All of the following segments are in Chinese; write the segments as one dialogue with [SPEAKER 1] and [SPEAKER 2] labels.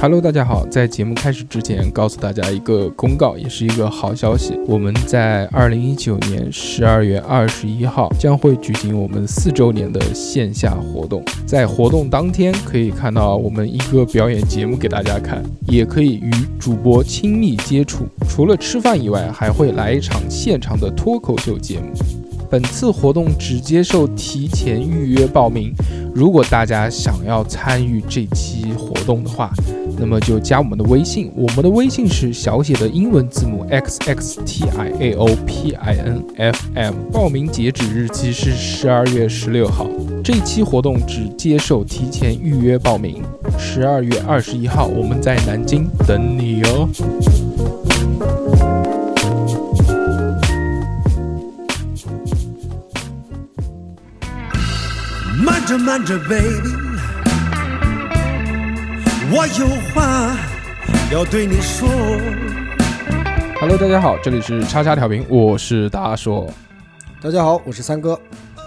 [SPEAKER 1] Hello，大家好，在节目开始之前，告诉大家一个公告，也是一个好消息。我们在二零一九年十二月二十一号将会举行我们四周年的线下活动，在活动当天可以看到我们一个表演节目给大家看，也可以与主播亲密接触。除了吃饭以外，还会来一场现场的脱口秀节目。本次活动只接受提前预约报名。如果大家想要参与这期活动的话，那么就加我们的微信，我们的微信是小写的英文字母 x x t i a o p i n f m，报名截止日期是十二月十六号。这期活动只接受提前预约报名，十二月二十一号我们在南京等你哦。
[SPEAKER 2] 慢着，慢着，baby，我有话要对你说。
[SPEAKER 1] Hello，大家好，这里是叉叉调频，我是大硕，
[SPEAKER 3] 大家好，我是三哥。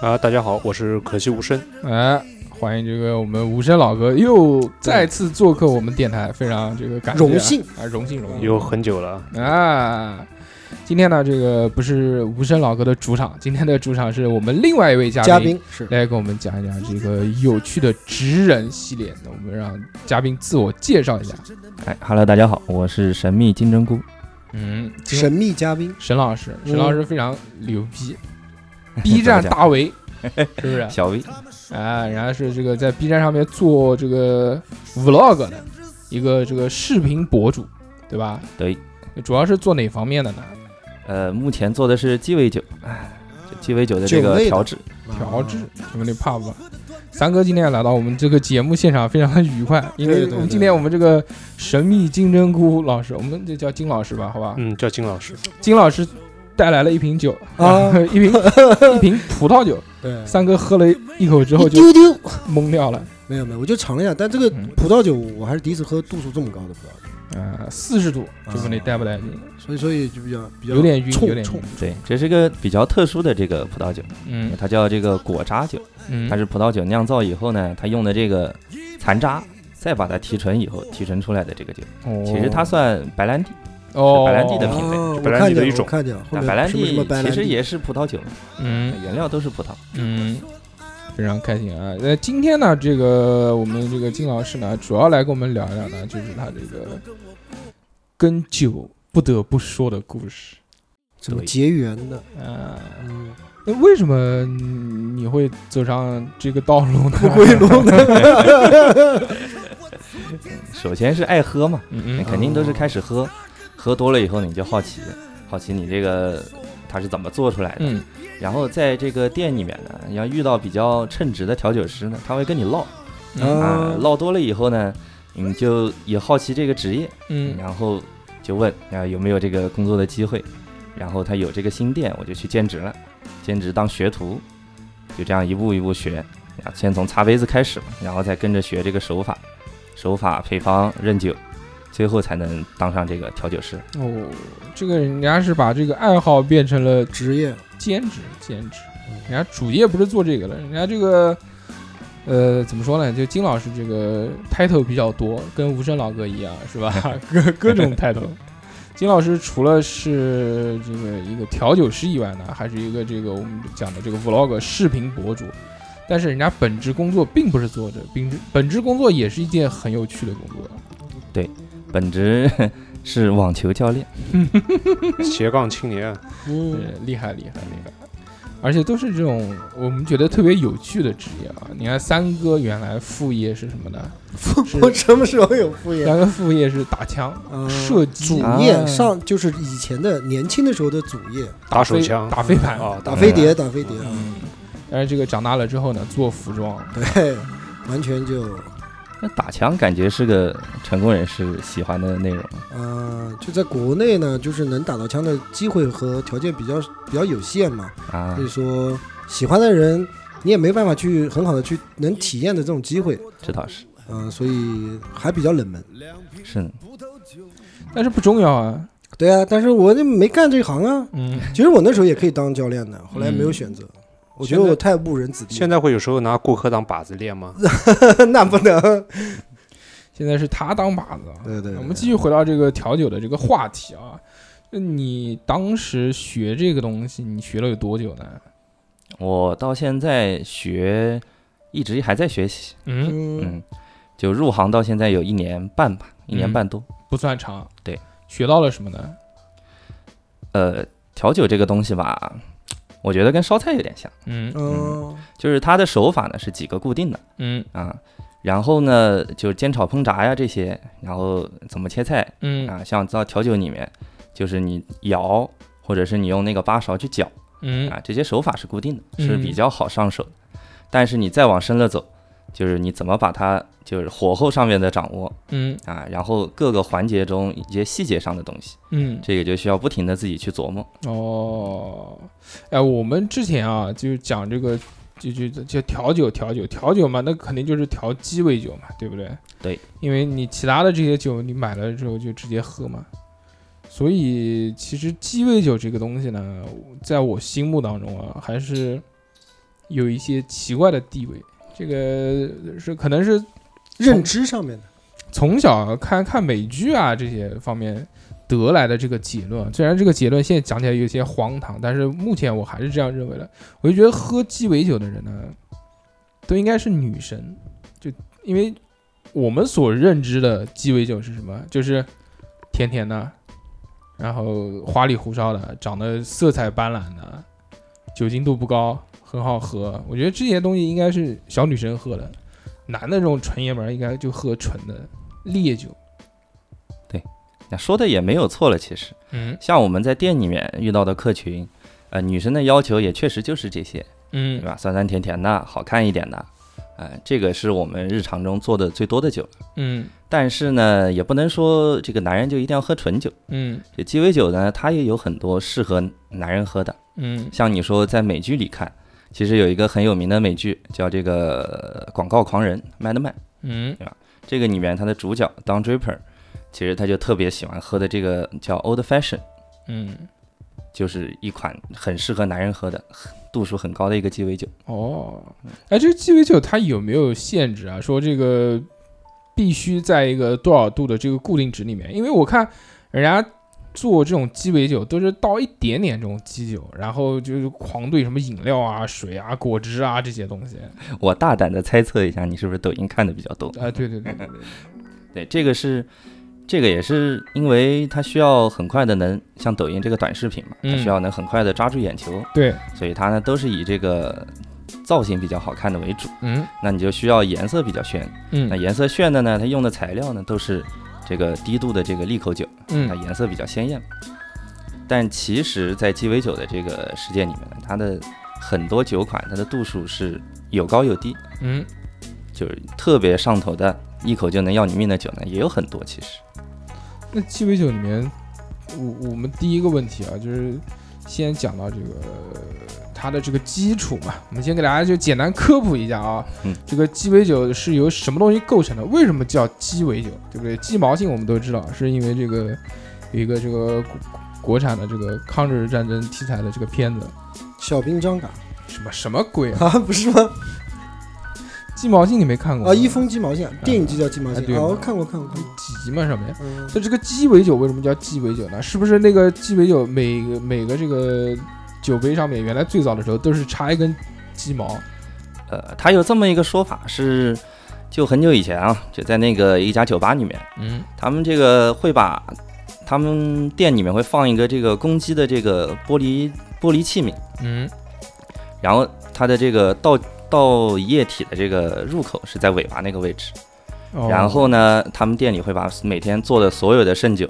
[SPEAKER 4] 啊，大家好，我是可惜无声。
[SPEAKER 1] 哎，欢迎这个我们无声老哥又再次做客我们电台，非常这个感谢啊
[SPEAKER 3] 荣幸
[SPEAKER 1] 啊，荣幸荣幸。
[SPEAKER 4] 有很久了，
[SPEAKER 1] 啊，今天呢，这个不是无声老哥的主场，今天的主场是我们另外一位嘉
[SPEAKER 3] 嘉宾是
[SPEAKER 1] 来给我们讲一讲这个有趣的职人系列。那我们让嘉宾自我介绍一下。
[SPEAKER 5] 哎，Hello，大家好，我是神秘金针菇。
[SPEAKER 1] 嗯，今
[SPEAKER 3] 神秘嘉宾，
[SPEAKER 1] 沈老师，沈
[SPEAKER 3] 嗯
[SPEAKER 1] 老师非常牛逼、b 站大 V 是不是？
[SPEAKER 5] 小 V，
[SPEAKER 1] 啊，然后是这个在 B 站上面做这个 vlog 的一个这个视频博主，对吧？
[SPEAKER 5] 对，
[SPEAKER 1] 主要是做哪方面的呢？
[SPEAKER 5] 呃，目前做的是鸡尾酒，哎这鸡尾酒的这
[SPEAKER 3] 酒
[SPEAKER 5] 个
[SPEAKER 3] 类的啊
[SPEAKER 5] 调制。
[SPEAKER 1] 调制什么的 pub。三哥今天来到我们这个节目现场，非常的愉快，因
[SPEAKER 3] 对
[SPEAKER 1] 为
[SPEAKER 3] 对
[SPEAKER 1] 我们
[SPEAKER 3] 对
[SPEAKER 1] 今天我们这个神秘金针菇老师，我们就叫金老师吧，好吧？
[SPEAKER 4] 嗯，叫金老师。
[SPEAKER 1] 金老师带来了一瓶酒
[SPEAKER 3] 啊
[SPEAKER 1] 一瓶一瓶葡萄酒，
[SPEAKER 3] 对，
[SPEAKER 1] 三哥喝了一口之后
[SPEAKER 3] 一
[SPEAKER 1] 就
[SPEAKER 3] 丢丢
[SPEAKER 1] 懵掉了，
[SPEAKER 3] 没有没有，我就尝了一下，但这个
[SPEAKER 1] 嗯
[SPEAKER 3] 葡萄酒我还是第一次喝度数这么高的葡萄酒，
[SPEAKER 1] 啊，四十度，这问题带不带劲？
[SPEAKER 3] 所以所以就比较比较
[SPEAKER 1] 有点晕，
[SPEAKER 3] 啊冲
[SPEAKER 1] 有点
[SPEAKER 3] 冲
[SPEAKER 1] 晕，
[SPEAKER 5] 对，这是个比较特殊的这个葡萄酒，
[SPEAKER 1] 嗯
[SPEAKER 5] 它叫这个果渣酒。它
[SPEAKER 1] 嗯，
[SPEAKER 5] 是葡萄酒酿造以后呢，它用的这个残渣，再把它提纯以后提纯出来的这个酒。
[SPEAKER 3] 哦
[SPEAKER 5] 其实它算白兰地，
[SPEAKER 1] 哦，
[SPEAKER 5] 白兰地的品
[SPEAKER 3] 啊
[SPEAKER 5] 类
[SPEAKER 3] 我
[SPEAKER 4] 白兰
[SPEAKER 3] 看
[SPEAKER 4] 地的
[SPEAKER 3] 见
[SPEAKER 4] 一
[SPEAKER 3] 了
[SPEAKER 4] 种
[SPEAKER 3] 我看见了后
[SPEAKER 5] 但
[SPEAKER 3] 面
[SPEAKER 5] 白兰
[SPEAKER 3] 是不是什
[SPEAKER 5] 地
[SPEAKER 3] 么白兰
[SPEAKER 5] 其
[SPEAKER 3] 地
[SPEAKER 5] 实也是葡萄酒，
[SPEAKER 1] 嗯，
[SPEAKER 5] 原料都是葡萄。
[SPEAKER 1] 嗯，非常开心啊！那今天呢，这个我们这个金老师呢，主要来跟我们聊一聊呢，就是他这个跟酒不得不说的故事。
[SPEAKER 3] 怎么
[SPEAKER 5] 对
[SPEAKER 3] 结缘的，
[SPEAKER 1] 啊，
[SPEAKER 3] 嗯，
[SPEAKER 1] 那为什么你会走上这个道路呢？
[SPEAKER 3] 不归路的，
[SPEAKER 5] 首先是爱喝嘛，
[SPEAKER 1] 嗯
[SPEAKER 5] 你
[SPEAKER 1] 嗯，
[SPEAKER 5] 肯定都是开始
[SPEAKER 3] 哦
[SPEAKER 5] 喝，喝多了以后你就好奇，好奇你这个它是怎么做出来的。
[SPEAKER 1] 嗯，
[SPEAKER 5] 然后在这个店里面呢，你要遇到比较称职的调酒师呢，他会跟你唠
[SPEAKER 1] 嗯
[SPEAKER 5] 啊
[SPEAKER 3] 啊，
[SPEAKER 5] 唠多了以后呢，你就也好奇这个职业，
[SPEAKER 1] 嗯
[SPEAKER 5] 然后就问啊有没有这个工作的机会，然后他有这个新店，我就去兼职了，兼职当学徒，就这样一步一步学，啊，先从擦杯子开始嘛，然后再跟着学这个手法，手法配方认酒，最后才能当上这个调酒师。
[SPEAKER 1] 哦，这个人家是把这个爱好变成了
[SPEAKER 3] 职业
[SPEAKER 1] 兼职，兼职，人家主业不是做这个的，人家这个，呃，怎么说呢？就金老师这个 title 比较多，跟无声老哥一样，是吧？各各种 title。金老师除了是这个一个调酒师以外呢，还是一个这个我们讲的这个 vlog 视频博主。但是人家本职工作并不是做这，本职本职工作也是一件很有趣的工作。
[SPEAKER 5] 本职 是网球教练，
[SPEAKER 4] 斜杠青年，
[SPEAKER 3] 嗯，
[SPEAKER 1] 对，厉害厉害厉害，而且都是这种我们觉得特别有趣的职业啊。你看三哥原来副业是什么呢？是
[SPEAKER 3] 我什么时候有副 业？
[SPEAKER 1] 三哥副业是打枪、
[SPEAKER 3] 嗯
[SPEAKER 1] 射击、
[SPEAKER 3] 主业
[SPEAKER 5] 啊
[SPEAKER 3] 上就是以前的年轻的时候的主业，
[SPEAKER 4] 打手
[SPEAKER 1] 飞
[SPEAKER 4] 枪
[SPEAKER 1] 打飞盘。
[SPEAKER 4] 啊，
[SPEAKER 3] 打
[SPEAKER 5] 嗯
[SPEAKER 3] 飞碟，打飞碟，
[SPEAKER 1] 嗯，但是这个长大了之后呢，做服装，
[SPEAKER 3] 对，完全就，
[SPEAKER 5] 那打枪感觉是个成功人士喜欢的内容。
[SPEAKER 3] 呃，就在国内呢，就是能打到枪的机会和条件比较比较有限嘛，
[SPEAKER 5] 啊
[SPEAKER 3] 所以，说喜欢的人，你也没办法去很好的去能体验的这种机会，
[SPEAKER 5] 这倒是
[SPEAKER 3] 嗯、所以还比较冷门。
[SPEAKER 5] 是呢
[SPEAKER 1] 但是不重要啊。
[SPEAKER 3] 对啊，但是我就没干这行啊，
[SPEAKER 1] 嗯，
[SPEAKER 3] 其实我那时候也可以当教练的，后来没有
[SPEAKER 1] 嗯
[SPEAKER 3] 选择，我觉得我太误人子弟了，
[SPEAKER 4] 现在会有时候拿顾客当靶子练吗？
[SPEAKER 3] 那不能，
[SPEAKER 1] 现在是他当靶子啊。
[SPEAKER 3] 对对对
[SPEAKER 1] 我们继续回到这个调酒的这个话题啊。那你当时学这个东西，你学了有多久呢？
[SPEAKER 5] 我到现在学，一直还在学习，
[SPEAKER 1] 嗯，
[SPEAKER 3] 嗯，
[SPEAKER 5] 嗯，就入行到现在有一年半吧，一年
[SPEAKER 1] 嗯
[SPEAKER 5] 半多。
[SPEAKER 1] 不算长。
[SPEAKER 5] 对，
[SPEAKER 1] 学到了什么呢？
[SPEAKER 5] 呃，调酒这个东西吧，我觉得跟烧菜有点像，
[SPEAKER 1] 嗯
[SPEAKER 3] 哦，
[SPEAKER 5] 就是它的手法呢是几个固定的
[SPEAKER 1] 嗯
[SPEAKER 5] 啊，然后呢就是煎炒烹炸呀这些，然后怎么切菜
[SPEAKER 1] 嗯
[SPEAKER 5] 啊，像到调酒里面，就是你摇或者是你用那个八勺去搅
[SPEAKER 1] 嗯
[SPEAKER 5] 啊，这些手法是固定的，是
[SPEAKER 1] 嗯
[SPEAKER 5] 比较好上手的。但是你再往深了走，就是你怎么把它就是火候上面的掌握
[SPEAKER 1] 嗯
[SPEAKER 5] 啊，然后各个环节中一些细节上的东西，
[SPEAKER 1] 嗯。
[SPEAKER 5] 这个就需要不停的自己去琢磨。
[SPEAKER 1] 哦，哎，我们之前啊，就是讲这个，就就就调酒，调酒，调酒嘛，那肯定就是调鸡尾酒嘛，对不对？
[SPEAKER 5] 对，
[SPEAKER 1] 因为你其他的这些酒你买了之后就直接喝嘛，所以其实鸡尾酒这个东西呢，在我心目当中啊，还是有一些奇怪的地位。这个是可能是
[SPEAKER 3] 认知上面的，
[SPEAKER 1] 从小看看美剧啊这些方面得来的这个结论，虽然这个结论现在讲起来有些荒唐，但是目前我还是这样认为的。我就觉得喝鸡尾酒的人呢，都应该是女生，就因为我们所认知的鸡尾酒是什么？就是甜甜的，然后花里胡哨的，长得色彩斑斓的，酒精度不高，很好喝。我觉得这些东西应该是小女生喝的，男的这种纯爷们儿应该就喝纯的烈酒。
[SPEAKER 5] 那说的也没有错了，其实
[SPEAKER 1] 嗯
[SPEAKER 5] 像我们在店里面遇到的客群，呃，女生的要求也确实就是这些，对
[SPEAKER 1] 嗯
[SPEAKER 5] 吧？酸酸甜甜的，好看一点的，呃，这个是我们日常中做的最多的酒了。
[SPEAKER 1] 嗯
[SPEAKER 5] 但是呢，也不能说这个男人就一定要喝纯酒，
[SPEAKER 1] 嗯
[SPEAKER 5] 这鸡尾酒呢，它也有很多适合男人喝的。
[SPEAKER 1] 嗯
[SPEAKER 5] 像你说在美剧里看，其实有一个很有名的美剧叫这个呃《广告狂人》（Madman），
[SPEAKER 1] 嗯
[SPEAKER 5] 这个里面他的主角 Don Draper，其实他就特别喜欢喝的这个叫 Old Fashion。
[SPEAKER 1] 嗯，
[SPEAKER 5] 就是一款很适合男人喝的，度数很高的一个鸡尾酒。
[SPEAKER 1] 哦，哎，这个鸡尾酒它有没有限制啊？说这个必须在一个多少度的这个固定值里面？因为我看人家做这种鸡尾酒都是倒一点点这种基酒，然后就是狂兑什么饮料啊、水啊、果汁啊这些东西。
[SPEAKER 5] 我大胆的猜测一下，你是不是抖音看的比较多？
[SPEAKER 1] 啊，对对对对对，
[SPEAKER 5] 对，这个是，这个也是因为它需要很快的能像抖音这个短视频嘛，它
[SPEAKER 1] 嗯
[SPEAKER 5] 需要能很快的抓住眼球，
[SPEAKER 1] 对，
[SPEAKER 5] 所以它呢都是以这个造型比较好看的为主。
[SPEAKER 1] 嗯
[SPEAKER 5] 那你就需要颜色比较炫，那
[SPEAKER 1] 嗯
[SPEAKER 5] 颜色炫的呢，它用的材料呢都是这个低度的这个利口酒。它
[SPEAKER 1] 嗯
[SPEAKER 5] 颜色比较鲜艳。但其实，在鸡尾酒的这个世界里面呢，它的很多酒款，它的度数是有高有低，
[SPEAKER 1] 嗯，
[SPEAKER 5] 就是特别上头的，一口就能要你命的酒呢，也有很多。其实，
[SPEAKER 1] 那鸡尾酒里面，我我们第一个问题啊，就是先讲到这个它的这个基础嘛，我们先给大家就简单科普一下啊，
[SPEAKER 5] 嗯
[SPEAKER 1] 这个鸡尾酒是由什么东西构成的？为什么叫鸡尾酒？对不对？鸡毛性我们都知道，是因为这个有一个这个国国产的这个抗日战争题材的这个片子，
[SPEAKER 3] 小兵张嘎
[SPEAKER 1] 什么什么鬼啊？
[SPEAKER 3] 啊，不是吗？
[SPEAKER 1] 鸡毛性你没看过吗
[SPEAKER 3] 啊，一封鸡毛线，电影就叫鸡毛
[SPEAKER 1] 啊对
[SPEAKER 3] 线，哦，
[SPEAKER 1] 嘛
[SPEAKER 3] 看过看过看过，
[SPEAKER 1] 几集嘛上面。
[SPEAKER 3] 嗯，
[SPEAKER 1] 那这个鸡尾酒为什么叫鸡尾酒呢？是不是那个鸡尾酒每个每个这个酒杯上面原来最早的时候都是插一根鸡毛？
[SPEAKER 5] 呃，它有这么一个说法是，就很久以前啊，就在那个一家酒吧里面，
[SPEAKER 1] 嗯
[SPEAKER 5] 他们这个会把他们店里面会放一个这个公鸡的这个玻璃玻璃器皿，
[SPEAKER 1] 嗯
[SPEAKER 5] 然后它的这个倒倒液体的这个入口是在尾巴那个位置。
[SPEAKER 1] 哦
[SPEAKER 5] 然后呢，他们店里会把每天做的所有的剩酒、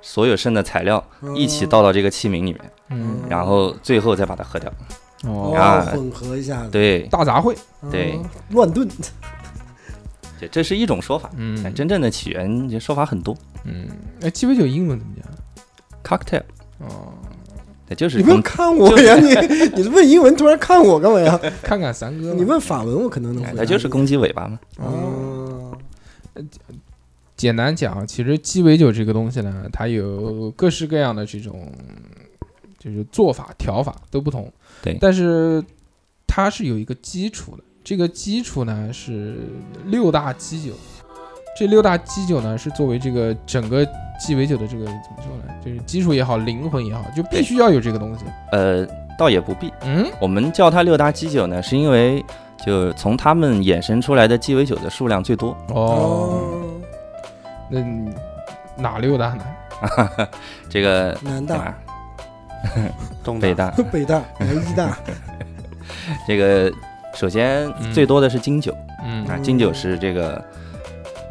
[SPEAKER 5] 所有剩的材料
[SPEAKER 3] 嗯
[SPEAKER 5] 一起倒到这个器皿里面，
[SPEAKER 1] 嗯
[SPEAKER 5] 然后最后再把它喝掉。
[SPEAKER 3] 哦，
[SPEAKER 1] 哦，
[SPEAKER 5] 啊
[SPEAKER 3] 混合一下，
[SPEAKER 5] 对，
[SPEAKER 1] 大杂烩，
[SPEAKER 3] 嗯
[SPEAKER 5] 对，
[SPEAKER 3] 乱炖，
[SPEAKER 5] 这这是一种说法，但
[SPEAKER 1] 嗯
[SPEAKER 5] 真正的起源这说法很多。
[SPEAKER 1] 嗯，哎，鸡尾酒英文怎么
[SPEAKER 5] Cocktail，
[SPEAKER 1] 讲？哦，
[SPEAKER 5] 对，就是
[SPEAKER 3] 你不要
[SPEAKER 5] 公
[SPEAKER 3] 看我呀，你 你问英文突然看我干嘛呀？
[SPEAKER 1] 看看三哥吧，
[SPEAKER 3] 嗯你问法文我可能能
[SPEAKER 5] 哎
[SPEAKER 3] 回答，
[SPEAKER 5] 它就是公鸡尾巴嘛。
[SPEAKER 1] 哦，
[SPEAKER 3] 哦，
[SPEAKER 1] 简单讲，其实鸡尾酒这个东西呢，它有各式各样的这种就是做法、调法都不同。
[SPEAKER 5] 对
[SPEAKER 1] 但是它是有一个基础的，这个基础呢是六大基酒，这六大基酒呢，是作为这个整个鸡尾酒的这个怎么说呢？就是基础也好，灵魂也好，就必须要有这个东西。
[SPEAKER 5] 呃，倒也不必。
[SPEAKER 1] 嗯，
[SPEAKER 5] 我们叫它六大基酒呢，是因为就从它们衍生出来的鸡尾酒的数量最多。
[SPEAKER 1] 哦，
[SPEAKER 3] 哦，
[SPEAKER 1] 那你哪六大呢？
[SPEAKER 5] 这个
[SPEAKER 3] 南
[SPEAKER 5] 哪
[SPEAKER 3] 大、
[SPEAKER 5] 儿？
[SPEAKER 4] 东
[SPEAKER 5] 北
[SPEAKER 4] 北
[SPEAKER 5] 大。
[SPEAKER 3] 北大、南医大，
[SPEAKER 5] 这个首先
[SPEAKER 1] 嗯
[SPEAKER 5] 最多的是金酒、
[SPEAKER 1] 嗯，
[SPEAKER 5] 啊，金酒是这个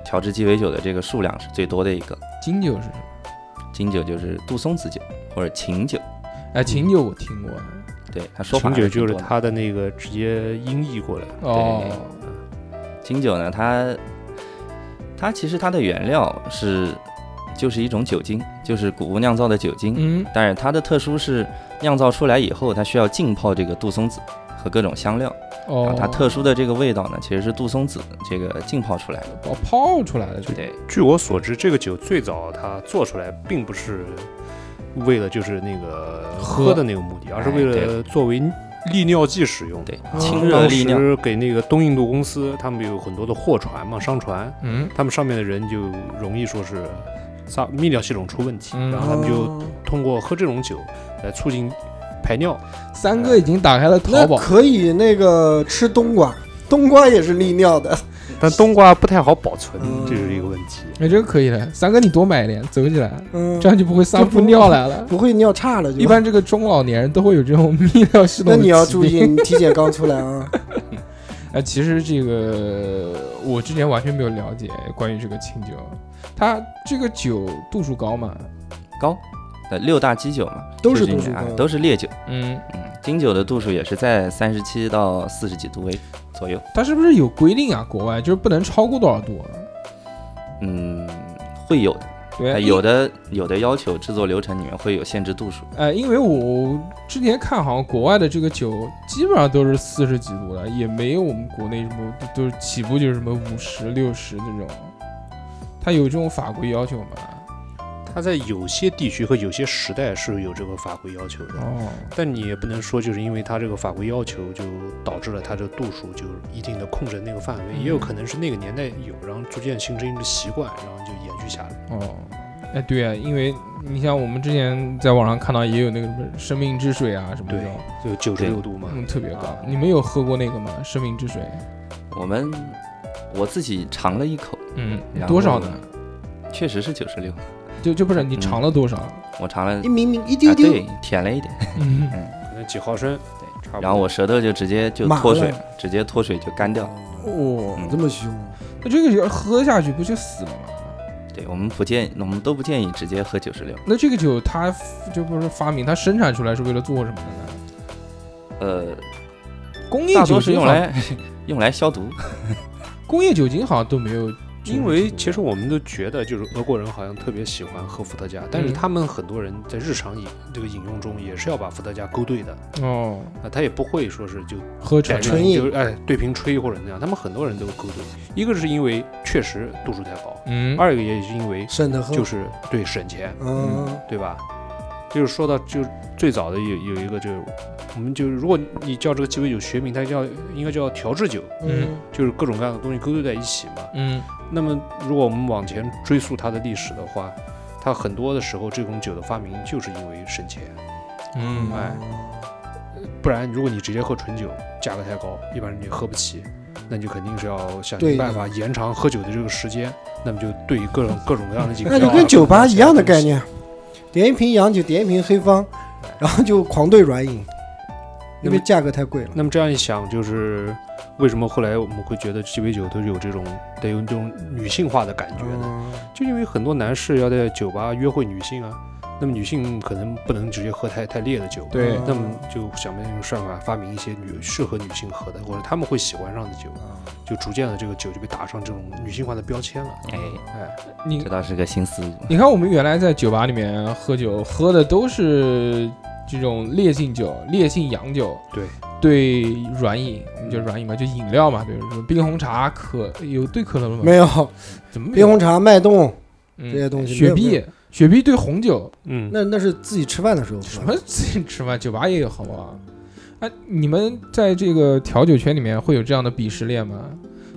[SPEAKER 5] 调制鸡尾酒的这个数量是最多的一个。
[SPEAKER 1] 金酒是什么？
[SPEAKER 5] 金酒就是杜松子酒或者琴酒，嗯
[SPEAKER 1] 哎，琴酒我听过的。
[SPEAKER 5] 对他说法
[SPEAKER 4] 琴
[SPEAKER 5] 还
[SPEAKER 4] 酒
[SPEAKER 5] 挺
[SPEAKER 4] 就是
[SPEAKER 5] 多的
[SPEAKER 4] 它的那个直接音译过来，
[SPEAKER 1] 哦，
[SPEAKER 5] 金酒呢，它它其实它的原料是就是一种酒精，就是谷物酿造的酒精。
[SPEAKER 1] 嗯，
[SPEAKER 5] 但是它的特殊是酿造出来以后，它需要浸泡这个杜松子和各种香料，然
[SPEAKER 1] 哦
[SPEAKER 5] 后，啊它特殊的这个味道呢，其实是杜松子这个浸泡出来的。
[SPEAKER 1] 哦泡出来的这个，
[SPEAKER 5] 对，
[SPEAKER 4] 据我所知，这个酒最早它做出来并不是为了就是那个
[SPEAKER 1] 喝
[SPEAKER 4] 喝的那个目的，而是为
[SPEAKER 5] 哎对
[SPEAKER 4] 了作为利尿剂使用。啊
[SPEAKER 5] 对，
[SPEAKER 3] 哦
[SPEAKER 5] 清热
[SPEAKER 4] 当
[SPEAKER 5] 利尿，
[SPEAKER 4] 时给那个东印度公司，他们有很多的货船嘛，商船，
[SPEAKER 1] 嗯，
[SPEAKER 4] 他们上面的人就容易说是撒泌尿系统出问题，
[SPEAKER 1] 嗯
[SPEAKER 4] 然后他们就
[SPEAKER 3] 哦
[SPEAKER 4] 通过喝这种酒来促进排尿。
[SPEAKER 1] 三哥已经打开了淘
[SPEAKER 3] 那
[SPEAKER 1] 宝，
[SPEAKER 3] 可以那个吃冬瓜，冬瓜也是利尿的。
[SPEAKER 4] 但冬瓜不太好保存，
[SPEAKER 3] 嗯
[SPEAKER 4] 这是一个问题。
[SPEAKER 1] 哎，这个可以的。三哥，你多买一点，走起来，
[SPEAKER 3] 嗯
[SPEAKER 1] 这，样就不会撒
[SPEAKER 3] 就不
[SPEAKER 1] 出尿来了。
[SPEAKER 3] 不会尿岔了就。
[SPEAKER 1] 一般这个中老年人都会有这种泌尿系统，
[SPEAKER 3] 那你要注。意，你体检刚出来啊。
[SPEAKER 1] 哎，其实这个我之前完全没有了解关于这个清酒，它这个酒度数高嘛？
[SPEAKER 5] 高，呃，六大基酒嘛，
[SPEAKER 3] 都是
[SPEAKER 5] 就
[SPEAKER 3] 度数
[SPEAKER 5] 啊
[SPEAKER 3] 高
[SPEAKER 5] 都是烈酒。
[SPEAKER 1] 嗯，
[SPEAKER 5] 嗯，金酒的度数也是在三十七到四十几度为左右。
[SPEAKER 1] 它是不是有规定啊？国外就是不能超过多少度啊？
[SPEAKER 5] 嗯，会有的，
[SPEAKER 1] 对啊，
[SPEAKER 5] 呃
[SPEAKER 1] 因
[SPEAKER 5] 有的有的要求制作流程里面会有限制度数。
[SPEAKER 1] 呃，因为我之前看好像国外的这个酒基本上都是四十几度了，也没有我们国内什么都都是起步就是什么五十六十这种，它有这种法规要求吗？
[SPEAKER 4] 它在有些地区和有些时代是有这个法规要求的，
[SPEAKER 1] 哦，
[SPEAKER 4] 但你也不能说就是因为它这个法规要求就导致了它这个度数就一定的控制那个范围，
[SPEAKER 1] 嗯
[SPEAKER 4] 也有可能是那个年代有，然后逐渐形成一个习惯，然后就延续下来。
[SPEAKER 1] 哦，哎，对啊，因为你像我们之前在网上看到也有那个什么生命之水啊什么这
[SPEAKER 4] 对
[SPEAKER 1] 种，，
[SPEAKER 4] 就九十六度嘛，
[SPEAKER 1] 嗯，特别高
[SPEAKER 4] 啊。
[SPEAKER 1] 你们有喝过那个吗？生命之水？
[SPEAKER 5] 我们我自己尝了一口，
[SPEAKER 1] 嗯
[SPEAKER 5] 然，后
[SPEAKER 1] 多少呢？
[SPEAKER 5] 确实是九十六，
[SPEAKER 1] 就就不是你
[SPEAKER 5] 嗯
[SPEAKER 1] 尝了多少？
[SPEAKER 5] 我尝了
[SPEAKER 3] 一明明一丢
[SPEAKER 5] 啊，
[SPEAKER 3] 丢，
[SPEAKER 5] 对，舔了一点，
[SPEAKER 1] 嗯，
[SPEAKER 4] 可能几毫升，
[SPEAKER 5] 对
[SPEAKER 4] 差不多。
[SPEAKER 5] 然后我舌头就直接就
[SPEAKER 3] 麻
[SPEAKER 5] 脱水
[SPEAKER 3] 了
[SPEAKER 5] 了，直接脱水就干掉了。
[SPEAKER 3] 哇
[SPEAKER 5] 嗯，
[SPEAKER 3] 哦这么凶，
[SPEAKER 1] 那这个酒喝下去不就死了吗？
[SPEAKER 5] 对我们不建议，我们都不建议直接喝九十六。
[SPEAKER 1] 那这个酒它就不是发明，它生产出来是为了做什么的呢？
[SPEAKER 5] 呃，
[SPEAKER 1] 工业
[SPEAKER 5] 大
[SPEAKER 1] 酒
[SPEAKER 5] 多是
[SPEAKER 1] 精
[SPEAKER 5] 用
[SPEAKER 1] 好像
[SPEAKER 5] 来 用来消毒。
[SPEAKER 1] 工业酒精好像都没有，
[SPEAKER 4] 因为其实我们都觉得，就是俄国人好像特别喜欢喝伏特加，
[SPEAKER 3] 嗯
[SPEAKER 4] 但是他们很多人在日常饮这个饮用中也是要把伏特加勾兑的，
[SPEAKER 1] 哦，
[SPEAKER 4] 啊，他也不会说是就
[SPEAKER 1] 喝纯了。
[SPEAKER 3] 纯饮
[SPEAKER 4] 就是哎对瓶吹或者那样，他们很多人都勾兑，一个是因为确实度数太高，
[SPEAKER 1] 嗯，
[SPEAKER 4] 二个也是因为
[SPEAKER 3] 省得喝。
[SPEAKER 4] 就是对省钱，
[SPEAKER 3] 嗯，
[SPEAKER 4] 对吧？就是说到就是最早的有有一个就是我们就是如果你叫这个鸡尾酒学名，它叫应该叫调制酒，
[SPEAKER 1] 嗯
[SPEAKER 3] 嗯
[SPEAKER 4] 就是各种各样的东西勾兑在一起嘛，
[SPEAKER 1] 嗯
[SPEAKER 4] 那么，如果我们往前追溯它的历史的话，它很多的时候这种酒的发明就是因为省钱，
[SPEAKER 1] 嗯，
[SPEAKER 4] 哎，不然如果你直接喝纯酒，价格太高，一般人也喝不起，那你就肯定是要想
[SPEAKER 3] 对
[SPEAKER 4] 尽
[SPEAKER 3] 的
[SPEAKER 4] 办法延长喝酒的这个时间，那么就对于各种各种各样的饮料啊，
[SPEAKER 3] 那就跟酒吧一样的概念，点一瓶洋酒，点一瓶黑方，然后就狂兑软饮，因为价格太贵了。
[SPEAKER 4] 那么这样一想，就是为什么后来我们会觉得鸡尾酒都是有这种得有这种女性化的感觉呢？
[SPEAKER 3] 嗯
[SPEAKER 4] 就因为很多男士要在酒吧约会女性啊，那么女性可能不能直接喝太太烈的酒，
[SPEAKER 1] 对
[SPEAKER 4] 那么就想办法办法发明一些女适合女性喝的或者她们会喜欢上的酒，就逐渐的这个酒就被打上这种女性化的标签了。
[SPEAKER 5] 哎，
[SPEAKER 4] 哎，
[SPEAKER 1] 你
[SPEAKER 5] 这倒是个新思路。
[SPEAKER 1] 你看，我们原来在酒吧里面喝酒，喝的都是这种烈性酒、烈性洋酒，
[SPEAKER 4] 对
[SPEAKER 1] 对，软饮，我们叫软饮嘛，就饮料嘛，对，什么冰红茶、可有对可乐了吗？
[SPEAKER 3] 没有
[SPEAKER 1] 怎么没有
[SPEAKER 3] 冰红茶、脉动
[SPEAKER 1] 嗯
[SPEAKER 3] 这些东西，
[SPEAKER 1] 雪
[SPEAKER 3] 没有没有
[SPEAKER 1] 碧，雪碧对红酒，
[SPEAKER 4] 嗯，
[SPEAKER 3] 那那是自己吃饭的时候
[SPEAKER 1] 什
[SPEAKER 3] 喝
[SPEAKER 1] 么
[SPEAKER 3] 的。
[SPEAKER 1] 自己吃饭，酒吧也有，好啊不好？哎，你们在这个调酒圈里面会有这样的鄙视链吗？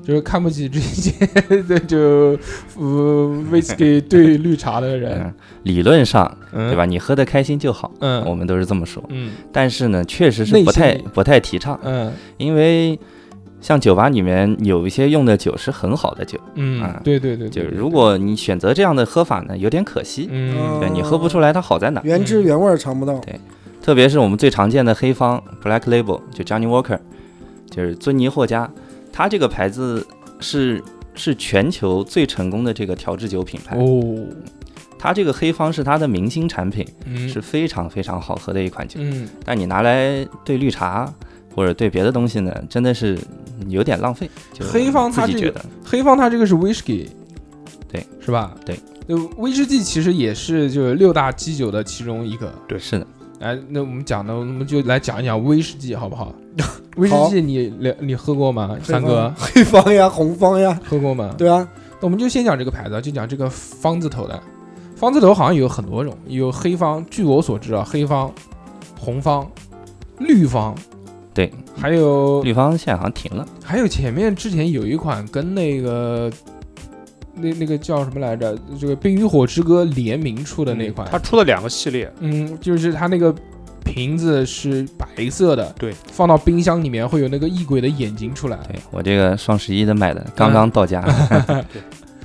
[SPEAKER 1] 就是看不起这些 对就呃 whisky 兑绿茶的人，
[SPEAKER 5] 嗯，理论上
[SPEAKER 1] 嗯
[SPEAKER 5] 对吧？？你喝得开心就好，
[SPEAKER 1] 嗯
[SPEAKER 5] 我们都是这么说。
[SPEAKER 1] 嗯
[SPEAKER 5] 但是呢，确实是
[SPEAKER 1] 内
[SPEAKER 5] 不
[SPEAKER 1] 心
[SPEAKER 5] 太
[SPEAKER 1] 里
[SPEAKER 5] 不太提倡，
[SPEAKER 1] 嗯
[SPEAKER 5] 因为像酒吧里面有一些用的酒是很好的酒，
[SPEAKER 1] 嗯
[SPEAKER 5] 啊，
[SPEAKER 1] 对对对，
[SPEAKER 5] 就
[SPEAKER 1] 对
[SPEAKER 5] 如果你选择这样的喝法呢，有点可惜，
[SPEAKER 1] 嗯
[SPEAKER 5] 对你喝不出来它好在哪。
[SPEAKER 3] 原汁原味儿尝不到。
[SPEAKER 5] 特别是我们最常见的黑方 （Black Label），就 Johnny Walker，就是尊尼霍加，它这个牌子是是全球最成功的这个调制酒品牌。
[SPEAKER 1] 哦，
[SPEAKER 5] 它这个黑方是它的明星产品，
[SPEAKER 1] 嗯
[SPEAKER 5] 是非常非常好喝的一款酒。
[SPEAKER 1] 嗯
[SPEAKER 5] 但你拿来兑绿茶或者兑别的东西呢，真的是有点浪费。就
[SPEAKER 1] 黑方它
[SPEAKER 5] 自己
[SPEAKER 1] 这
[SPEAKER 5] 觉
[SPEAKER 1] 个
[SPEAKER 5] 得，
[SPEAKER 1] 黑方它这个是 whisky，
[SPEAKER 5] 对，
[SPEAKER 1] 是吧？
[SPEAKER 5] 对，
[SPEAKER 1] 就威士忌其实也是就是六大基酒的其中一个。
[SPEAKER 4] 对
[SPEAKER 5] 是的，
[SPEAKER 1] 哎，那我们讲的，我们就来讲一讲威士忌好不 好？威士
[SPEAKER 3] 好
[SPEAKER 1] 忌你了你喝过吗？
[SPEAKER 3] 黑
[SPEAKER 1] 三
[SPEAKER 3] 方
[SPEAKER 1] 哥
[SPEAKER 3] 黑方呀， 红方呀，
[SPEAKER 1] 喝过吗？，
[SPEAKER 3] 对啊，
[SPEAKER 1] 我们就先讲这个牌子，就讲这个方字头的。方字头好像有很多种，有黑方，据我所知啊，黑方、红方、绿方，
[SPEAKER 5] 对，
[SPEAKER 1] 还有
[SPEAKER 5] 绿方现在好像停了，
[SPEAKER 1] 还有前面之前有一款跟那个那那个叫什么来着？这个《冰与火之歌》联名出的那款，
[SPEAKER 4] 它出了两个系列，
[SPEAKER 1] 嗯，就是它那个瓶子是白色的，
[SPEAKER 4] 对
[SPEAKER 1] 放到冰箱里面会有那个异鬼的眼睛出来。
[SPEAKER 5] 对我这个双十一的买的，刚刚到家。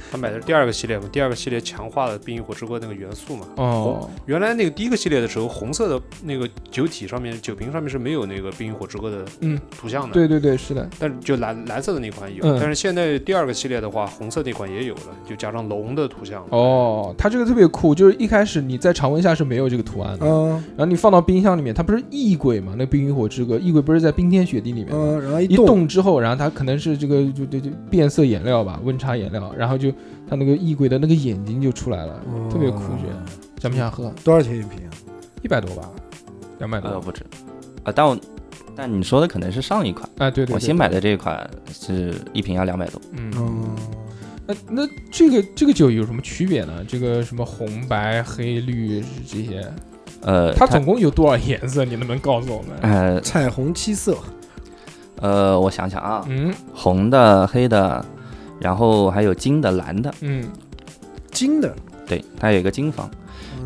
[SPEAKER 4] 他买的是第二个系列嘛，第二个系列强化了《冰与火之歌》那个元素嘛。
[SPEAKER 1] 哦，
[SPEAKER 4] 原来那个第一个系列的时候，红色的那个酒体上面、酒瓶上面是没有那个《冰与火之歌》的
[SPEAKER 1] 嗯
[SPEAKER 4] 图像的，
[SPEAKER 1] 对对对，是的，
[SPEAKER 4] 但是就蓝蓝色的那款有，
[SPEAKER 1] 嗯
[SPEAKER 4] 但是现在第二个系列的话，红色那款也有了，就加上龙的图像了。
[SPEAKER 1] 哦，它这个特别酷，就是一开始你在常温下是没有这个图案的，
[SPEAKER 3] 嗯
[SPEAKER 1] 然后你放到冰箱里面，它不是异鬼嘛？那《冰与火之歌》异鬼不是在冰天雪地里面吗？
[SPEAKER 3] 嗯，然后一
[SPEAKER 1] 一
[SPEAKER 3] 动，
[SPEAKER 1] 动之后，然后它可能是这个就就就变色颜料吧，温差颜料，然后就它那个异鬼的那个眼睛就出来了，
[SPEAKER 3] 嗯
[SPEAKER 1] 特别酷炫。想不想喝？
[SPEAKER 3] 多少钱一瓶啊？
[SPEAKER 1] 一百多吧，两百多
[SPEAKER 5] 呃，不止，啊，但我但你说的可能是上一款，
[SPEAKER 1] 啊？对对，
[SPEAKER 5] 我
[SPEAKER 1] 对
[SPEAKER 5] 新买的这一款是一瓶要两百多。
[SPEAKER 1] 嗯，
[SPEAKER 3] 嗯，
[SPEAKER 1] 那那这个这个酒有什么区别呢？这个什么红白黑绿这些，
[SPEAKER 5] 呃，
[SPEAKER 1] 它总共有多少颜色？你能不能告诉我们？
[SPEAKER 5] 呃
[SPEAKER 3] 彩虹七色，
[SPEAKER 5] 呃，我想想啊，
[SPEAKER 1] 嗯
[SPEAKER 5] 红的、黑的，然后还有金的、蓝的，
[SPEAKER 1] 嗯
[SPEAKER 3] 金的，
[SPEAKER 5] 对，它有一个金房。
[SPEAKER 1] 嗯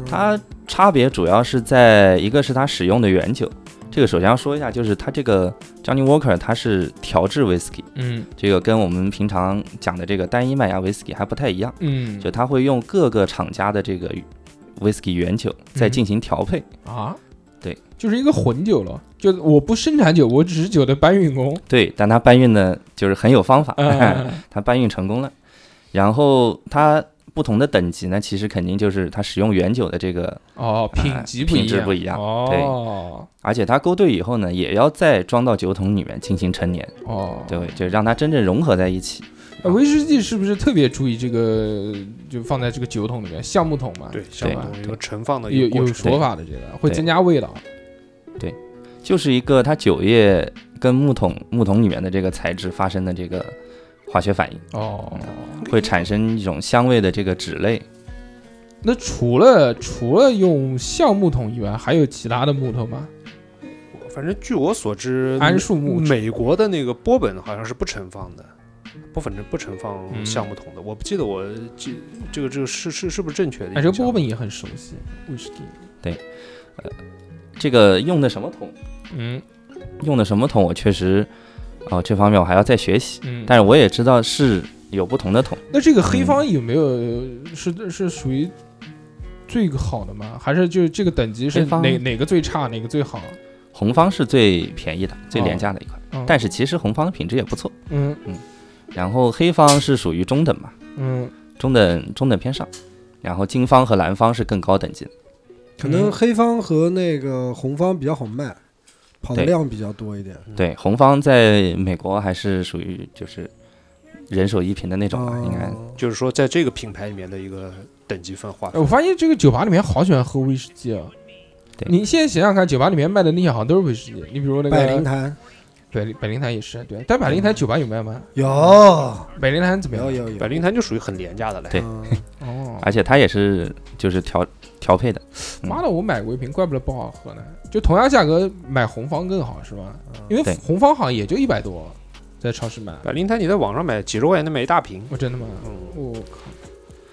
[SPEAKER 5] 它差别主要是在一个是它使用的原酒，这个首先要说一下，就是它这个 Johnny Walker 它是调制 whisky，
[SPEAKER 1] 嗯
[SPEAKER 5] 这个跟我们平常讲的这个单一麦芽 whisky 还不太一样，
[SPEAKER 1] 嗯
[SPEAKER 5] 就它会用各个厂家的这个 whisky 原酒再
[SPEAKER 1] 嗯
[SPEAKER 5] 进行调配。
[SPEAKER 1] 啊，
[SPEAKER 5] 对，
[SPEAKER 1] 就是一个混酒了。就我不生产酒，我只是酒的搬运工。
[SPEAKER 5] 对，但它搬运呢，就是很有方法，
[SPEAKER 1] 嗯
[SPEAKER 5] 它搬运成功了。然后它不同的等级呢，其实肯定就是它使用原酒的这个，
[SPEAKER 1] 哦，品级不一样，
[SPEAKER 5] 哎品质不一样
[SPEAKER 1] 哦，
[SPEAKER 5] 而且它勾兑以后呢，也要再装到酒桶里面进行陈年，
[SPEAKER 1] 哦，
[SPEAKER 5] 对，就让它真正融合在一起。
[SPEAKER 1] 呃威士忌是不是特别注意这个？就放在这个酒桶里面，橡木桶嘛，
[SPEAKER 4] 对，像
[SPEAKER 5] 对
[SPEAKER 4] 我们有个盛放的
[SPEAKER 1] 有
[SPEAKER 4] 一个
[SPEAKER 1] 有
[SPEAKER 4] 过程。
[SPEAKER 1] 说法的这个会
[SPEAKER 5] 对
[SPEAKER 1] 增加味道。
[SPEAKER 5] 就是一个它酒液跟木桶木桶里面的这个材质发生的这个化学反应，
[SPEAKER 1] 哦，
[SPEAKER 5] 会产生一种香味的这个酯类。
[SPEAKER 1] 那除了除了用橡木桶以外，还有其他的木头吗？
[SPEAKER 4] 反正据我所知，嗯
[SPEAKER 1] 桉树木
[SPEAKER 4] 美国的那个波本好像是不盛放的，不反正不盛
[SPEAKER 1] 嗯
[SPEAKER 4] 放橡木桶的。我不记得我这这个这个是是是不是正确的印
[SPEAKER 1] 哎，
[SPEAKER 4] 象？
[SPEAKER 1] 这个波本也很熟悉，威士忌。
[SPEAKER 5] 这个用的什么桶？
[SPEAKER 1] 嗯
[SPEAKER 5] 用的什么桶？我确实，哦、这方面我还要再学习。
[SPEAKER 1] 嗯，
[SPEAKER 5] 但是嗯我也知道是有不同的桶，
[SPEAKER 1] 那这个黑方有没有是是属于最好的吗？还是就是这个等级是
[SPEAKER 5] 黑方
[SPEAKER 1] 哪哪个最差，哪个最好？
[SPEAKER 5] 红方是最便宜的、最廉价的一款，
[SPEAKER 1] 嗯
[SPEAKER 5] 但是其实红方的品质也不错。
[SPEAKER 1] 嗯
[SPEAKER 5] 然后黑方是属于中等嘛，
[SPEAKER 1] 嗯，
[SPEAKER 5] 中等中等偏上，然后金方和蓝方是更高等级的。
[SPEAKER 3] 可能
[SPEAKER 1] 嗯
[SPEAKER 3] 黑方和那个红方比较好卖，跑的
[SPEAKER 5] 对
[SPEAKER 3] 量比较多一点。
[SPEAKER 1] 嗯
[SPEAKER 5] 对，红方在美国还是属于就是人手一瓶的那种吧，
[SPEAKER 3] 哦
[SPEAKER 5] 应该
[SPEAKER 4] 就是说在这个品牌里面的一个等级分化
[SPEAKER 1] 哎。我发现这个酒吧里面好喜欢喝威士忌啊。
[SPEAKER 5] 对
[SPEAKER 1] 你现在想想看，酒吧里面卖的那些好像都是威士忌。你比如那个
[SPEAKER 3] 百灵坛
[SPEAKER 1] 对，百灵坛也是对，但百灵
[SPEAKER 5] 嗯
[SPEAKER 1] 坛酒吧有卖吗？
[SPEAKER 3] 有
[SPEAKER 1] 百灵坛怎么
[SPEAKER 3] 有
[SPEAKER 1] 样？
[SPEAKER 3] 有有，
[SPEAKER 4] 百灵坛就属于很廉价的了。
[SPEAKER 5] 对
[SPEAKER 3] 嗯
[SPEAKER 1] 哦，
[SPEAKER 5] 而且它也是就是调调配的，嗯
[SPEAKER 1] 妈的，我买过一瓶，怪不得不好喝呢。就同样价格买红方更好是吧？因为
[SPEAKER 5] 嗯对
[SPEAKER 1] 红方好像也就一百多，在超市买。
[SPEAKER 4] 百灵丹你在网上买几十块钱能买一大瓶，
[SPEAKER 1] 我真的吗？
[SPEAKER 4] 嗯，
[SPEAKER 1] 我靠！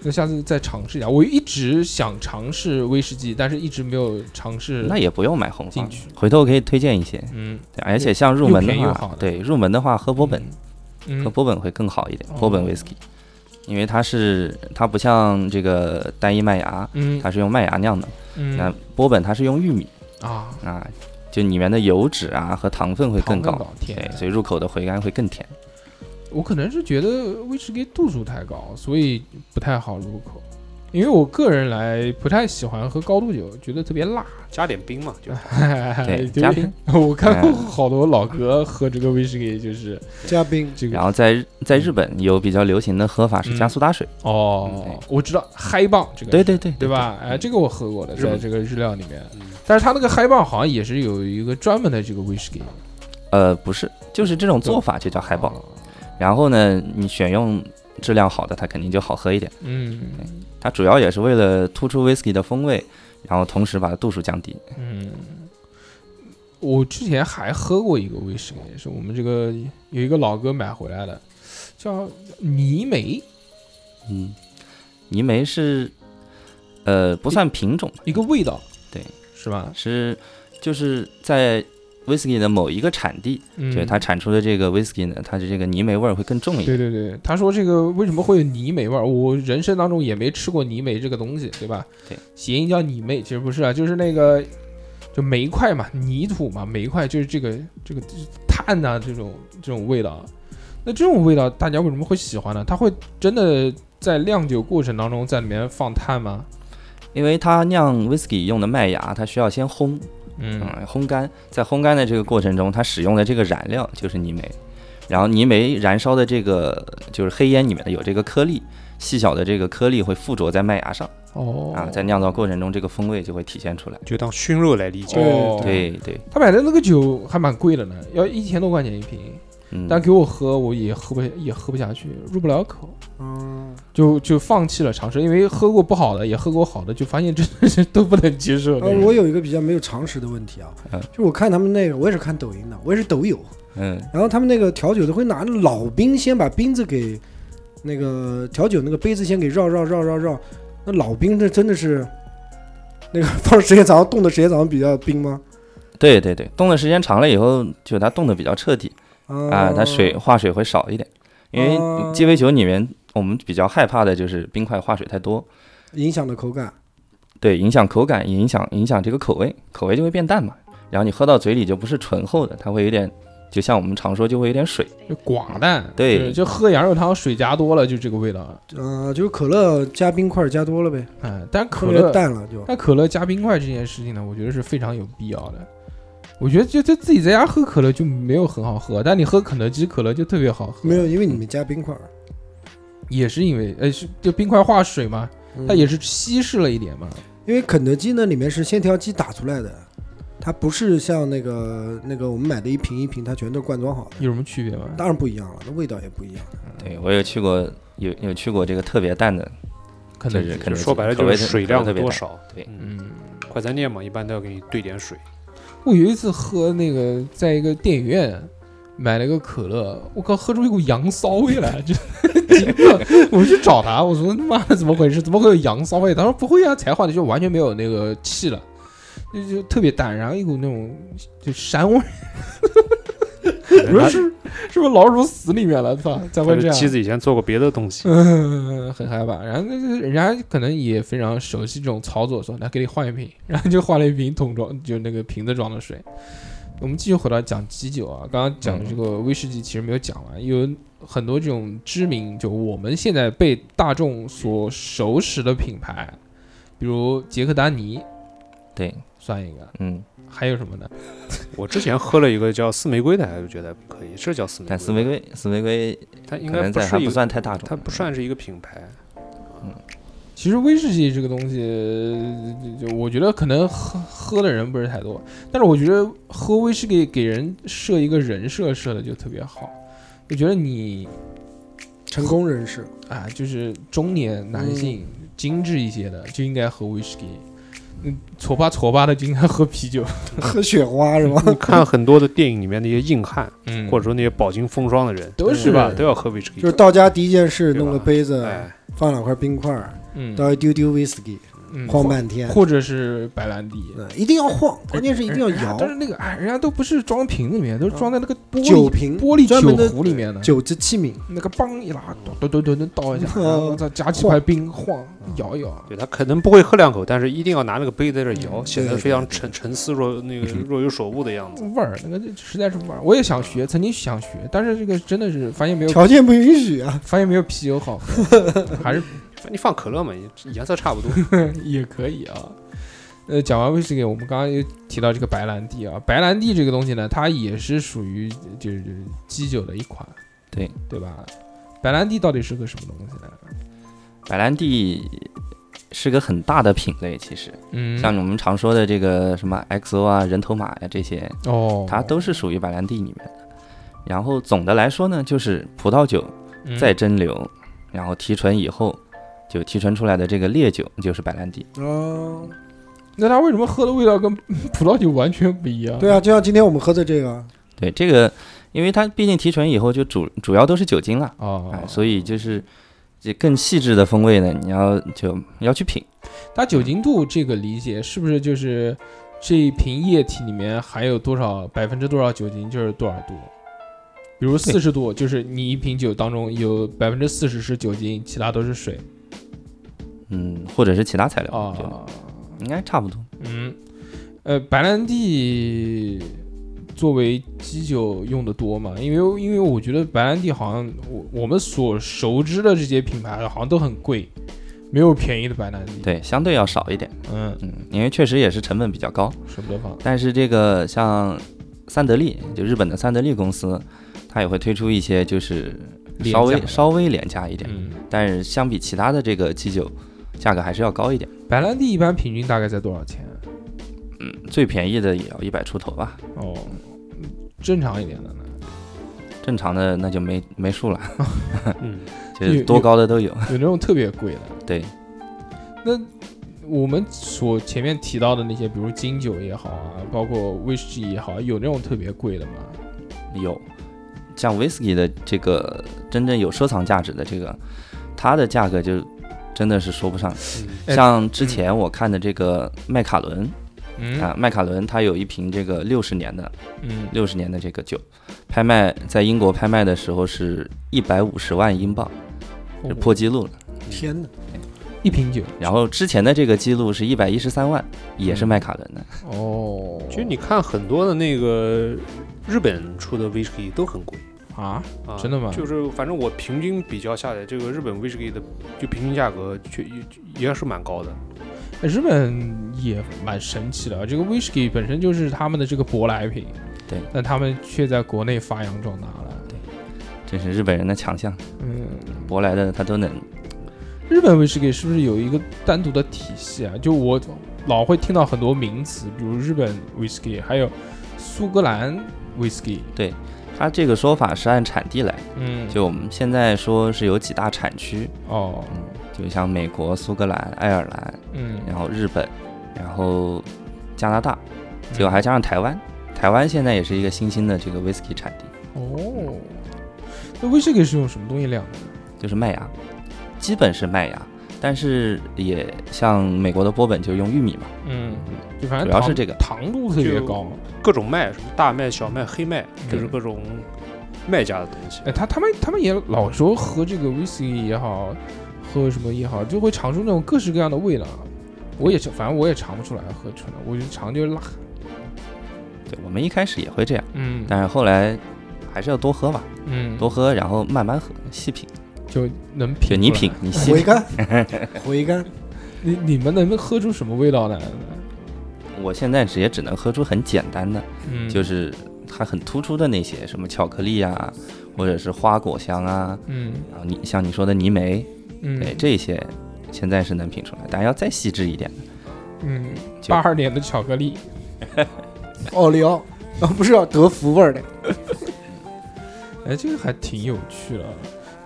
[SPEAKER 1] 那下次再尝试一下。我一直想尝试威士忌，但是一直没有尝试。
[SPEAKER 5] 那也不啊用买红
[SPEAKER 1] 进
[SPEAKER 5] 方
[SPEAKER 1] 去，
[SPEAKER 5] 回头可以推荐一些。
[SPEAKER 1] 嗯，
[SPEAKER 5] 对，而且像入
[SPEAKER 1] 又
[SPEAKER 5] 门的
[SPEAKER 1] 便宜又好
[SPEAKER 5] 话
[SPEAKER 1] 的，
[SPEAKER 5] 对入门的话喝波本，
[SPEAKER 1] 嗯，
[SPEAKER 5] 喝
[SPEAKER 1] 嗯，
[SPEAKER 5] 波本会更好一点
[SPEAKER 1] 哦，
[SPEAKER 5] 波本 whisky，因为它是它不像这个单一麦芽，
[SPEAKER 1] 嗯，
[SPEAKER 5] 它是用麦芽酿的，那
[SPEAKER 1] 嗯
[SPEAKER 5] 波本它是用玉米
[SPEAKER 1] 啊，
[SPEAKER 5] 啊，就里面的油脂啊和糖分会更
[SPEAKER 1] 糖
[SPEAKER 5] 高，
[SPEAKER 1] 甜
[SPEAKER 5] 对，所以入口的回甘会更甜。
[SPEAKER 1] 啊嗯我可能是觉得威士忌度数太高，所以不太好入口。因为我个人来不太喜欢喝高度酒，觉得特别辣。
[SPEAKER 4] 加点冰嘛，就
[SPEAKER 5] 对
[SPEAKER 1] 就
[SPEAKER 5] 加冰。
[SPEAKER 1] 哎 我看过
[SPEAKER 5] 嗯
[SPEAKER 1] 好多老哥喝这个威士忌，就是
[SPEAKER 3] 嘉宾
[SPEAKER 1] 这
[SPEAKER 5] 然
[SPEAKER 1] 个
[SPEAKER 5] 后在日在日本有比较流行的喝法是加
[SPEAKER 1] 嗯
[SPEAKER 5] 苏打水，
[SPEAKER 1] 哦
[SPEAKER 5] 嗯，
[SPEAKER 1] 我知道嗨棒这个，
[SPEAKER 5] 对对对
[SPEAKER 1] 对？吧？哎，这个我喝过的，
[SPEAKER 4] 日本
[SPEAKER 1] 在这个日料里面
[SPEAKER 4] 嗯。
[SPEAKER 1] 但是它那个嗨棒好像也是有一个专门的这个威士忌
[SPEAKER 5] 呃，不是，就是这种做法就叫海宝。
[SPEAKER 1] 哦
[SPEAKER 5] 然后呢，你选用质量好的，它肯定就好喝一点。
[SPEAKER 1] 嗯
[SPEAKER 5] 它主要也是为了突出 whisky 的风味，然后同时把度数降低。
[SPEAKER 1] 嗯，我之前还喝过一个威士忌，是我们这个有一个老哥买回来的，叫泥煤，
[SPEAKER 5] 嗯，泥煤是，呃，不算品种吧，
[SPEAKER 1] 一个味道，
[SPEAKER 5] 对，
[SPEAKER 1] 是吧？
[SPEAKER 5] 是就是在 whisky 的某一个产地，
[SPEAKER 1] 嗯，
[SPEAKER 5] 对它产出的这个 whisky 呢，它的这个泥煤味儿会更重一点。
[SPEAKER 1] 对对对，他说这个为什么会有泥煤味儿？我人生当中也没吃过泥煤这个东西，对吧？
[SPEAKER 5] 对，
[SPEAKER 1] 谐音叫泥煤，其实不是啊，就是那个就煤块嘛，泥土嘛，煤块就是这个这个碳呐、这种这种味道。那这种味道大家为什么会喜欢呢？它会真的在酿酒过程当中在里面放碳吗？
[SPEAKER 5] 因为它酿 whisky 用的麦芽，它需要先烘，
[SPEAKER 1] 嗯
[SPEAKER 5] 嗯，烘干，在烘干的这个过程中，它使用的这个燃料就是泥煤，然后泥煤燃烧的这个就是黑烟里面的有这个颗粒，细小的这个颗粒会附着在麦芽上
[SPEAKER 1] 哦
[SPEAKER 5] 啊，在酿造过程中，这个风味就会体现出来。
[SPEAKER 4] 就当熏肉来理解。
[SPEAKER 1] 哦，
[SPEAKER 5] 对对，
[SPEAKER 1] 他买的那个酒还蛮贵的呢，要一千多块钱一瓶，
[SPEAKER 5] 嗯，
[SPEAKER 1] 但给我喝我也喝不也喝不下去，入不了口。
[SPEAKER 3] 嗯，
[SPEAKER 1] 就就放弃了尝试，因为喝过不好的，也喝过好的，就发现真的是都不能接受。
[SPEAKER 3] 呃，我有一个比较没有常识的问题啊
[SPEAKER 5] 嗯，
[SPEAKER 3] 就我看他们那个，我也是看抖音的，我也是抖友，
[SPEAKER 5] 嗯
[SPEAKER 3] 然后他们那个调酒的会拿老冰先把冰子给那个调酒那个杯子先给绕绕绕绕绕，那老冰这真的是那个放时间长冻的时间长比较冰吗？
[SPEAKER 5] 对对对，冻的时间长了以后，就它冻得比较彻底
[SPEAKER 3] 啊
[SPEAKER 5] 啊，它水化水会少一点，因为
[SPEAKER 3] 哦
[SPEAKER 5] 鸡尾酒里面我们比较害怕的就是冰块化水太多，
[SPEAKER 3] 影响了口感。
[SPEAKER 5] 对，影响口感，影响影响这个口味，口味就会变淡嘛。然后你喝到嘴里就不是醇厚的，它会有点，就像我们常说就会有点水。
[SPEAKER 1] 就寡淡，
[SPEAKER 5] 对
[SPEAKER 1] 就是就喝羊肉汤水加多了，就这个味道。
[SPEAKER 3] 呃，就是可乐加冰块加多了呗，
[SPEAKER 1] 嗯，但可
[SPEAKER 3] 特别
[SPEAKER 1] 乐，
[SPEAKER 3] 淡了就。
[SPEAKER 1] 但可乐加冰块这件事情呢，我觉得是非常有必要的。我觉得就就自己在家喝可乐就没有很好喝，但你喝肯德基可乐就特别好喝。
[SPEAKER 3] 没有，因为你们加冰块儿，
[SPEAKER 1] 也是因为呃是就冰块化水嘛，它也
[SPEAKER 3] 是
[SPEAKER 1] 是稀释了一点嘛。
[SPEAKER 3] 因为肯德基呢里面是先条鸡打出来的，它不是像那个那个我们买的一瓶一瓶，它全都灌装好的，
[SPEAKER 1] 有什么区别吗？
[SPEAKER 3] 当然不一样了，那味道也不一样。
[SPEAKER 5] 对我有去过，有有去过这个特别淡的，
[SPEAKER 1] 肯德基
[SPEAKER 5] 这是
[SPEAKER 4] 就
[SPEAKER 5] 肯
[SPEAKER 4] 说白了就是水量的多少。
[SPEAKER 5] 对
[SPEAKER 4] 嗯，
[SPEAKER 1] 嗯。
[SPEAKER 4] 快餐店嘛，一般都要给你兑点水。
[SPEAKER 1] 我有一次喝那个，在一个电影院买了个可乐，我靠，喝出一股羊骚味来， 就惊了。我去找他，我说他妈的怎么回事？怎么会有羊骚味？他说不会啊，才换的，就完全没有那个气了，就就特别淡，然后一股那种就膻味儿。 我说是是不是老鼠死里面了？操，才
[SPEAKER 4] 他
[SPEAKER 1] 会这
[SPEAKER 4] 的
[SPEAKER 1] 样。
[SPEAKER 4] 妻子以前做过别的东西，
[SPEAKER 1] 嗯， 很害怕。然后那个人家可能也非常熟悉这种操作，说来给你换一瓶，然后就换了一瓶桶装，就那个瓶子装的水。我们继续回来讲基酒啊，刚刚讲这个威士忌其实没有讲完，有很多这种知名，就我们现在被大众所熟识的品牌，比如杰克丹尼
[SPEAKER 5] 对，
[SPEAKER 1] 算一个，
[SPEAKER 5] 嗯，
[SPEAKER 1] 还有什么呢？
[SPEAKER 4] 我之前喝了一个叫四玫瑰的，还是觉得可以，是叫四玫瑰
[SPEAKER 5] 但
[SPEAKER 4] 吗。
[SPEAKER 5] 四玫瑰，四玫瑰
[SPEAKER 4] 它应
[SPEAKER 5] 可
[SPEAKER 4] 该
[SPEAKER 5] 能
[SPEAKER 4] 不
[SPEAKER 5] 在
[SPEAKER 4] 是
[SPEAKER 5] 还
[SPEAKER 4] 一
[SPEAKER 5] 不
[SPEAKER 4] 个，
[SPEAKER 5] 算太大众，
[SPEAKER 4] 它不算是一个品牌。
[SPEAKER 1] 其实威士忌这个东西，呃就我觉得可能喝喝的人不是太多，但是我觉得喝威士忌给人设一个人设设的就特别好。我觉得你
[SPEAKER 3] 成功人士，嗯
[SPEAKER 1] 啊，就是中年男性、精致一些的就应该喝威士忌，嗯，矬吧矬吧的经常喝啤酒，
[SPEAKER 3] 喝雪花是吗？
[SPEAKER 4] 你看很多的电影里面那些硬汉，
[SPEAKER 1] 嗯
[SPEAKER 4] 或者说那些饱经风霜的人，
[SPEAKER 1] 都是吧，
[SPEAKER 4] 都要喝威士
[SPEAKER 1] 嗯
[SPEAKER 4] 忌。
[SPEAKER 3] 就是到家第一件事，
[SPEAKER 4] 对吧
[SPEAKER 3] 弄个杯子，
[SPEAKER 4] 哎，
[SPEAKER 3] 放两块冰块儿，
[SPEAKER 1] 嗯
[SPEAKER 3] 倒一丢丢 whisky，
[SPEAKER 1] 嗯
[SPEAKER 3] 晃半天，
[SPEAKER 1] 或者是白兰地，
[SPEAKER 3] 嗯一定要晃，关键是一定要
[SPEAKER 1] 人家
[SPEAKER 3] 摇。嗯
[SPEAKER 1] 但是那个哎，人家都不是装瓶里面，都是装在那个玻
[SPEAKER 3] 酒
[SPEAKER 1] 璃
[SPEAKER 3] 瓶，
[SPEAKER 1] 玻璃
[SPEAKER 3] 专门的
[SPEAKER 1] 酒壶里面的，
[SPEAKER 3] 酒之器皿，
[SPEAKER 1] 那个梆一拉，咚咚咚咚咚倒一下，
[SPEAKER 3] 嗯
[SPEAKER 1] 然后再加几块冰晃摇一摇，
[SPEAKER 4] 对他可能不会喝两口，但是一定要拿那个杯在这摇，
[SPEAKER 1] 嗯
[SPEAKER 4] 显得
[SPEAKER 3] 对
[SPEAKER 4] 非常沉沉思若 那个若有所悟的样子。
[SPEAKER 3] 嗯
[SPEAKER 1] 味儿那个实在是味儿。我也想学，曾经想学，但是这个真的是发现没有，
[SPEAKER 3] 条件不允许啊。
[SPEAKER 1] 发现没有啤酒好喝， 还是
[SPEAKER 4] 你放可乐嘛，颜色差不 多。
[SPEAKER 1] 也可以啊。呃，讲完威士忌，我们刚刚又提到这个白兰地啊，白兰地这个东西呢，它也是属于就是基酒的一款，
[SPEAKER 5] 对
[SPEAKER 1] 对吧？白兰地到底是个什么东西呢？
[SPEAKER 5] 白兰地是个很大的品类，其实
[SPEAKER 1] 嗯，
[SPEAKER 5] 像我们常说的这个什么 XO 啊、人头马呀、这些，
[SPEAKER 1] 哦，
[SPEAKER 5] 它都是属于白兰地里面的。然后总的来说呢，就是葡萄酒
[SPEAKER 1] 嗯
[SPEAKER 5] 再蒸馏，然后提纯以后，就提纯出来的这个烈酒就是白兰地。
[SPEAKER 1] 哦
[SPEAKER 3] 嗯，
[SPEAKER 1] 那它为什么喝的味道跟葡萄酒完全不一样？
[SPEAKER 3] 对啊，就像今天我们喝的这个，
[SPEAKER 5] 对这个，因为它毕竟提纯以后就主主要都是酒精了，
[SPEAKER 1] 哦，
[SPEAKER 5] 哎，所以就是这更细致的风味呢，你要就你要去品。
[SPEAKER 1] 它酒精度这个理解是不是就是这一瓶液体里面含有多少百分之多少酒精就是多少度？比 如四十度，就是你一瓶酒当中有百分之四十是酒精，其他都是水
[SPEAKER 5] 嗯，或者是其他材料，
[SPEAKER 1] 啊、
[SPEAKER 5] 我觉得应该差不多。
[SPEAKER 1] 嗯，呃，白兰地作为基酒用的多嘛？因为因为我觉得白兰地好像我我们所熟知的这些品牌好像都很贵，没有便宜的白兰地。
[SPEAKER 5] 对，相对要少一点，
[SPEAKER 1] 嗯，
[SPEAKER 5] 嗯，因为确实也是成本比较高。
[SPEAKER 1] 舍不得放。
[SPEAKER 5] 但是这个像三得利，就日本的三得利公司，它也会推出一些就是
[SPEAKER 1] 廉
[SPEAKER 5] 稍
[SPEAKER 1] 价
[SPEAKER 5] 微
[SPEAKER 1] 的
[SPEAKER 5] 稍微廉价一点，
[SPEAKER 1] 嗯，
[SPEAKER 5] 但是相比其他的这个基酒，价格还是要高一点。
[SPEAKER 1] 白兰地一般平均大概在多少钱？啊
[SPEAKER 5] 嗯，最便宜的也要一百出头吧，
[SPEAKER 1] 哦，正常一点的呢？
[SPEAKER 5] 正常的那就没没数 了，
[SPEAKER 4] 嗯，
[SPEAKER 5] 就是多高的都有。
[SPEAKER 1] 有那种特别贵的。
[SPEAKER 5] 对，
[SPEAKER 1] 那我们所前面提到的那些，比如金酒也好啊，包括威士忌也好，有那种特别贵的吗？
[SPEAKER 5] 有，像 whisky 的这个真正有收藏价值的这个，它的价格就真的是说不上。
[SPEAKER 1] 哎
[SPEAKER 5] 像之前我看的这个麦卡伦
[SPEAKER 1] 嗯
[SPEAKER 5] 啊，麦卡伦它有一瓶这个六十年的
[SPEAKER 1] 嗯，
[SPEAKER 5] 六十年的这个酒，拍卖在英国拍卖的时候是一百五十万英镑，
[SPEAKER 1] 哦
[SPEAKER 5] 是破纪录了。
[SPEAKER 3] 天哪！
[SPEAKER 1] 一瓶酒
[SPEAKER 5] 然后之前的这个记录是一百一十三万，也是麦卡伦的。
[SPEAKER 1] 哦。
[SPEAKER 4] 其实你看很多的那个日本出的威士忌都很贵。
[SPEAKER 1] 啊，
[SPEAKER 4] 啊，
[SPEAKER 1] 真的吗
[SPEAKER 4] 就是反正我平均比较下来，这个日本威士忌的就平均价格确也也是蛮高的。
[SPEAKER 1] 哎日本也蛮神奇的啊。这个威士忌本身就是他们的这个舶来品，
[SPEAKER 5] 对，
[SPEAKER 1] 但他们却在国内发扬壮大了。
[SPEAKER 5] 这是日本人的强项，
[SPEAKER 1] 嗯，
[SPEAKER 5] 舶来的他都能。
[SPEAKER 1] 日本威士忌是不是有一个单独的体系啊？就我老会听到很多名词，比如日本威士忌，还有苏格兰威士忌。
[SPEAKER 5] 他这个说法是按产地来，
[SPEAKER 1] 嗯，
[SPEAKER 5] 就我们现在说是有几大产区，
[SPEAKER 1] 哦，
[SPEAKER 5] 嗯，就像美国、苏格兰、爱尔兰，
[SPEAKER 1] 嗯，
[SPEAKER 5] 然后日本，然后加拿大，
[SPEAKER 1] 嗯
[SPEAKER 5] 结果还加上台湾。台湾现在也是一个新兴的这个 whisky 产地，
[SPEAKER 1] 哦，那威士忌是用什么东西酿的？
[SPEAKER 5] 就是麦芽，基本是麦芽，但是也像美国的波本就用玉米嘛，
[SPEAKER 1] 嗯，就反正
[SPEAKER 5] 主要
[SPEAKER 1] 糖
[SPEAKER 5] 是这个
[SPEAKER 1] 糖度特别
[SPEAKER 4] 就
[SPEAKER 1] 高。
[SPEAKER 4] 各种麦，什么大麦、小麦、黑麦，就是
[SPEAKER 1] 嗯
[SPEAKER 4] 各种麦家的东西。
[SPEAKER 1] 哎，他他们他们也老说喝这个威士忌也好，喝什么也好，就会尝出那种各式各样的味道。我也是，反正我也尝不出来喝出来，我就尝就是辣。
[SPEAKER 5] 对我们一开始也会这样，
[SPEAKER 1] 嗯
[SPEAKER 5] 但是后来还是要多喝嘛，
[SPEAKER 1] 嗯，
[SPEAKER 5] 多喝，然后慢慢喝，细品，
[SPEAKER 1] 就能
[SPEAKER 5] 就
[SPEAKER 1] 品
[SPEAKER 5] 你
[SPEAKER 1] 出来嗯
[SPEAKER 5] 品，你细
[SPEAKER 3] 回
[SPEAKER 5] 品。
[SPEAKER 3] 甘，回甘，
[SPEAKER 1] 你你们能喝出什么味道来？
[SPEAKER 5] 我现在只也只能喝出很简单的，
[SPEAKER 1] 嗯
[SPEAKER 5] 就是它很突出的那些，什么巧克力啊，或者是花果香啊，
[SPEAKER 1] 嗯
[SPEAKER 5] 然后你像你说的泥煤，对
[SPEAKER 1] 嗯
[SPEAKER 5] 这些，现在是能品出来，但要再细致一点的，
[SPEAKER 1] 嗯，
[SPEAKER 5] 就
[SPEAKER 1] 八二年的巧克力，
[SPEAKER 3] 奥利奥啊，不是啊，德芙味儿的。
[SPEAKER 1] 哎，这个还挺有趣的啊。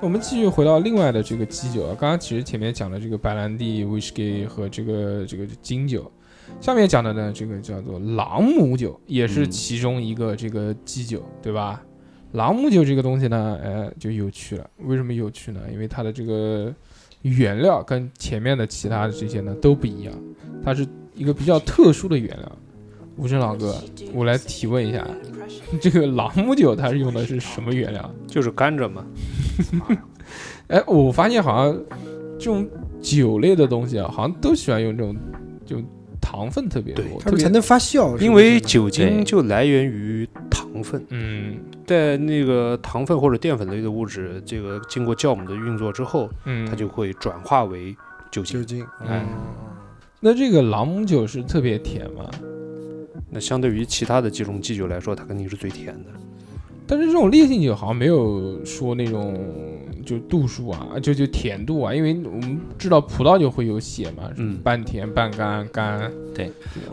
[SPEAKER 1] 我们继续回到另外的这个基酒啊，刚刚其实前面讲了这个白兰地、威士忌和这个这个金酒，下面讲的呢，这个叫做朗姆酒，也是
[SPEAKER 5] 嗯
[SPEAKER 1] 其中一个这个基酒，对吧？朗姆酒这个东西呢，呃，就有趣了。为什么有趣呢？因为它的这个原料跟前面的其他的这些呢都不一样，它是一个比较特殊的原料。吴声老哥，我来提问一下，这个朗姆酒它是用的是什么原料？
[SPEAKER 4] 就是甘蔗嘛，
[SPEAKER 1] 哎，我发现好像这种酒类的东西啊，好像都喜欢用这种就糖分特别多
[SPEAKER 4] 对，
[SPEAKER 3] 它
[SPEAKER 1] 特
[SPEAKER 3] 们
[SPEAKER 1] 别
[SPEAKER 3] 才能发酵，
[SPEAKER 4] 因为
[SPEAKER 3] 酒
[SPEAKER 4] 酒精就来源于糖分，
[SPEAKER 1] 嗯
[SPEAKER 4] 在那个糖分或者淀粉类的物质，这个经过酵母的运作之后，
[SPEAKER 1] 嗯，
[SPEAKER 4] 它就会转化为酒
[SPEAKER 3] 酒
[SPEAKER 4] 精。
[SPEAKER 3] 精，
[SPEAKER 1] 哎
[SPEAKER 3] 嗯
[SPEAKER 1] 那这个朗姆酒是特别甜嘛，
[SPEAKER 4] 那相对于其他的几种基酒来说，它肯定是最甜的。
[SPEAKER 1] 但是这种烈性酒好像没有说那种就度数啊，就就甜度啊，因为我们知道葡萄酒会有写嘛，
[SPEAKER 4] 嗯
[SPEAKER 1] 半甜半干干，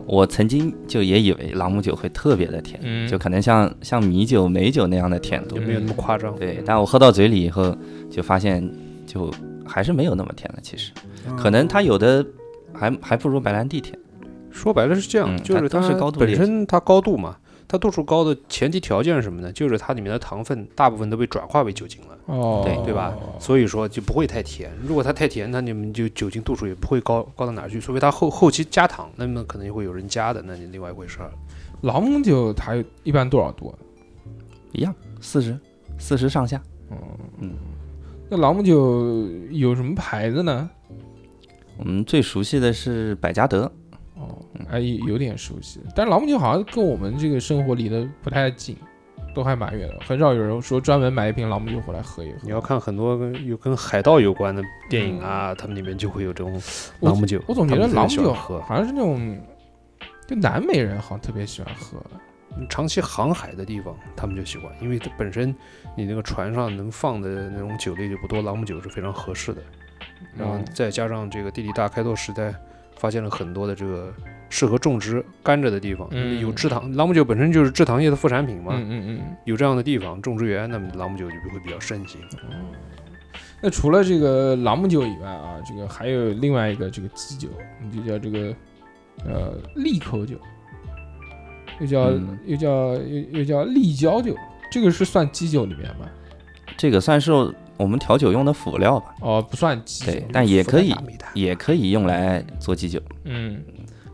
[SPEAKER 5] 我曾经就也以为朗姆酒会特别的甜，
[SPEAKER 1] 嗯
[SPEAKER 5] 就可能像像米酒、美酒那样的甜度
[SPEAKER 4] 也，没有那么夸张。
[SPEAKER 5] 对。但我喝到嘴里以后，就发现就还是没有那么甜了。其
[SPEAKER 1] 嗯
[SPEAKER 5] 实
[SPEAKER 3] 嗯
[SPEAKER 5] 可能它有的还还不如白兰地甜。
[SPEAKER 4] 说白了是这样，
[SPEAKER 5] 嗯
[SPEAKER 4] 就
[SPEAKER 5] 它
[SPEAKER 4] 它
[SPEAKER 5] 都是高度
[SPEAKER 4] 本
[SPEAKER 5] 烈
[SPEAKER 4] 身它高度嘛，它度数高的前提条件是什么呢？就是它里面的糖分大部分都被转化为酒精了，
[SPEAKER 1] 哦，
[SPEAKER 5] 对
[SPEAKER 4] 对吧？所以说就不会太甜。如果它太甜，那你们就酒精度数也不会高高到哪儿去，除非它后后期加糖，那么可能会有人加的，那就另外一回事儿了。
[SPEAKER 1] 朗姆酒它有一般多少度啊？
[SPEAKER 5] 一样，四十，四十上下。
[SPEAKER 1] 那朗姆酒有什么牌子呢？
[SPEAKER 5] 我们最熟悉的是百加得，
[SPEAKER 1] 哦，哎，有点熟悉，但是朗姆酒好像跟我们这个生活离得不太近，都还蛮远的，很少有人说专门买一瓶朗姆酒回来喝一喝。
[SPEAKER 4] 你要看很多跟有跟海盗有关的电影啊，他们里面就会有这种
[SPEAKER 1] 嗯我
[SPEAKER 4] 朗姆酒，
[SPEAKER 1] 我总觉得
[SPEAKER 4] 他们特
[SPEAKER 1] 朗
[SPEAKER 4] 别
[SPEAKER 1] 姆
[SPEAKER 4] 喜
[SPEAKER 1] 酒
[SPEAKER 4] 欢喝，
[SPEAKER 1] 好像是那种，就南美人好像特别喜欢喝。
[SPEAKER 4] 长期航海的地方他们就喜欢，因为它本身你那个船上能放的那种酒类就不多，朗姆酒是非常合适的。然后
[SPEAKER 1] 嗯
[SPEAKER 4] 再加上这个地理大开拓时代，发现了很多的这个适合种植甘蔗的地方，
[SPEAKER 1] 嗯
[SPEAKER 4] 有制糖，朗姆酒本身就是制糖业的副产品嘛，
[SPEAKER 1] 嗯嗯嗯。
[SPEAKER 4] 有这样的地方种植园，那么朗姆酒就会比较盛行。
[SPEAKER 1] 那除了这个朗姆酒以外啊，这个还有另外一个这个基酒，就叫这个呃利口酒，又叫、
[SPEAKER 5] 嗯
[SPEAKER 1] 又叫又又叫利椒酒，这个是算基酒里面吗？
[SPEAKER 5] 这个算是我们调酒用的辅料吧，
[SPEAKER 1] 哦，不算基酒
[SPEAKER 5] 对，但也可以
[SPEAKER 4] 伏特加没它
[SPEAKER 5] 也可以用来做基酒。
[SPEAKER 1] 嗯，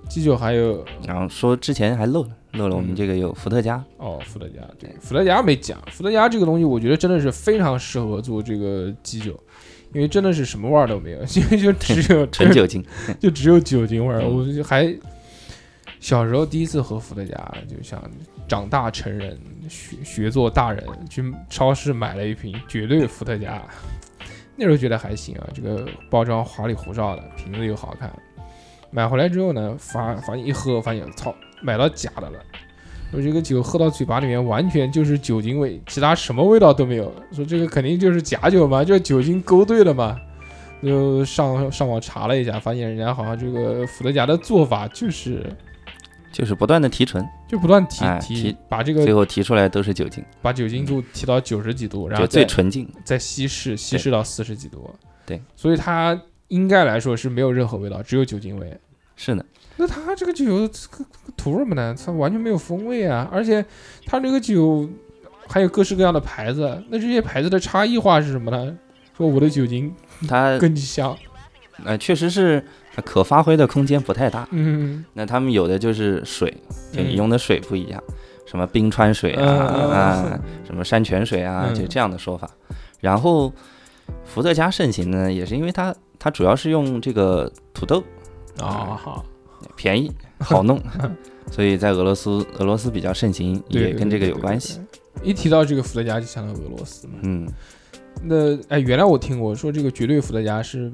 [SPEAKER 1] 基酒还有
[SPEAKER 5] 然后说之前还漏了，漏了我
[SPEAKER 1] 嗯
[SPEAKER 5] 们这个有伏 特加，
[SPEAKER 1] 哦，伏特加，对，伏特加没讲。伏特加这个东西，我觉得真的是非常适合做这个基酒，因为真的是什么味儿都没有， 因为就只有
[SPEAKER 5] 纯，酒精。
[SPEAKER 1] 就只有酒精味儿。
[SPEAKER 5] 嗯
[SPEAKER 1] 我就还小时候第一次喝伏特加，就想长大成人，学学做大人，去超市买了一瓶绝对伏特加。 那时候觉得还行啊，这个包装花里胡哨的，瓶子又好看。买回来之后呢，发发现一喝，发现操，买到假的了。我这个酒喝到嘴巴里面，完全就是酒精味，其他什么味道都没有。说这个肯定就是假酒嘛，就是酒精勾兑了嘛。就上上网查了一下，发现人家好像这个伏特加的做法就是
[SPEAKER 5] 就是不断的提纯，
[SPEAKER 1] 就不断提
[SPEAKER 5] 哎
[SPEAKER 1] 提
[SPEAKER 5] 提，
[SPEAKER 1] 把这
[SPEAKER 5] 最
[SPEAKER 1] 个
[SPEAKER 5] 后提出来都是酒精，
[SPEAKER 1] 把酒精度提到九十几度，然后
[SPEAKER 5] 就最
[SPEAKER 1] 再
[SPEAKER 5] 纯净。
[SPEAKER 1] 再稀释，稀释到四十几度。
[SPEAKER 5] 对，
[SPEAKER 1] 所以它应该来说是没有任何味道，只有酒精味。
[SPEAKER 5] 是的，
[SPEAKER 1] 那它这个酒这个图什么呢？它完全没有风味啊！而且它这个酒还有各式各样的牌子，那这些牌子的差异化是什么呢？说我的酒精
[SPEAKER 5] 它
[SPEAKER 1] 更香，
[SPEAKER 5] 呃确实是呃可发挥的空间不太大。
[SPEAKER 1] 嗯，
[SPEAKER 5] 那他们有的就是水，就
[SPEAKER 1] 嗯
[SPEAKER 5] 你用的水不一样，什么冰川水啊
[SPEAKER 1] 嗯
[SPEAKER 5] 啊，什么山泉水啊，
[SPEAKER 1] 嗯
[SPEAKER 5] 就这样的说法。然后伏特加盛行呢，也是因为它它主要是用这个土豆，
[SPEAKER 1] 啊哈，
[SPEAKER 5] 便宜好 弄，所以在俄罗斯俄罗斯比较盛行，
[SPEAKER 1] 对
[SPEAKER 5] 也
[SPEAKER 1] 对
[SPEAKER 5] 跟这个
[SPEAKER 1] 对
[SPEAKER 5] 有
[SPEAKER 1] 对
[SPEAKER 5] 关
[SPEAKER 1] 对
[SPEAKER 5] 系。
[SPEAKER 1] 一提到这个伏特加，就想到俄罗斯嘛。
[SPEAKER 5] 嗯，
[SPEAKER 1] 那哎，原来我听过说这个绝对伏特加是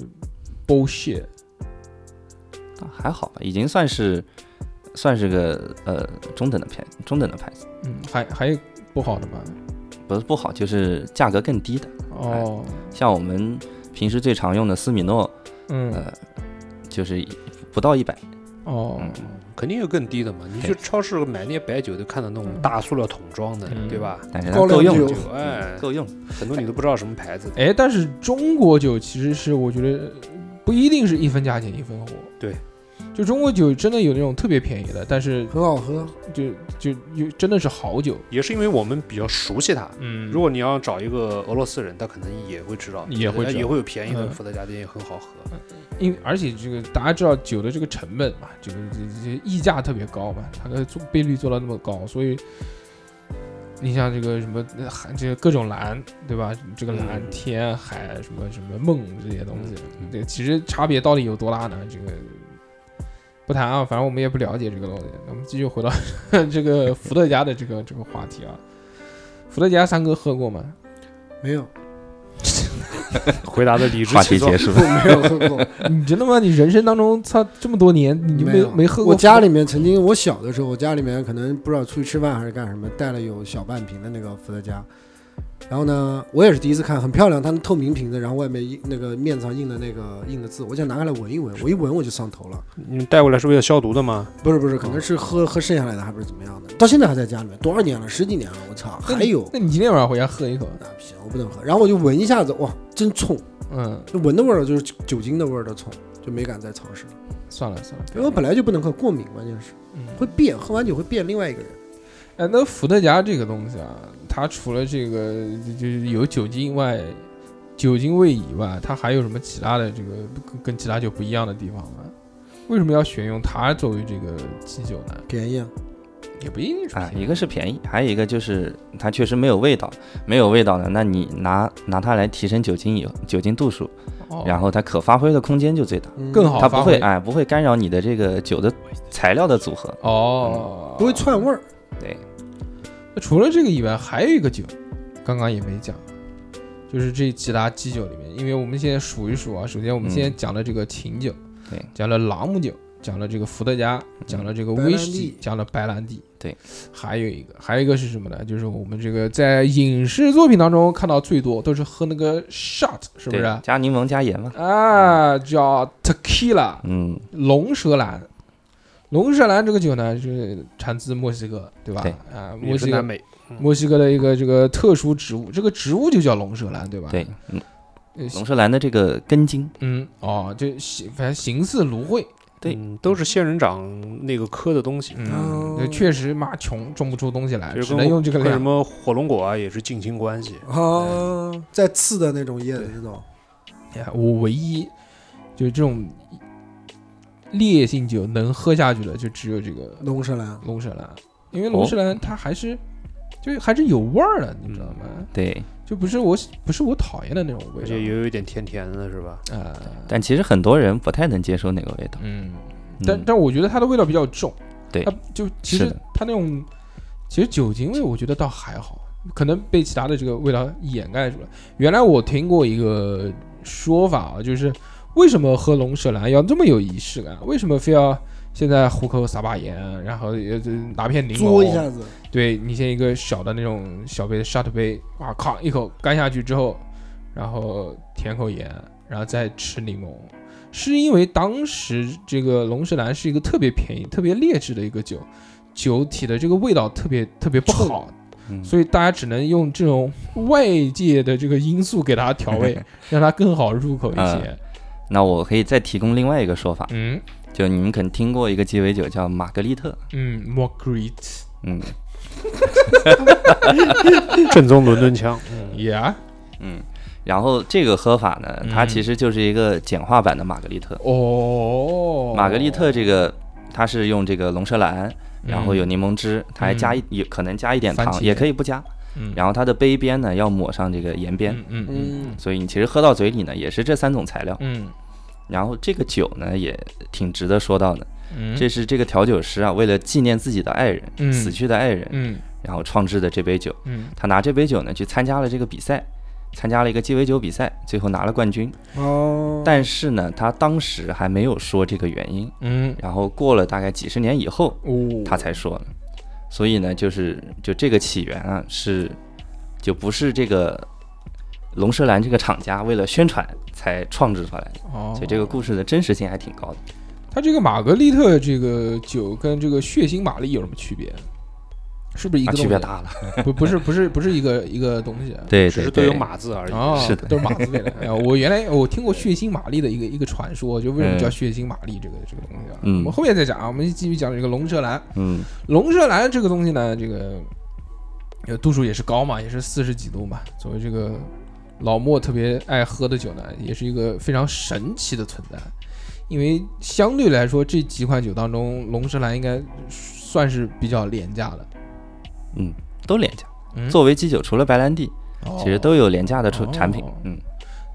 [SPEAKER 1] bullshit，
[SPEAKER 5] 啊还好吧，已经算是算是个呃中等的牌中等的牌子，
[SPEAKER 1] 嗯，还还有不好的吗？
[SPEAKER 5] 不是不好，就是价格更低的。
[SPEAKER 1] 哦，
[SPEAKER 5] 像我们平时最常用的斯米诺，
[SPEAKER 1] 嗯，
[SPEAKER 5] 呃，就是不到一百，
[SPEAKER 1] 哦，
[SPEAKER 5] 嗯
[SPEAKER 4] 肯定有更低的嘛，你去超市买那些白酒，都看到那种大塑料桶装的，
[SPEAKER 1] 嗯
[SPEAKER 4] 对吧？
[SPEAKER 5] 但是它
[SPEAKER 3] 高
[SPEAKER 5] 够
[SPEAKER 3] 粱
[SPEAKER 5] 用
[SPEAKER 3] 酒
[SPEAKER 5] 就，
[SPEAKER 4] 哎，
[SPEAKER 5] 够用。
[SPEAKER 4] 很多你都不知道什么牌子的。
[SPEAKER 1] 哎，但是中国酒其实是我觉得不一定是一分价钱一分货，
[SPEAKER 4] 对，
[SPEAKER 1] 就中国酒真的有那种特别便宜的，但是
[SPEAKER 3] 很好喝。
[SPEAKER 1] 就就有真的是好酒，
[SPEAKER 4] 也是因为我们比较熟悉它。
[SPEAKER 1] 嗯
[SPEAKER 4] 如果你要找一个俄罗斯人，他可能也会知道，
[SPEAKER 1] 也会知道
[SPEAKER 4] 也会有便宜的
[SPEAKER 1] 嗯
[SPEAKER 4] 伏特加店也很好喝。
[SPEAKER 1] 因为而且这个大家知道酒的这个成本嘛，这个这这这溢价特别高嘛，它的做倍率做到那么高，所以你像这个什么呃海，这个各种蓝对吧？这个蓝
[SPEAKER 4] 嗯
[SPEAKER 1] 天海什么什么梦这些东西，
[SPEAKER 4] 嗯
[SPEAKER 1] 这其实差别到底有多大呢？这个不谈啊，反正我们也不了解这个东西。那我们继续回到 这个伏特加的这个这个话题啊。伏特加三哥喝过吗？
[SPEAKER 3] 没有，
[SPEAKER 4] 回答的理直
[SPEAKER 5] 话
[SPEAKER 4] 气
[SPEAKER 5] 题
[SPEAKER 4] 壮
[SPEAKER 5] 结。束
[SPEAKER 3] 我。没有喝过，
[SPEAKER 1] 你真的吗？你人生当中操这么多年， 你就没
[SPEAKER 3] 有
[SPEAKER 1] 没喝过伏
[SPEAKER 3] 我
[SPEAKER 1] 特？
[SPEAKER 3] 家里面曾经，我小的时候，我家里面可能不知道出去吃饭还是干什么，带了有小半瓶的那个伏特加。然后呢，我也是第一次看，很漂亮，它那透明瓶子，然后外面印那个面上印的那个印的字，我想拿开来闻一闻，我一闻我就上头了。
[SPEAKER 4] 你们嗯带过来是为了消毒的吗？
[SPEAKER 3] 不是不是，可能是
[SPEAKER 1] 哦
[SPEAKER 3] 喝喝剩下来的，还不是怎么样的，到现在还在家里面，多少年了，十几年了，我操，
[SPEAKER 1] 那
[SPEAKER 3] 还
[SPEAKER 1] 你
[SPEAKER 3] 有。
[SPEAKER 1] 那你今天晚上回家喝一口？
[SPEAKER 3] 那不行，我不能喝。然后我就闻一下子，哇，真冲！
[SPEAKER 1] 嗯，
[SPEAKER 3] 那闻的味儿就是酒酒精的味儿的冲，就没敢再尝试了。
[SPEAKER 1] 算了算了，
[SPEAKER 3] 因为我本来就不能喝，过敏关键是
[SPEAKER 1] 嗯，
[SPEAKER 3] 会变，喝完酒会变另外一个人。
[SPEAKER 1] 哎，那伏特加这个东西啊，它除了这个就就是有酒精外，酒精味以外，它还有什么其他的这个跟跟其他酒不一样的地方吗？为什么要选用它作为这个基酒呢？
[SPEAKER 3] 便宜啊，
[SPEAKER 1] 也不一定是
[SPEAKER 5] 啊，
[SPEAKER 1] 便宜
[SPEAKER 5] 一个是便宜，还有一个就是它确实没有味道，没有味道呢，那你拿拿它来提升酒精以酒精度数，
[SPEAKER 1] 哦、
[SPEAKER 5] 然后它可发挥的空间就最大，
[SPEAKER 3] 嗯
[SPEAKER 1] 更好
[SPEAKER 5] 它
[SPEAKER 1] 发
[SPEAKER 5] 不会
[SPEAKER 1] 挥
[SPEAKER 5] 哎不会干扰你的这个酒的材料的组合，嗯
[SPEAKER 1] 哦，
[SPEAKER 3] 不会串味儿。
[SPEAKER 5] 对，
[SPEAKER 1] 那除了这个以外，还有一个酒，刚刚也没讲，就是这其他基酒里面，因为我们现在数一数啊，首先我们
[SPEAKER 5] 嗯
[SPEAKER 1] 现在讲了这个琴酒，
[SPEAKER 5] 对
[SPEAKER 1] 讲了朗姆酒，讲了这个伏特加，讲了这个威士
[SPEAKER 3] 白兰
[SPEAKER 1] 忌
[SPEAKER 3] 地，
[SPEAKER 1] 讲了白兰地，
[SPEAKER 5] 对，
[SPEAKER 1] 还有一个，还有一个是什么呢？就是我们这个在影视作品当中看到最多都是喝那个 shot，是不
[SPEAKER 5] 对
[SPEAKER 1] 是？
[SPEAKER 5] 加柠檬加盐嘛，
[SPEAKER 1] 啊，叫 tequila
[SPEAKER 5] 嗯，
[SPEAKER 1] 龙舌兰。龙舌兰这个酒呢，是产自墨西哥，对吧？
[SPEAKER 5] 对
[SPEAKER 1] 啊，墨
[SPEAKER 4] 也是
[SPEAKER 1] 西哥
[SPEAKER 4] 南美，
[SPEAKER 1] 墨西哥的一个这个特殊植物，这个植物就叫龙舌兰，对吧？
[SPEAKER 5] 对，嗯，
[SPEAKER 1] 呃，
[SPEAKER 5] 龙舌兰的这个根茎，
[SPEAKER 1] 嗯，哦，就形反正形似芦荟，
[SPEAKER 5] 对
[SPEAKER 4] 嗯，都是仙人掌那个科的东西，
[SPEAKER 1] 嗯，
[SPEAKER 3] 哦
[SPEAKER 1] 对，确实妈穷，种不出东西来，
[SPEAKER 4] 就是
[SPEAKER 1] 只
[SPEAKER 4] 跟
[SPEAKER 1] 能用这个
[SPEAKER 4] 跟什
[SPEAKER 1] 量。
[SPEAKER 4] 么火龙果啊，也是近亲关系。
[SPEAKER 3] 啊，再刺的那种叶子，那种
[SPEAKER 1] 哎我唯一就是这种烈性酒能喝下去的，就只有这个
[SPEAKER 3] 龙舌兰。
[SPEAKER 1] 龙舌兰，因为龙舌兰它还是就还是有味儿的，你知道吗？
[SPEAKER 5] 对，
[SPEAKER 1] 就不是我不是我讨厌的那种味
[SPEAKER 4] 而且也
[SPEAKER 1] 道
[SPEAKER 4] 有一点甜甜的，是 吧？
[SPEAKER 1] 啊，
[SPEAKER 5] 但其实很多人不太能接受那个味道，
[SPEAKER 1] 嗯。
[SPEAKER 5] 嗯
[SPEAKER 1] 但但我觉得它的味道比较重，
[SPEAKER 5] 对
[SPEAKER 1] 它就其
[SPEAKER 5] 是
[SPEAKER 1] 实
[SPEAKER 5] 的
[SPEAKER 1] 它那种其实酒精味我觉得倒还好，可能被其他的这个味道掩盖住了。原来我听过一个说法啊，就是为什么喝龙舌兰要这么有仪式感？啊为什么非要现在虎口撒把盐，然后也就拿片柠
[SPEAKER 3] 嘬一
[SPEAKER 1] 檬，
[SPEAKER 3] 下子，
[SPEAKER 1] 对你先一个小的那种小杯的 shot 杯，哇靠，一口干下去之后，然后舔口盐，然后再吃柠檬，是因为当时这个龙舌兰是一个特别便宜、特别劣质的一个酒，酒体的这个味道特别特别不好，
[SPEAKER 5] 嗯
[SPEAKER 1] 所以大家只能用这种外界的这个因素给它调 味，让它更好入口一些。
[SPEAKER 5] 那我可以再提供另外一个说法，
[SPEAKER 1] 嗯
[SPEAKER 5] 就你们可能听过一个鸡尾酒叫玛格丽特，
[SPEAKER 1] 嗯 m a r g a r i t
[SPEAKER 5] 嗯
[SPEAKER 4] 正宗伦敦腔，
[SPEAKER 1] e yeah，
[SPEAKER 5] 嗯，然后这个喝法呢，它
[SPEAKER 1] 嗯
[SPEAKER 5] 其实就是一个简化版的玛格丽特。
[SPEAKER 1] 哦，
[SPEAKER 5] 玛格丽特这个，它是用这个龙舌兰，然后有柠檬汁，它还加一也可能加一点
[SPEAKER 1] 嗯番
[SPEAKER 5] 糖，
[SPEAKER 1] 茄
[SPEAKER 5] 也可以不加。
[SPEAKER 1] 嗯，
[SPEAKER 5] 然后它的杯边呢要抹上这个盐边，
[SPEAKER 1] 嗯嗯嗯
[SPEAKER 3] 嗯，
[SPEAKER 5] 所以你其实喝到嘴里呢也是这三种材料。
[SPEAKER 1] 嗯
[SPEAKER 5] 然后这个酒呢也挺值得说到的，
[SPEAKER 1] 嗯，
[SPEAKER 5] 这是这个调酒师啊为了纪念自己的爱人、
[SPEAKER 1] 嗯
[SPEAKER 5] 死去的爱人，
[SPEAKER 1] 嗯
[SPEAKER 5] 然后创制的这杯酒。
[SPEAKER 1] 嗯
[SPEAKER 5] 他拿这杯酒呢去参加了这个比赛，参加了一个鸡尾酒比赛，最后拿了冠军。
[SPEAKER 1] 嗯
[SPEAKER 3] 哦，
[SPEAKER 5] 但是呢，他当时还没有说这个原因，
[SPEAKER 1] 嗯，
[SPEAKER 5] 然后过了大概几十年以后，
[SPEAKER 1] 哦，
[SPEAKER 5] 他才说呢。所以呢，就是就这个起源啊，是就不是这个龙舌兰这个厂家为了宣传才创制出来的，
[SPEAKER 1] 哦，
[SPEAKER 5] 所以这个故事的真实性还挺高的。
[SPEAKER 1] 它这个玛格丽特这个酒跟这个血腥玛丽有什么区别？是不是一
[SPEAKER 5] 啊，
[SPEAKER 1] 个
[SPEAKER 5] 区
[SPEAKER 1] 东
[SPEAKER 5] 别
[SPEAKER 1] 西？
[SPEAKER 5] 大了。
[SPEAKER 1] 不不是不是不是一个一个东西。
[SPEAKER 5] 对
[SPEAKER 4] 只
[SPEAKER 5] 对
[SPEAKER 4] 是都有
[SPEAKER 5] 对，
[SPEAKER 4] 码字而已。
[SPEAKER 1] 哦，
[SPEAKER 5] 是的
[SPEAKER 1] 都是马子给的。哎呀，我原来我听过血腥玛丽的一个一个传说，就为什么
[SPEAKER 5] 嗯
[SPEAKER 1] 叫血腥玛丽这个这个东西啊？
[SPEAKER 5] 嗯
[SPEAKER 1] 我们后面再讲啊，我们继续讲这个龙舌兰。
[SPEAKER 5] 嗯
[SPEAKER 1] 龙舌兰这个东西呢，这个呃度数也是高嘛，也是四十几度嘛。作为这个老莫特别爱喝的酒呢，也是一个非常神奇的存在，因为相对来说这几款酒当中，龙舌兰应该算是比较廉价的。
[SPEAKER 5] 嗯，都廉价。
[SPEAKER 1] 嗯
[SPEAKER 5] 作为基酒，除了白兰地，其实都有廉价的出
[SPEAKER 1] 哦
[SPEAKER 5] 产品。嗯，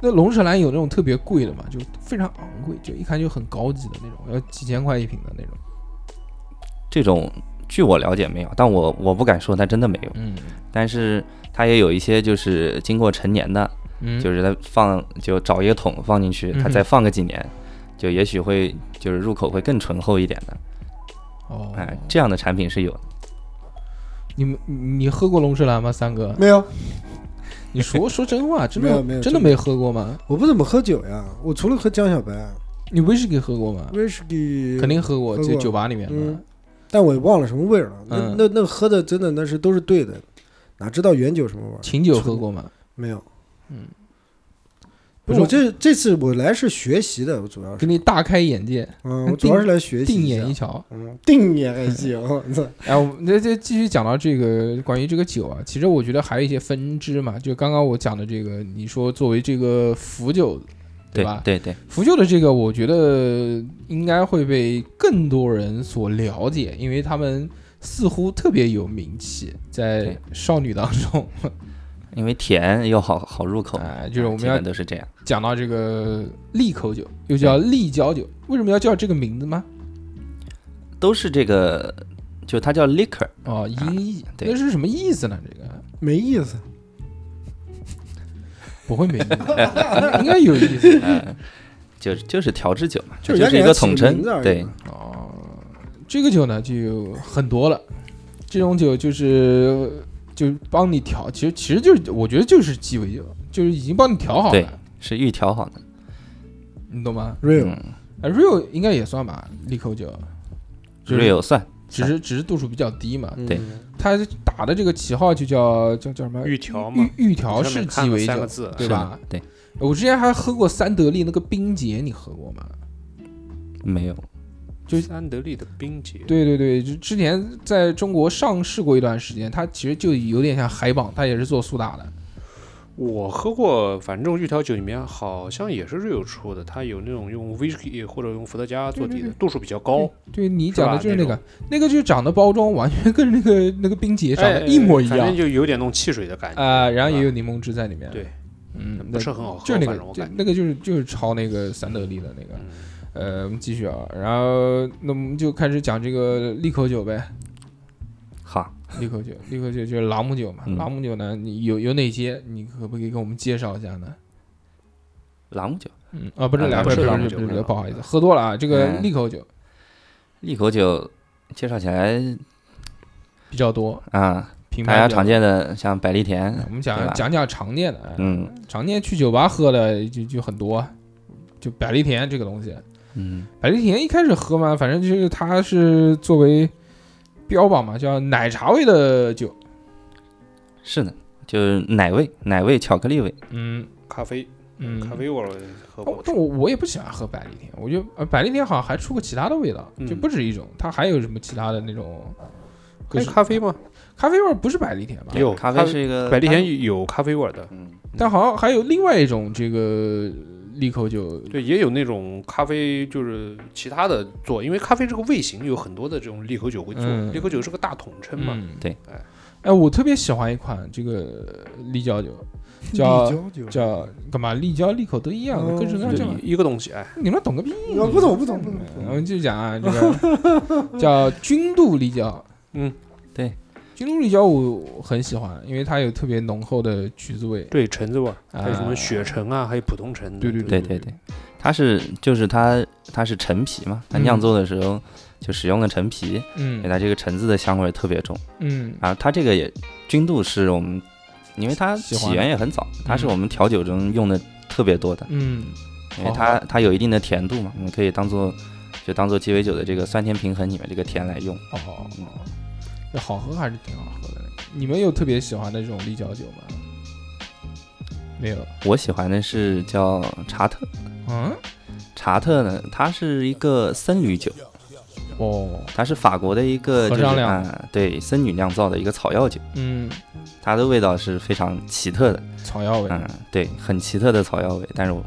[SPEAKER 1] 那龙舌兰有那种特别贵的嘛，就非常昂贵，就一看就很高级的那种，要几千块一瓶的那种。
[SPEAKER 5] 这种据我了解没有，但我我不敢说它真的没有。
[SPEAKER 1] 嗯
[SPEAKER 5] 但是它也有一些就是经过陈年的，
[SPEAKER 1] 嗯，
[SPEAKER 5] 就是它放就找一个桶放进去，它
[SPEAKER 1] 嗯
[SPEAKER 5] 再
[SPEAKER 1] 哼
[SPEAKER 5] 放个几年，就也许会就是入口会更醇厚一点的。
[SPEAKER 1] 哦，
[SPEAKER 5] 哎，这样的产品是有的。
[SPEAKER 1] 你们你你喝过龙舌兰吗，三哥？
[SPEAKER 3] 没有，
[SPEAKER 1] 你说说真话，真
[SPEAKER 3] 没
[SPEAKER 1] 的
[SPEAKER 3] 有没有
[SPEAKER 1] 真的没喝过吗？
[SPEAKER 3] 我不怎么喝酒呀，我除了喝江小白、
[SPEAKER 1] 你威士忌喝过吗？
[SPEAKER 3] 威士忌，
[SPEAKER 1] 啊肯定喝过，
[SPEAKER 3] 喝
[SPEAKER 1] 就
[SPEAKER 3] 过
[SPEAKER 1] 酒吧里面的
[SPEAKER 3] 嗯。但我也忘了什么味儿了。那、
[SPEAKER 1] 嗯
[SPEAKER 3] 那那喝的真的那是都是对的，哪知道原酒什么味儿？
[SPEAKER 1] 琴酒喝过吗？
[SPEAKER 3] 没有。
[SPEAKER 1] 嗯，
[SPEAKER 3] 不是我这这次我来是学习的，我主要
[SPEAKER 1] 给
[SPEAKER 3] 是，
[SPEAKER 1] 你大开眼界，
[SPEAKER 3] 嗯，我主要是来学习
[SPEAKER 1] 定
[SPEAKER 3] 一
[SPEAKER 1] 眼一
[SPEAKER 3] 下。
[SPEAKER 1] 瞧。
[SPEAKER 3] 嗯，定眼还行，我操
[SPEAKER 1] 哎，我们那就继续讲到这个关于这个酒啊，其实我觉得还有一些分支嘛，就刚刚我讲的这个，你说作为这个伏酒，
[SPEAKER 5] 对
[SPEAKER 1] 吧？
[SPEAKER 5] 对对，
[SPEAKER 1] 伏救的这个，我觉得应该会被更多人所了解，因为他们似乎特别有名气，在
[SPEAKER 5] 对
[SPEAKER 1] 少女当中。
[SPEAKER 5] 因为甜又好好入口，
[SPEAKER 1] 哎就是我们
[SPEAKER 5] 基
[SPEAKER 1] 要
[SPEAKER 5] 本都是这样。
[SPEAKER 1] 讲到这个利口酒，又叫利椒酒，为什么要叫这个名字吗？
[SPEAKER 5] 啊都是这个，就它叫 liquor，
[SPEAKER 1] 哦，音译，
[SPEAKER 5] 对
[SPEAKER 1] 那是什么意思呢？这个
[SPEAKER 3] 没意思。
[SPEAKER 1] 不会没意思，应该有意思
[SPEAKER 5] 就就是调制酒嘛，
[SPEAKER 3] 就
[SPEAKER 5] 就是
[SPEAKER 3] 人
[SPEAKER 5] 是
[SPEAKER 3] 家给
[SPEAKER 5] 一
[SPEAKER 3] 它
[SPEAKER 5] 个
[SPEAKER 3] 起个
[SPEAKER 5] 统
[SPEAKER 3] 名
[SPEAKER 5] 称
[SPEAKER 3] 字而已。
[SPEAKER 5] 对，
[SPEAKER 1] 哦。这个酒呢就有很多了，这种酒就是就帮你调，其实其实就是我觉得就是鸡尾酒，就是已经帮你调好
[SPEAKER 5] 对
[SPEAKER 1] 了，
[SPEAKER 5] 是预调好的。
[SPEAKER 1] 你懂吗？
[SPEAKER 3] real，、
[SPEAKER 5] 嗯
[SPEAKER 1] 啊，real 应该也算吧，利口酒就是
[SPEAKER 5] ，real 算
[SPEAKER 1] 只是只是度数比较低嘛。
[SPEAKER 3] 嗯
[SPEAKER 5] 对
[SPEAKER 1] 它打的这个旗号就叫叫叫什么？
[SPEAKER 4] 玉条嘛
[SPEAKER 1] 玉，玉条
[SPEAKER 4] 上
[SPEAKER 1] 式
[SPEAKER 4] 面
[SPEAKER 1] 鸡
[SPEAKER 4] 看了
[SPEAKER 1] 尾
[SPEAKER 4] 三
[SPEAKER 1] 酒
[SPEAKER 4] 个，字，
[SPEAKER 1] 对
[SPEAKER 5] 是的
[SPEAKER 1] 吧？
[SPEAKER 5] 对，
[SPEAKER 1] 我之前还喝过三得利那个冰姐，你喝过吗？
[SPEAKER 5] 没有，
[SPEAKER 1] 就
[SPEAKER 4] 安德利的冰姐，
[SPEAKER 1] 对对对，就之前在中国上市过一段时间，它其实就有点像海榜，它也是做苏打的。
[SPEAKER 4] 我喝过，反正这种玉条酒里面好像也是 Rio 出的，它有那种用威士忌或者用伏特加做底
[SPEAKER 1] 对对
[SPEAKER 4] 的，度数比较高，
[SPEAKER 1] 对你
[SPEAKER 4] 哦是
[SPEAKER 1] 讲的
[SPEAKER 4] 吧
[SPEAKER 1] 就是
[SPEAKER 4] 那
[SPEAKER 1] 那个，那个就长得包装完全跟那个那个冰姐长得一模一
[SPEAKER 4] 哎哎哎反
[SPEAKER 1] 样
[SPEAKER 4] 正就有点那种汽水的感觉
[SPEAKER 1] 啊、然后也有
[SPEAKER 4] 有
[SPEAKER 1] 柠檬汁在里面。
[SPEAKER 4] 对，
[SPEAKER 1] 嗯，
[SPEAKER 4] 不
[SPEAKER 1] 那
[SPEAKER 4] 是很好喝，
[SPEAKER 1] 就是那
[SPEAKER 4] 反
[SPEAKER 1] 个
[SPEAKER 4] 正我
[SPEAKER 1] 就
[SPEAKER 4] 感觉。
[SPEAKER 1] 那个就是就是抄那个三得利的那个。
[SPEAKER 4] 嗯
[SPEAKER 1] 呃，我们继续啊，然后那我们就开始讲这个利口酒呗，
[SPEAKER 5] 好，
[SPEAKER 1] 利口酒，利口酒就是朗姆酒嘛，
[SPEAKER 5] 嗯
[SPEAKER 1] 朗姆酒呢，你有有哪些？你可不可以给我们介绍一下呢？
[SPEAKER 5] 朗姆酒、
[SPEAKER 1] 嗯，啊，不是
[SPEAKER 5] 啊
[SPEAKER 1] 两
[SPEAKER 5] 不
[SPEAKER 1] 位，
[SPEAKER 5] 是
[SPEAKER 1] 不是
[SPEAKER 5] 朗
[SPEAKER 1] 不
[SPEAKER 5] 姆
[SPEAKER 1] 是
[SPEAKER 5] 酒
[SPEAKER 1] 不
[SPEAKER 5] 不
[SPEAKER 1] 是，
[SPEAKER 5] 是
[SPEAKER 1] 不好意思，喝多了啊，这个
[SPEAKER 5] 嗯
[SPEAKER 1] 利口酒
[SPEAKER 5] 利口酒介绍起来
[SPEAKER 1] 比较多，
[SPEAKER 5] 啊，
[SPEAKER 1] 品
[SPEAKER 5] 大
[SPEAKER 1] 牌
[SPEAKER 5] 家
[SPEAKER 1] 比较
[SPEAKER 5] 常
[SPEAKER 1] 多。
[SPEAKER 5] 见的像百利
[SPEAKER 1] 嗯
[SPEAKER 5] 甜，
[SPEAKER 1] 我们
[SPEAKER 5] 对
[SPEAKER 1] 讲
[SPEAKER 5] 吧
[SPEAKER 1] 讲讲常见的，哎
[SPEAKER 5] 嗯
[SPEAKER 1] 常见去酒吧喝的就就很多，就百利甜这个东西，
[SPEAKER 5] 嗯，
[SPEAKER 1] 百利甜一开始喝嘛，反正就是它是作为标榜嘛，叫奶茶味的酒，
[SPEAKER 5] 是的，就是奶味、奶味、巧克力味，
[SPEAKER 1] 嗯
[SPEAKER 4] 咖啡，
[SPEAKER 1] 嗯，
[SPEAKER 4] 咖啡味儿我也喝
[SPEAKER 1] 哦
[SPEAKER 4] 过。
[SPEAKER 1] 但我我也不喜欢喝百利甜，我觉得呃百利甜好像还出过其他的味道，
[SPEAKER 4] 嗯
[SPEAKER 1] 就不止一种，它还有什么其他的那种，
[SPEAKER 4] 还
[SPEAKER 1] 各
[SPEAKER 3] 哎
[SPEAKER 4] 有
[SPEAKER 1] 式
[SPEAKER 4] 哎咖啡吗？
[SPEAKER 1] 咖啡味儿不是百利甜吧？
[SPEAKER 4] 有
[SPEAKER 5] 咖
[SPEAKER 4] 咖
[SPEAKER 5] 啡
[SPEAKER 4] 啡
[SPEAKER 5] 是一个
[SPEAKER 4] 百利甜有咖啡味儿的，
[SPEAKER 5] 呃嗯，
[SPEAKER 1] 但好像还有另外一种这个利口酒，
[SPEAKER 4] 对，也有那种咖啡，就是其他的做，因为咖啡这个味型有很多的这种利口酒会做，
[SPEAKER 1] 嗯
[SPEAKER 4] 利口酒是个大统称嘛，
[SPEAKER 1] 嗯
[SPEAKER 5] 对，
[SPEAKER 4] 哎
[SPEAKER 1] 哎，我特别喜欢一款这个立交酒，叫
[SPEAKER 3] 立交酒
[SPEAKER 1] 叫干嘛？立交、利口都一样的，
[SPEAKER 3] 哦
[SPEAKER 1] 各式各样
[SPEAKER 4] 就
[SPEAKER 1] 叫法。
[SPEAKER 4] 一一个东西，哎，
[SPEAKER 1] 你们懂个屁！
[SPEAKER 3] 我不懂不懂不懂
[SPEAKER 1] 我们就讲啊，这个叫君度立交，
[SPEAKER 4] 嗯，
[SPEAKER 5] 对，
[SPEAKER 1] 君度立交我很喜欢，因为它有特别浓厚的橘子味，
[SPEAKER 4] 对，橙子味儿，还有什
[SPEAKER 1] 啊
[SPEAKER 4] 么雪橙啊，还有普通橙的，
[SPEAKER 1] 对对
[SPEAKER 5] 对对对，它是就是它它是陈皮嘛，它酿
[SPEAKER 1] 嗯
[SPEAKER 5] 造的时候就使用了陈皮，所以
[SPEAKER 1] 嗯
[SPEAKER 5] 它这个橙子的香味儿特别重。
[SPEAKER 1] 嗯
[SPEAKER 5] 啊，它这个也君度是我们，因为它
[SPEAKER 1] 喜欢
[SPEAKER 5] 起源也很早，它是
[SPEAKER 1] 嗯
[SPEAKER 5] 我们调酒中用的特别多的，
[SPEAKER 1] 嗯，
[SPEAKER 5] 因为
[SPEAKER 1] 好
[SPEAKER 5] 它它有一定的甜度嘛，我们可以当做就当做鸡尾酒的这个酸甜平衡里面这个甜来用。
[SPEAKER 1] 哦，这好喝还是挺好喝的。你们有特别喜欢的这种立交酒吗？没有。
[SPEAKER 5] 我喜欢的是叫查特，
[SPEAKER 1] 嗯，
[SPEAKER 5] 查特呢，它是一个僧侣酒，
[SPEAKER 1] 哦，
[SPEAKER 5] 它是法国的一个
[SPEAKER 1] 和
[SPEAKER 5] 就
[SPEAKER 1] 尚
[SPEAKER 5] 是
[SPEAKER 1] 酿
[SPEAKER 5] 啊，对僧侣酿造的一个草药酒，
[SPEAKER 1] 嗯，
[SPEAKER 5] 它的味道是非常奇特的，
[SPEAKER 1] 草药味。
[SPEAKER 5] 嗯，对，很奇特的草药味，但是我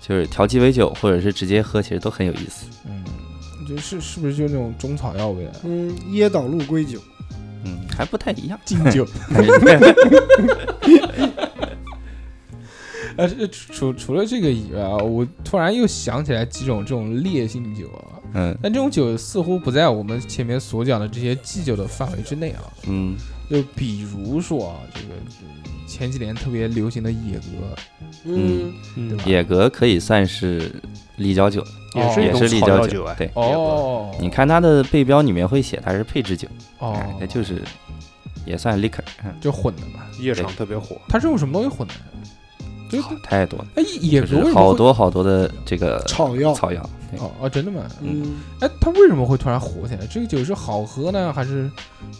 [SPEAKER 5] 就是调鸡尾酒或者是直接喝，其实都很有意思。
[SPEAKER 1] 嗯，就是是不是就那种中草药味啊？
[SPEAKER 3] 嗯，椰岛鹿龟酒，
[SPEAKER 5] 嗯，还不太一样。
[SPEAKER 1] 敬酒。呃，这除除了这个以外啊，我突然又想起来几种这种烈性酒啊，
[SPEAKER 5] 嗯
[SPEAKER 1] 但这种酒似乎不在我们前面所讲的这些忌酒的范围之内啊。
[SPEAKER 5] 嗯，
[SPEAKER 1] 就比如说啊，这个嗯前几年特别流行的野格，
[SPEAKER 5] 嗯
[SPEAKER 4] 嗯，
[SPEAKER 5] 野格可以算是立交酒，
[SPEAKER 4] 也是
[SPEAKER 1] 哦
[SPEAKER 4] 一
[SPEAKER 5] 也
[SPEAKER 4] 种
[SPEAKER 5] 是立
[SPEAKER 4] 草
[SPEAKER 5] 交
[SPEAKER 4] 药酒哎
[SPEAKER 5] 对，
[SPEAKER 1] 哦，
[SPEAKER 5] 你看它的背标里面会写它是配制酒，哎
[SPEAKER 1] 哦，
[SPEAKER 5] 它就是也算 liquor，嗯，
[SPEAKER 1] 就混的嘛。
[SPEAKER 4] 夜场特别火，
[SPEAKER 1] 它是用什么东西混的？就
[SPEAKER 5] 好太多了，
[SPEAKER 1] 哎，野
[SPEAKER 5] 就
[SPEAKER 1] 格为
[SPEAKER 5] 是
[SPEAKER 1] 什么
[SPEAKER 5] 好
[SPEAKER 1] 会
[SPEAKER 5] 多好多的这个
[SPEAKER 3] 草药，
[SPEAKER 5] 草药，对，
[SPEAKER 1] 哦哦，真的吗？
[SPEAKER 3] 嗯，
[SPEAKER 1] 哎，它为什么会突然火起来？这个酒是好喝呢，还是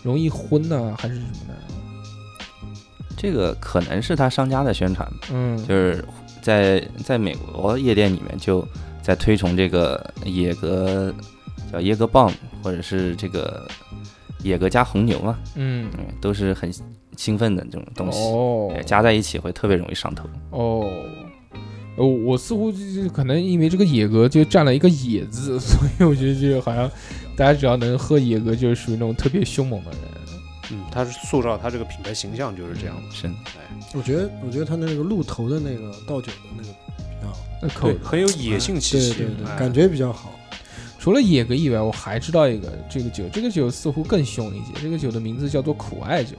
[SPEAKER 1] 容易昏呢，还是什么呢？
[SPEAKER 5] 这个可能是它商家的宣传吧，
[SPEAKER 1] 嗯，
[SPEAKER 5] 就是在在美国夜店里面就在推崇这个野格叫椰格棒，或者是这个野格加红牛嘛，
[SPEAKER 1] 嗯，
[SPEAKER 5] 嗯，都是很兴奋的这种东西。
[SPEAKER 1] 哦
[SPEAKER 5] 对加在一起会特别容易上头。
[SPEAKER 1] 哦。哦，我似乎就是可能因为这个野格就占了一个“野”字， 所以我觉得就好像大家只要能喝野格，就是属于那种特别凶猛的人。
[SPEAKER 4] 嗯，它是塑造它这个品牌形象就是这样
[SPEAKER 1] 嗯
[SPEAKER 4] 的，
[SPEAKER 5] 是，
[SPEAKER 3] 我觉得我觉得它那个鹿头的那个倒酒的那个比较好，
[SPEAKER 1] 那口
[SPEAKER 4] 对，很有野性气
[SPEAKER 3] 对
[SPEAKER 4] 息，
[SPEAKER 3] 对对，
[SPEAKER 4] 哎
[SPEAKER 3] 感觉比较好。
[SPEAKER 1] 除了野格以外，我还知道一个这个酒，这个酒似乎更凶一些。这个酒的名字叫做苦艾酒。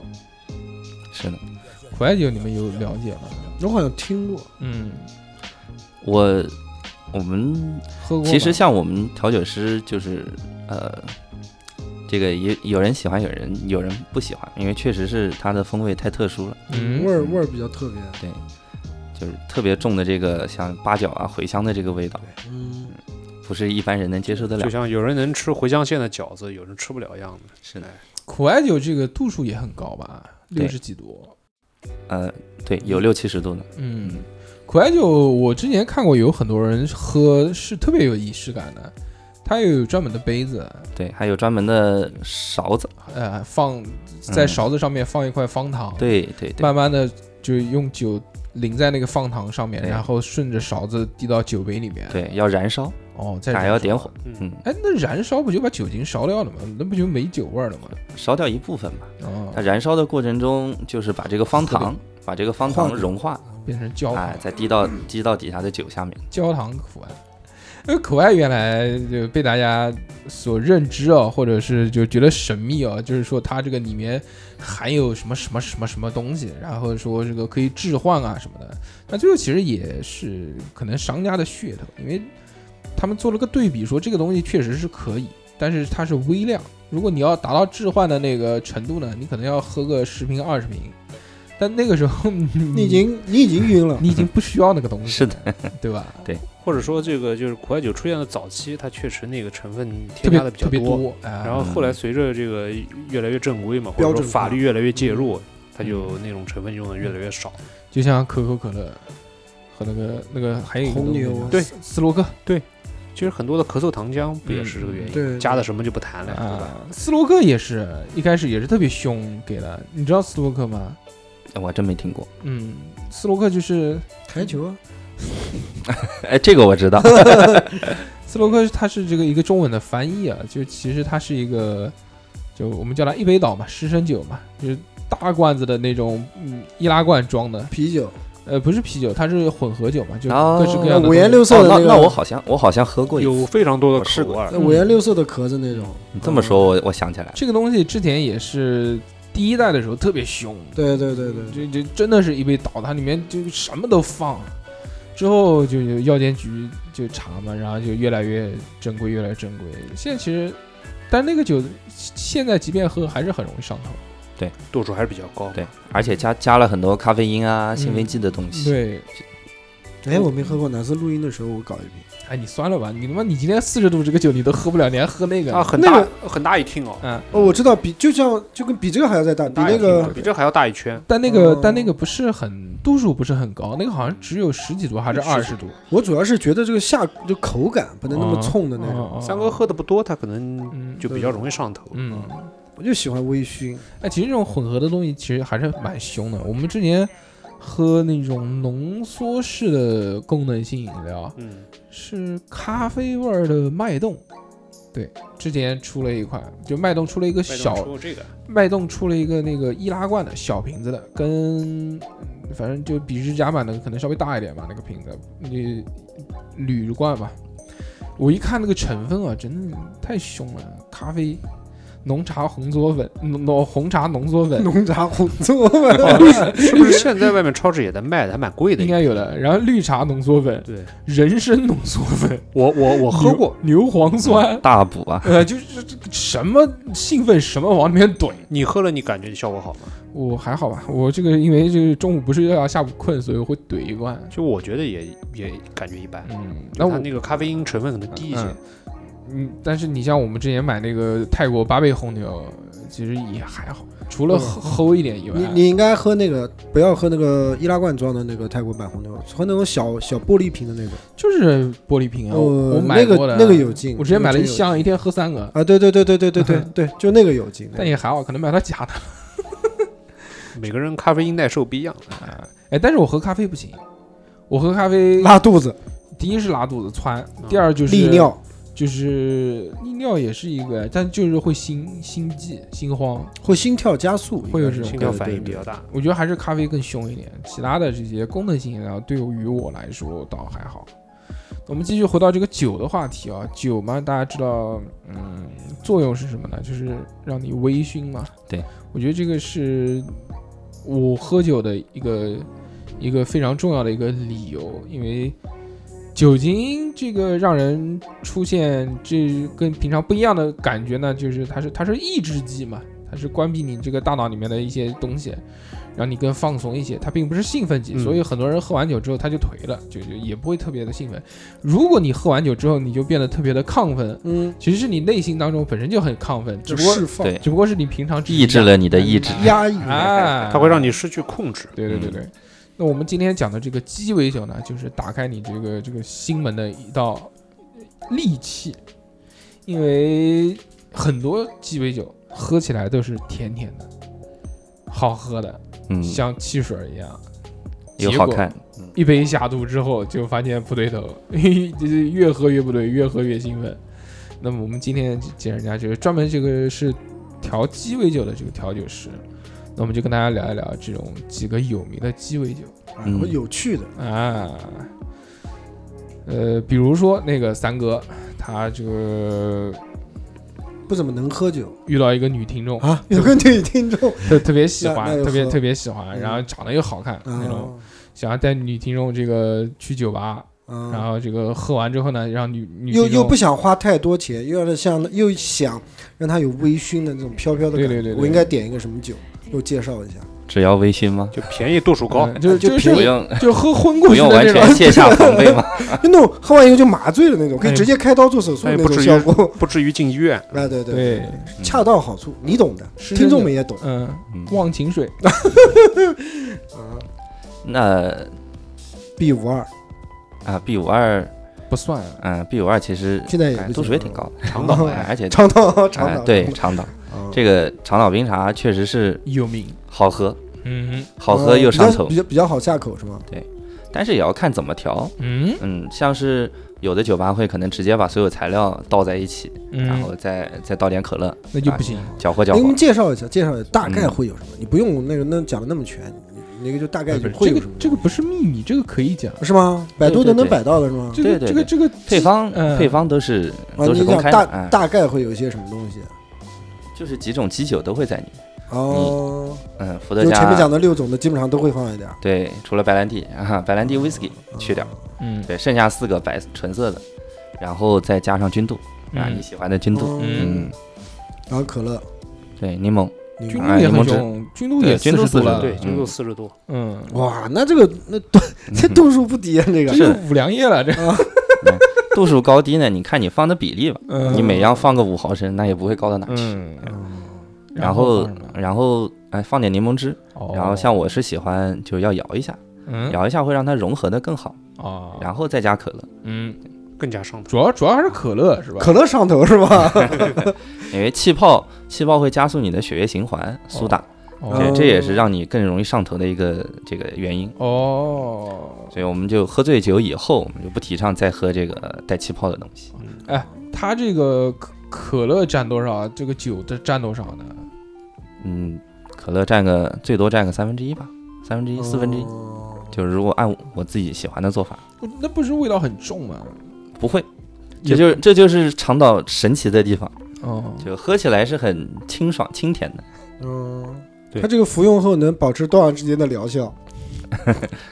[SPEAKER 5] 是的，
[SPEAKER 1] 苦艾酒你们有了解吗？
[SPEAKER 3] 我好像听过，
[SPEAKER 1] 嗯，
[SPEAKER 5] 我我们
[SPEAKER 1] 喝过吗。
[SPEAKER 5] 其实像我们调酒师就是呃，这个也有人喜欢，有人有人不喜欢，因为确实是它的风味太特殊了，
[SPEAKER 1] 嗯
[SPEAKER 3] 味儿味儿比较特别，
[SPEAKER 5] 就是特别重的这个像八角啊、茴香的这个味道，
[SPEAKER 3] 嗯，
[SPEAKER 5] 不是一般人能接受得了
[SPEAKER 4] 就。像有人能吃茴香馅的饺子，哎有人吃不了一样的。
[SPEAKER 5] 是的，
[SPEAKER 1] 苦艾酒这个度数也很高吧，六
[SPEAKER 5] 对
[SPEAKER 1] 十几度。
[SPEAKER 5] 呃，对，有六七十度呢。
[SPEAKER 1] 嗯，苦艾酒我之前看过，有很多人喝是特别有仪式感的，它又有专门的杯子，
[SPEAKER 5] 对，还有专门的勺子。
[SPEAKER 1] 呃，放在
[SPEAKER 5] 嗯
[SPEAKER 1] 勺子上面放一块方糖，
[SPEAKER 5] 对对对
[SPEAKER 1] 慢慢的就用酒淋在那个方糖上面，
[SPEAKER 5] 对
[SPEAKER 1] 然后顺着勺子滴到酒杯里面。，
[SPEAKER 5] 对，要燃烧，
[SPEAKER 1] 哦，再
[SPEAKER 5] 还
[SPEAKER 1] 燃
[SPEAKER 5] 要
[SPEAKER 1] 烧
[SPEAKER 5] 点火。
[SPEAKER 4] 嗯，
[SPEAKER 5] 嗯，
[SPEAKER 1] 哎，那燃烧不就把酒精烧掉了吗？那不就没酒味儿了吗？
[SPEAKER 5] 烧掉一部分吧。
[SPEAKER 1] 哦
[SPEAKER 5] 它，燃烧的过程中，就是把这个方糖，把这个方糖融化，
[SPEAKER 1] 变成焦糖
[SPEAKER 5] 哎，再滴到滴到底下的酒下面。
[SPEAKER 1] 焦糖苦艾。因为苦艾呃原来就被大家所认知啊，或者是就觉得神秘啊，就是说它这个里面含有什么什么什么什么东西，然后说这个可以置换啊什么的。那最后其实也是可能商家的噱头，因为他们做了个对比，说这个东西确实是可以，但是它是微量。如果你要达到置换的那个程度呢，你可能要喝个十瓶二十瓶，但那个时候
[SPEAKER 3] 你
[SPEAKER 1] 你
[SPEAKER 3] 已经你已经晕了，
[SPEAKER 1] 你已经不需要那个东西，
[SPEAKER 5] 是
[SPEAKER 1] 的，对吧？
[SPEAKER 4] 或者说这个就是苦艾酒出现的早期，它确实那个成分
[SPEAKER 1] 特
[SPEAKER 4] 添
[SPEAKER 1] 别
[SPEAKER 4] 加的比
[SPEAKER 1] 特
[SPEAKER 4] 较
[SPEAKER 1] 别
[SPEAKER 4] 多。
[SPEAKER 1] 多，哎
[SPEAKER 4] 然后后来随着这个越来越正规嘛，或
[SPEAKER 3] 标
[SPEAKER 4] 者说
[SPEAKER 3] 准化嗯
[SPEAKER 4] 法律越来越介入，它就那种成分用的越来越少。
[SPEAKER 1] 就像可口可乐和那个那个还有一个
[SPEAKER 3] 红
[SPEAKER 1] 东西
[SPEAKER 3] 牛
[SPEAKER 1] 叫
[SPEAKER 3] 对
[SPEAKER 1] 斯斯洛克
[SPEAKER 4] 其实很多的咳嗽糖浆不也是这个原
[SPEAKER 3] 嗯
[SPEAKER 4] 因？
[SPEAKER 3] 对
[SPEAKER 4] 加的什么就不谈了，哎对吧？
[SPEAKER 1] 啊，斯洛克也是一开始也是特别凶给的，你知道斯洛克吗？
[SPEAKER 5] 哎我还真没听过。
[SPEAKER 1] 嗯，斯洛克就是
[SPEAKER 3] 台球啊，
[SPEAKER 5] 哎，这个我知道。
[SPEAKER 1] 斯洛克，它是这个一个中文的翻译啊，就其实它是一个，就我们叫它一杯倒嘛，湿身酒嘛，就是大罐子的那种，嗯，易拉罐装的，
[SPEAKER 3] 啤酒，
[SPEAKER 1] 呃，不是啤酒，它是混合酒嘛，就
[SPEAKER 5] 哦
[SPEAKER 1] 各式各
[SPEAKER 5] 这
[SPEAKER 1] 样的东西、
[SPEAKER 3] 五颜六色
[SPEAKER 5] 哦，
[SPEAKER 3] 的
[SPEAKER 5] 那
[SPEAKER 3] 个，
[SPEAKER 5] 那我好像我好像喝过一次。
[SPEAKER 4] 有非常多的
[SPEAKER 5] 我试
[SPEAKER 4] 口味儿
[SPEAKER 3] 那，五颜六色的壳子那种，
[SPEAKER 5] 你这么说，我我想起来了。
[SPEAKER 1] 这个东西之前也是第一代的时候特别凶，
[SPEAKER 3] 对对对对，
[SPEAKER 1] 这这真的是一杯倒，它里面就什么都放。之后就有药监局就查嘛，然后就越来越正规，越来越正规。现在其实，但那个酒现在即便喝还是很容易上头。
[SPEAKER 4] 度数还是比较高。
[SPEAKER 5] 对，而且加加了很多咖啡因啊、兴奋剂的东西。
[SPEAKER 1] 对，
[SPEAKER 3] 哎，我没喝过，哪次录音的时候我搞一瓶。
[SPEAKER 1] 哎，你酸了吧？你他妈，你今天四十度这个酒你都喝不了，你还喝那个？
[SPEAKER 4] 啊，很
[SPEAKER 3] 那
[SPEAKER 4] 大
[SPEAKER 3] 个
[SPEAKER 4] 很大一听哦，
[SPEAKER 1] 嗯，
[SPEAKER 3] 哦，我知道，比就像就跟比这个还要再大，比
[SPEAKER 4] 大一
[SPEAKER 3] 那
[SPEAKER 4] 听
[SPEAKER 3] 个
[SPEAKER 4] 比这还要大一圈。
[SPEAKER 1] 但那个、
[SPEAKER 3] 哦
[SPEAKER 1] 但那个不是很度数不是很高，那个好像只有十几度还是二十度，
[SPEAKER 3] 我主要是觉得这个下就口感不能那么冲的那种，
[SPEAKER 1] 哦
[SPEAKER 4] 三哥，喝的不多，他可能
[SPEAKER 1] 嗯
[SPEAKER 4] 就比较容易上头。
[SPEAKER 1] 嗯，
[SPEAKER 3] 我就喜欢微醺。
[SPEAKER 1] 哎，其实这种混合的东西其实还是蛮凶的。我们之前喝那种浓缩式的功能性饮料，
[SPEAKER 4] 嗯，
[SPEAKER 1] 是咖啡味儿的脉动。对，之前出了一款，就脉动出了一个
[SPEAKER 4] 麦当
[SPEAKER 1] 小
[SPEAKER 4] 劳出过这个，
[SPEAKER 1] 脉动出了一个那个易拉罐的小瓶子的，跟嗯反正就比日加满的可能稍微大一点吧，那个瓶子，你铝罐吧。我一看那个成分啊，真的太凶了，咖啡、浓茶红缩粉、浓浓 红茶浓缩粉，
[SPEAKER 3] 浓茶红做吧，
[SPEAKER 1] 哦啊
[SPEAKER 4] 是不是现在外面超市也在卖的，还蛮贵的
[SPEAKER 1] 应。该有的，然后绿茶浓缩粉、
[SPEAKER 4] 对，
[SPEAKER 1] 人参浓缩粉，
[SPEAKER 4] 我我我喝过，
[SPEAKER 1] 牛牛磺酸，
[SPEAKER 5] 大补啊，
[SPEAKER 1] 呃，就是这个什么兴奋什么往里面怼。
[SPEAKER 4] 你喝了你感觉效果好吗？
[SPEAKER 1] 我还好吧，我这个因为这个中午不睡觉，下午困，所以我会怼一罐。
[SPEAKER 4] 就我觉得也也感觉一般。
[SPEAKER 1] 嗯，那
[SPEAKER 4] 那
[SPEAKER 1] 我
[SPEAKER 4] 它那个咖啡因成分可能低一些
[SPEAKER 1] 嗯，嗯，但是你像我们之前买那个泰国八倍红牛，其实也还好，除了
[SPEAKER 3] 嗯
[SPEAKER 1] 齁一点以外啊
[SPEAKER 3] 你，你应该喝那个，不要喝那个易拉罐装的那个泰国版红牛，喝那种小小玻璃瓶的那种。
[SPEAKER 1] 就是玻璃瓶啊，
[SPEAKER 3] 呃
[SPEAKER 1] 我我买
[SPEAKER 3] 那个
[SPEAKER 1] 过的
[SPEAKER 3] 那个有劲
[SPEAKER 1] 我之前买了一
[SPEAKER 3] 那个真有
[SPEAKER 1] 箱，一天喝三个，
[SPEAKER 3] 啊，对对对对对对对对，就那个有劲。
[SPEAKER 1] 但也还好，可能买到假的
[SPEAKER 4] 每个人咖啡因耐受不一样。
[SPEAKER 1] 啊。哎，但是我喝咖啡不行，我喝咖啡
[SPEAKER 3] 拉肚子、
[SPEAKER 1] 第一是拉肚子窜，第二就是
[SPEAKER 3] 啊利，尿、
[SPEAKER 1] 就是利尿也是一个，但就是会心心悸、心慌。
[SPEAKER 3] 会心跳加速，
[SPEAKER 1] 会有这种
[SPEAKER 4] 心跳
[SPEAKER 3] 对
[SPEAKER 4] 反应比
[SPEAKER 3] 对
[SPEAKER 4] 较大。
[SPEAKER 1] 我觉得还是咖啡更凶一点，其他的这些功能性饮料对于我来说倒还好。我们继续回到这个酒的话题啊，酒嘛，大家知道，嗯，作用是什么呢？就是让你微醺嘛。
[SPEAKER 5] 对，
[SPEAKER 1] 我觉得这个是我喝酒的一个一个非常重要的一个理由，因为酒精这个让人出现这跟平常不一样的感觉呢，就是它是它是抑制剂嘛，它是关闭你这个大脑里面的一些东西，让你更放松一些。它并不是兴奋剂，
[SPEAKER 4] 嗯
[SPEAKER 1] 所以很多人喝完酒之后他就颓了，就就也不会特别的兴奋。如果你喝完酒之后你就变得特别的亢奋，
[SPEAKER 3] 嗯，
[SPEAKER 1] 其实是你内心当中本身就很亢奋，只
[SPEAKER 3] 就
[SPEAKER 1] 不过
[SPEAKER 3] 释放
[SPEAKER 5] 对
[SPEAKER 1] 只不过是你平常
[SPEAKER 5] 抑制了你嗯的意志。
[SPEAKER 3] 压抑。
[SPEAKER 1] 啊，
[SPEAKER 4] 它会
[SPEAKER 3] 哎
[SPEAKER 4] 让你失去控制。
[SPEAKER 1] 对对对对。那我们今天讲的这个鸡尾酒呢，就是打开你这个这个心门的一道利器，因为很多鸡尾酒喝起来都是甜甜的，好喝的，
[SPEAKER 5] 嗯，
[SPEAKER 1] 像汽水一样。
[SPEAKER 5] 又
[SPEAKER 1] 结
[SPEAKER 5] 好
[SPEAKER 1] 果
[SPEAKER 5] 看，
[SPEAKER 1] 一杯下肚之后，就发现不对头，就是越喝越不对，越喝越兴奋。那么我们今天请人家就是专门这个是调鸡尾酒的这个调酒师，那我们就跟大家聊一聊这种几个有名的鸡尾酒。
[SPEAKER 3] 啊
[SPEAKER 5] 嗯
[SPEAKER 3] 会有趣的，
[SPEAKER 1] 啊，呃，比如说那个三哥，他这个
[SPEAKER 3] 不怎么能喝酒
[SPEAKER 1] 遇到一个女听众，
[SPEAKER 3] 啊。有个女听 众
[SPEAKER 1] 特特别喜
[SPEAKER 3] 那
[SPEAKER 1] 欢
[SPEAKER 3] 那，就
[SPEAKER 1] 特别
[SPEAKER 3] 喝
[SPEAKER 1] 特别喜欢，
[SPEAKER 3] 嗯
[SPEAKER 1] 然后长得又好看那种，
[SPEAKER 3] 啊
[SPEAKER 1] 想要带女听众这个去酒吧，
[SPEAKER 5] 嗯
[SPEAKER 1] 然
[SPEAKER 3] 啊，
[SPEAKER 1] 后这个喝完之后呢，让女女
[SPEAKER 3] 又
[SPEAKER 1] 听
[SPEAKER 3] 又
[SPEAKER 1] 众
[SPEAKER 3] 不想花太多钱，又要像又想让她有微醺的那种飘飘的感觉。
[SPEAKER 1] 对对对对啊
[SPEAKER 3] 我应该点一个什么酒？又介绍一下。
[SPEAKER 5] 只要微醺吗？
[SPEAKER 4] 就便宜度数高，
[SPEAKER 1] 嗯就
[SPEAKER 3] 就
[SPEAKER 1] 就
[SPEAKER 3] 便
[SPEAKER 5] 不
[SPEAKER 1] 是
[SPEAKER 5] 用
[SPEAKER 1] 就喝昏过
[SPEAKER 5] 不
[SPEAKER 1] 去
[SPEAKER 5] 用
[SPEAKER 1] 的
[SPEAKER 5] 完
[SPEAKER 1] 那
[SPEAKER 5] 全
[SPEAKER 1] 种，
[SPEAKER 5] 卸下 防备吗？
[SPEAKER 3] 就那种哎喝完以后就麻醉的那种，可
[SPEAKER 1] 哎
[SPEAKER 3] 以直接开刀做手术的
[SPEAKER 4] 哎
[SPEAKER 3] 那
[SPEAKER 4] 不
[SPEAKER 3] 种
[SPEAKER 4] 至于
[SPEAKER 3] 效 果。
[SPEAKER 4] 不至于进医院。
[SPEAKER 3] 啊，对对
[SPEAKER 1] 对，
[SPEAKER 3] 恰到好处，你懂的，
[SPEAKER 1] 是
[SPEAKER 3] 听众们也懂。
[SPEAKER 1] 嗯，
[SPEAKER 5] 嗯
[SPEAKER 1] 忘情水，
[SPEAKER 5] 那
[SPEAKER 3] B 五二
[SPEAKER 5] 啊，B 五二，
[SPEAKER 1] 不算啊，
[SPEAKER 5] 嗯，B 五二其实
[SPEAKER 3] 现在也
[SPEAKER 5] 哎
[SPEAKER 3] 不
[SPEAKER 5] 度数也挺高，的，
[SPEAKER 4] 长岛
[SPEAKER 5] 哎而且
[SPEAKER 3] 长岛长
[SPEAKER 5] 哎
[SPEAKER 3] 岛
[SPEAKER 5] 对长岛
[SPEAKER 3] 啊
[SPEAKER 5] 这个长岛冰茶确实是
[SPEAKER 1] 有名，
[SPEAKER 5] 好喝，
[SPEAKER 1] 嗯
[SPEAKER 5] 好喝又上头
[SPEAKER 3] 呃比，较比较好下口是吗？
[SPEAKER 5] 但是也要看怎么调。
[SPEAKER 1] 嗯
[SPEAKER 5] 嗯，像是有的酒吧会可能直接把所有材料倒在一起，然
[SPEAKER 1] 嗯，
[SPEAKER 5] 后再再倒点可乐，
[SPEAKER 1] 那就不行，
[SPEAKER 5] 搅和搅
[SPEAKER 3] 哎给你
[SPEAKER 5] 和
[SPEAKER 3] 们。介绍一下，介绍一下大
[SPEAKER 1] 嗯
[SPEAKER 3] 概会有什么，你不用那个那讲的那么全，你那个就大概
[SPEAKER 1] 哎不
[SPEAKER 3] 就是
[SPEAKER 1] 这
[SPEAKER 3] 会有
[SPEAKER 1] 个
[SPEAKER 3] 什么。
[SPEAKER 1] 这个不是秘密，这个可以讲。
[SPEAKER 3] 是吗？百度
[SPEAKER 5] 对对
[SPEAKER 3] 都能
[SPEAKER 5] 对
[SPEAKER 3] 百到的是吗？
[SPEAKER 1] 这个
[SPEAKER 5] 对对
[SPEAKER 1] 这个
[SPEAKER 5] 对
[SPEAKER 1] 这个
[SPEAKER 5] 配方
[SPEAKER 1] 嗯
[SPEAKER 5] 配方都是
[SPEAKER 3] 啊，
[SPEAKER 5] 都是
[SPEAKER 3] 你
[SPEAKER 5] 公
[SPEAKER 3] 讲
[SPEAKER 5] 开
[SPEAKER 3] 大
[SPEAKER 5] 的，哎，
[SPEAKER 3] 大概会有一些什么东西？
[SPEAKER 5] 就是几种基酒都会在里面。
[SPEAKER 3] 哦，
[SPEAKER 5] 嗯，伏特
[SPEAKER 3] 就前面
[SPEAKER 5] 加
[SPEAKER 3] 讲的六种的，基本上都会放一点儿。哦
[SPEAKER 5] 对，除了白兰地啊，白兰地 whisky 去掉，
[SPEAKER 1] 嗯
[SPEAKER 5] 对，剩下四个白纯色的，然后再加上君度啊，
[SPEAKER 1] 嗯
[SPEAKER 5] 你喜欢的君度，
[SPEAKER 3] 哦
[SPEAKER 1] 嗯
[SPEAKER 5] 嗯，
[SPEAKER 3] 然后可乐，
[SPEAKER 5] 对，柠檬，
[SPEAKER 3] 柠
[SPEAKER 1] 军
[SPEAKER 3] 檬
[SPEAKER 1] 都
[SPEAKER 5] 哎
[SPEAKER 1] 也
[SPEAKER 5] 柠
[SPEAKER 1] 很
[SPEAKER 5] 檬汁
[SPEAKER 1] 凶，军都
[SPEAKER 5] 对
[SPEAKER 1] 也
[SPEAKER 5] 军
[SPEAKER 1] 四
[SPEAKER 5] 都
[SPEAKER 1] 度
[SPEAKER 5] 40
[SPEAKER 1] 了，
[SPEAKER 5] 嗯
[SPEAKER 4] 对，
[SPEAKER 5] 嗯
[SPEAKER 4] 就有四十度，
[SPEAKER 1] 嗯，
[SPEAKER 3] 哇，那这个那 度这度数不低啊，这个
[SPEAKER 1] 这就五粮液了，这
[SPEAKER 5] 度数高低呢，你看你放的比例吧，
[SPEAKER 1] 嗯
[SPEAKER 5] 你每样放个五毫升，那也不会高到哪去。
[SPEAKER 1] 嗯，
[SPEAKER 5] 然后
[SPEAKER 1] 放什么，
[SPEAKER 5] 然后哎，放点柠檬汁。
[SPEAKER 1] 哦
[SPEAKER 5] 然后像我是喜欢就要摇一下，
[SPEAKER 1] 嗯
[SPEAKER 5] 摇一下会让它融合的更好，
[SPEAKER 1] 哦，
[SPEAKER 5] 然后再加可乐，
[SPEAKER 1] 嗯，
[SPEAKER 4] 更加上头。
[SPEAKER 1] 主要主要还是可乐是吧？
[SPEAKER 3] 可乐上头是吧？
[SPEAKER 5] 因为气泡气泡会加速你的血液循环，苏打，
[SPEAKER 1] 哦
[SPEAKER 5] 这这也是让你更容易上头的一个这个原因。
[SPEAKER 1] 哦，
[SPEAKER 5] 所以我们就喝醉酒以后，我们就不提倡再喝这个带气泡的东西。
[SPEAKER 3] 嗯哎
[SPEAKER 1] 它这个可可乐占多少？啊这个酒的占多少呢？
[SPEAKER 5] 嗯，可乐占个最多占个三分之一吧，
[SPEAKER 3] 哦
[SPEAKER 5] 三分之一、嗯四分之一。就是如果按我自己喜欢的做法，
[SPEAKER 1] 不那不是味道很重吗？
[SPEAKER 5] 不会，
[SPEAKER 1] 也
[SPEAKER 5] 这就是这就是长岛神奇的地方，
[SPEAKER 1] 哦，
[SPEAKER 5] 就喝起来是很清爽清甜的，
[SPEAKER 3] 嗯，
[SPEAKER 4] 对
[SPEAKER 3] 它这个服用后能保持多长时间的疗 效？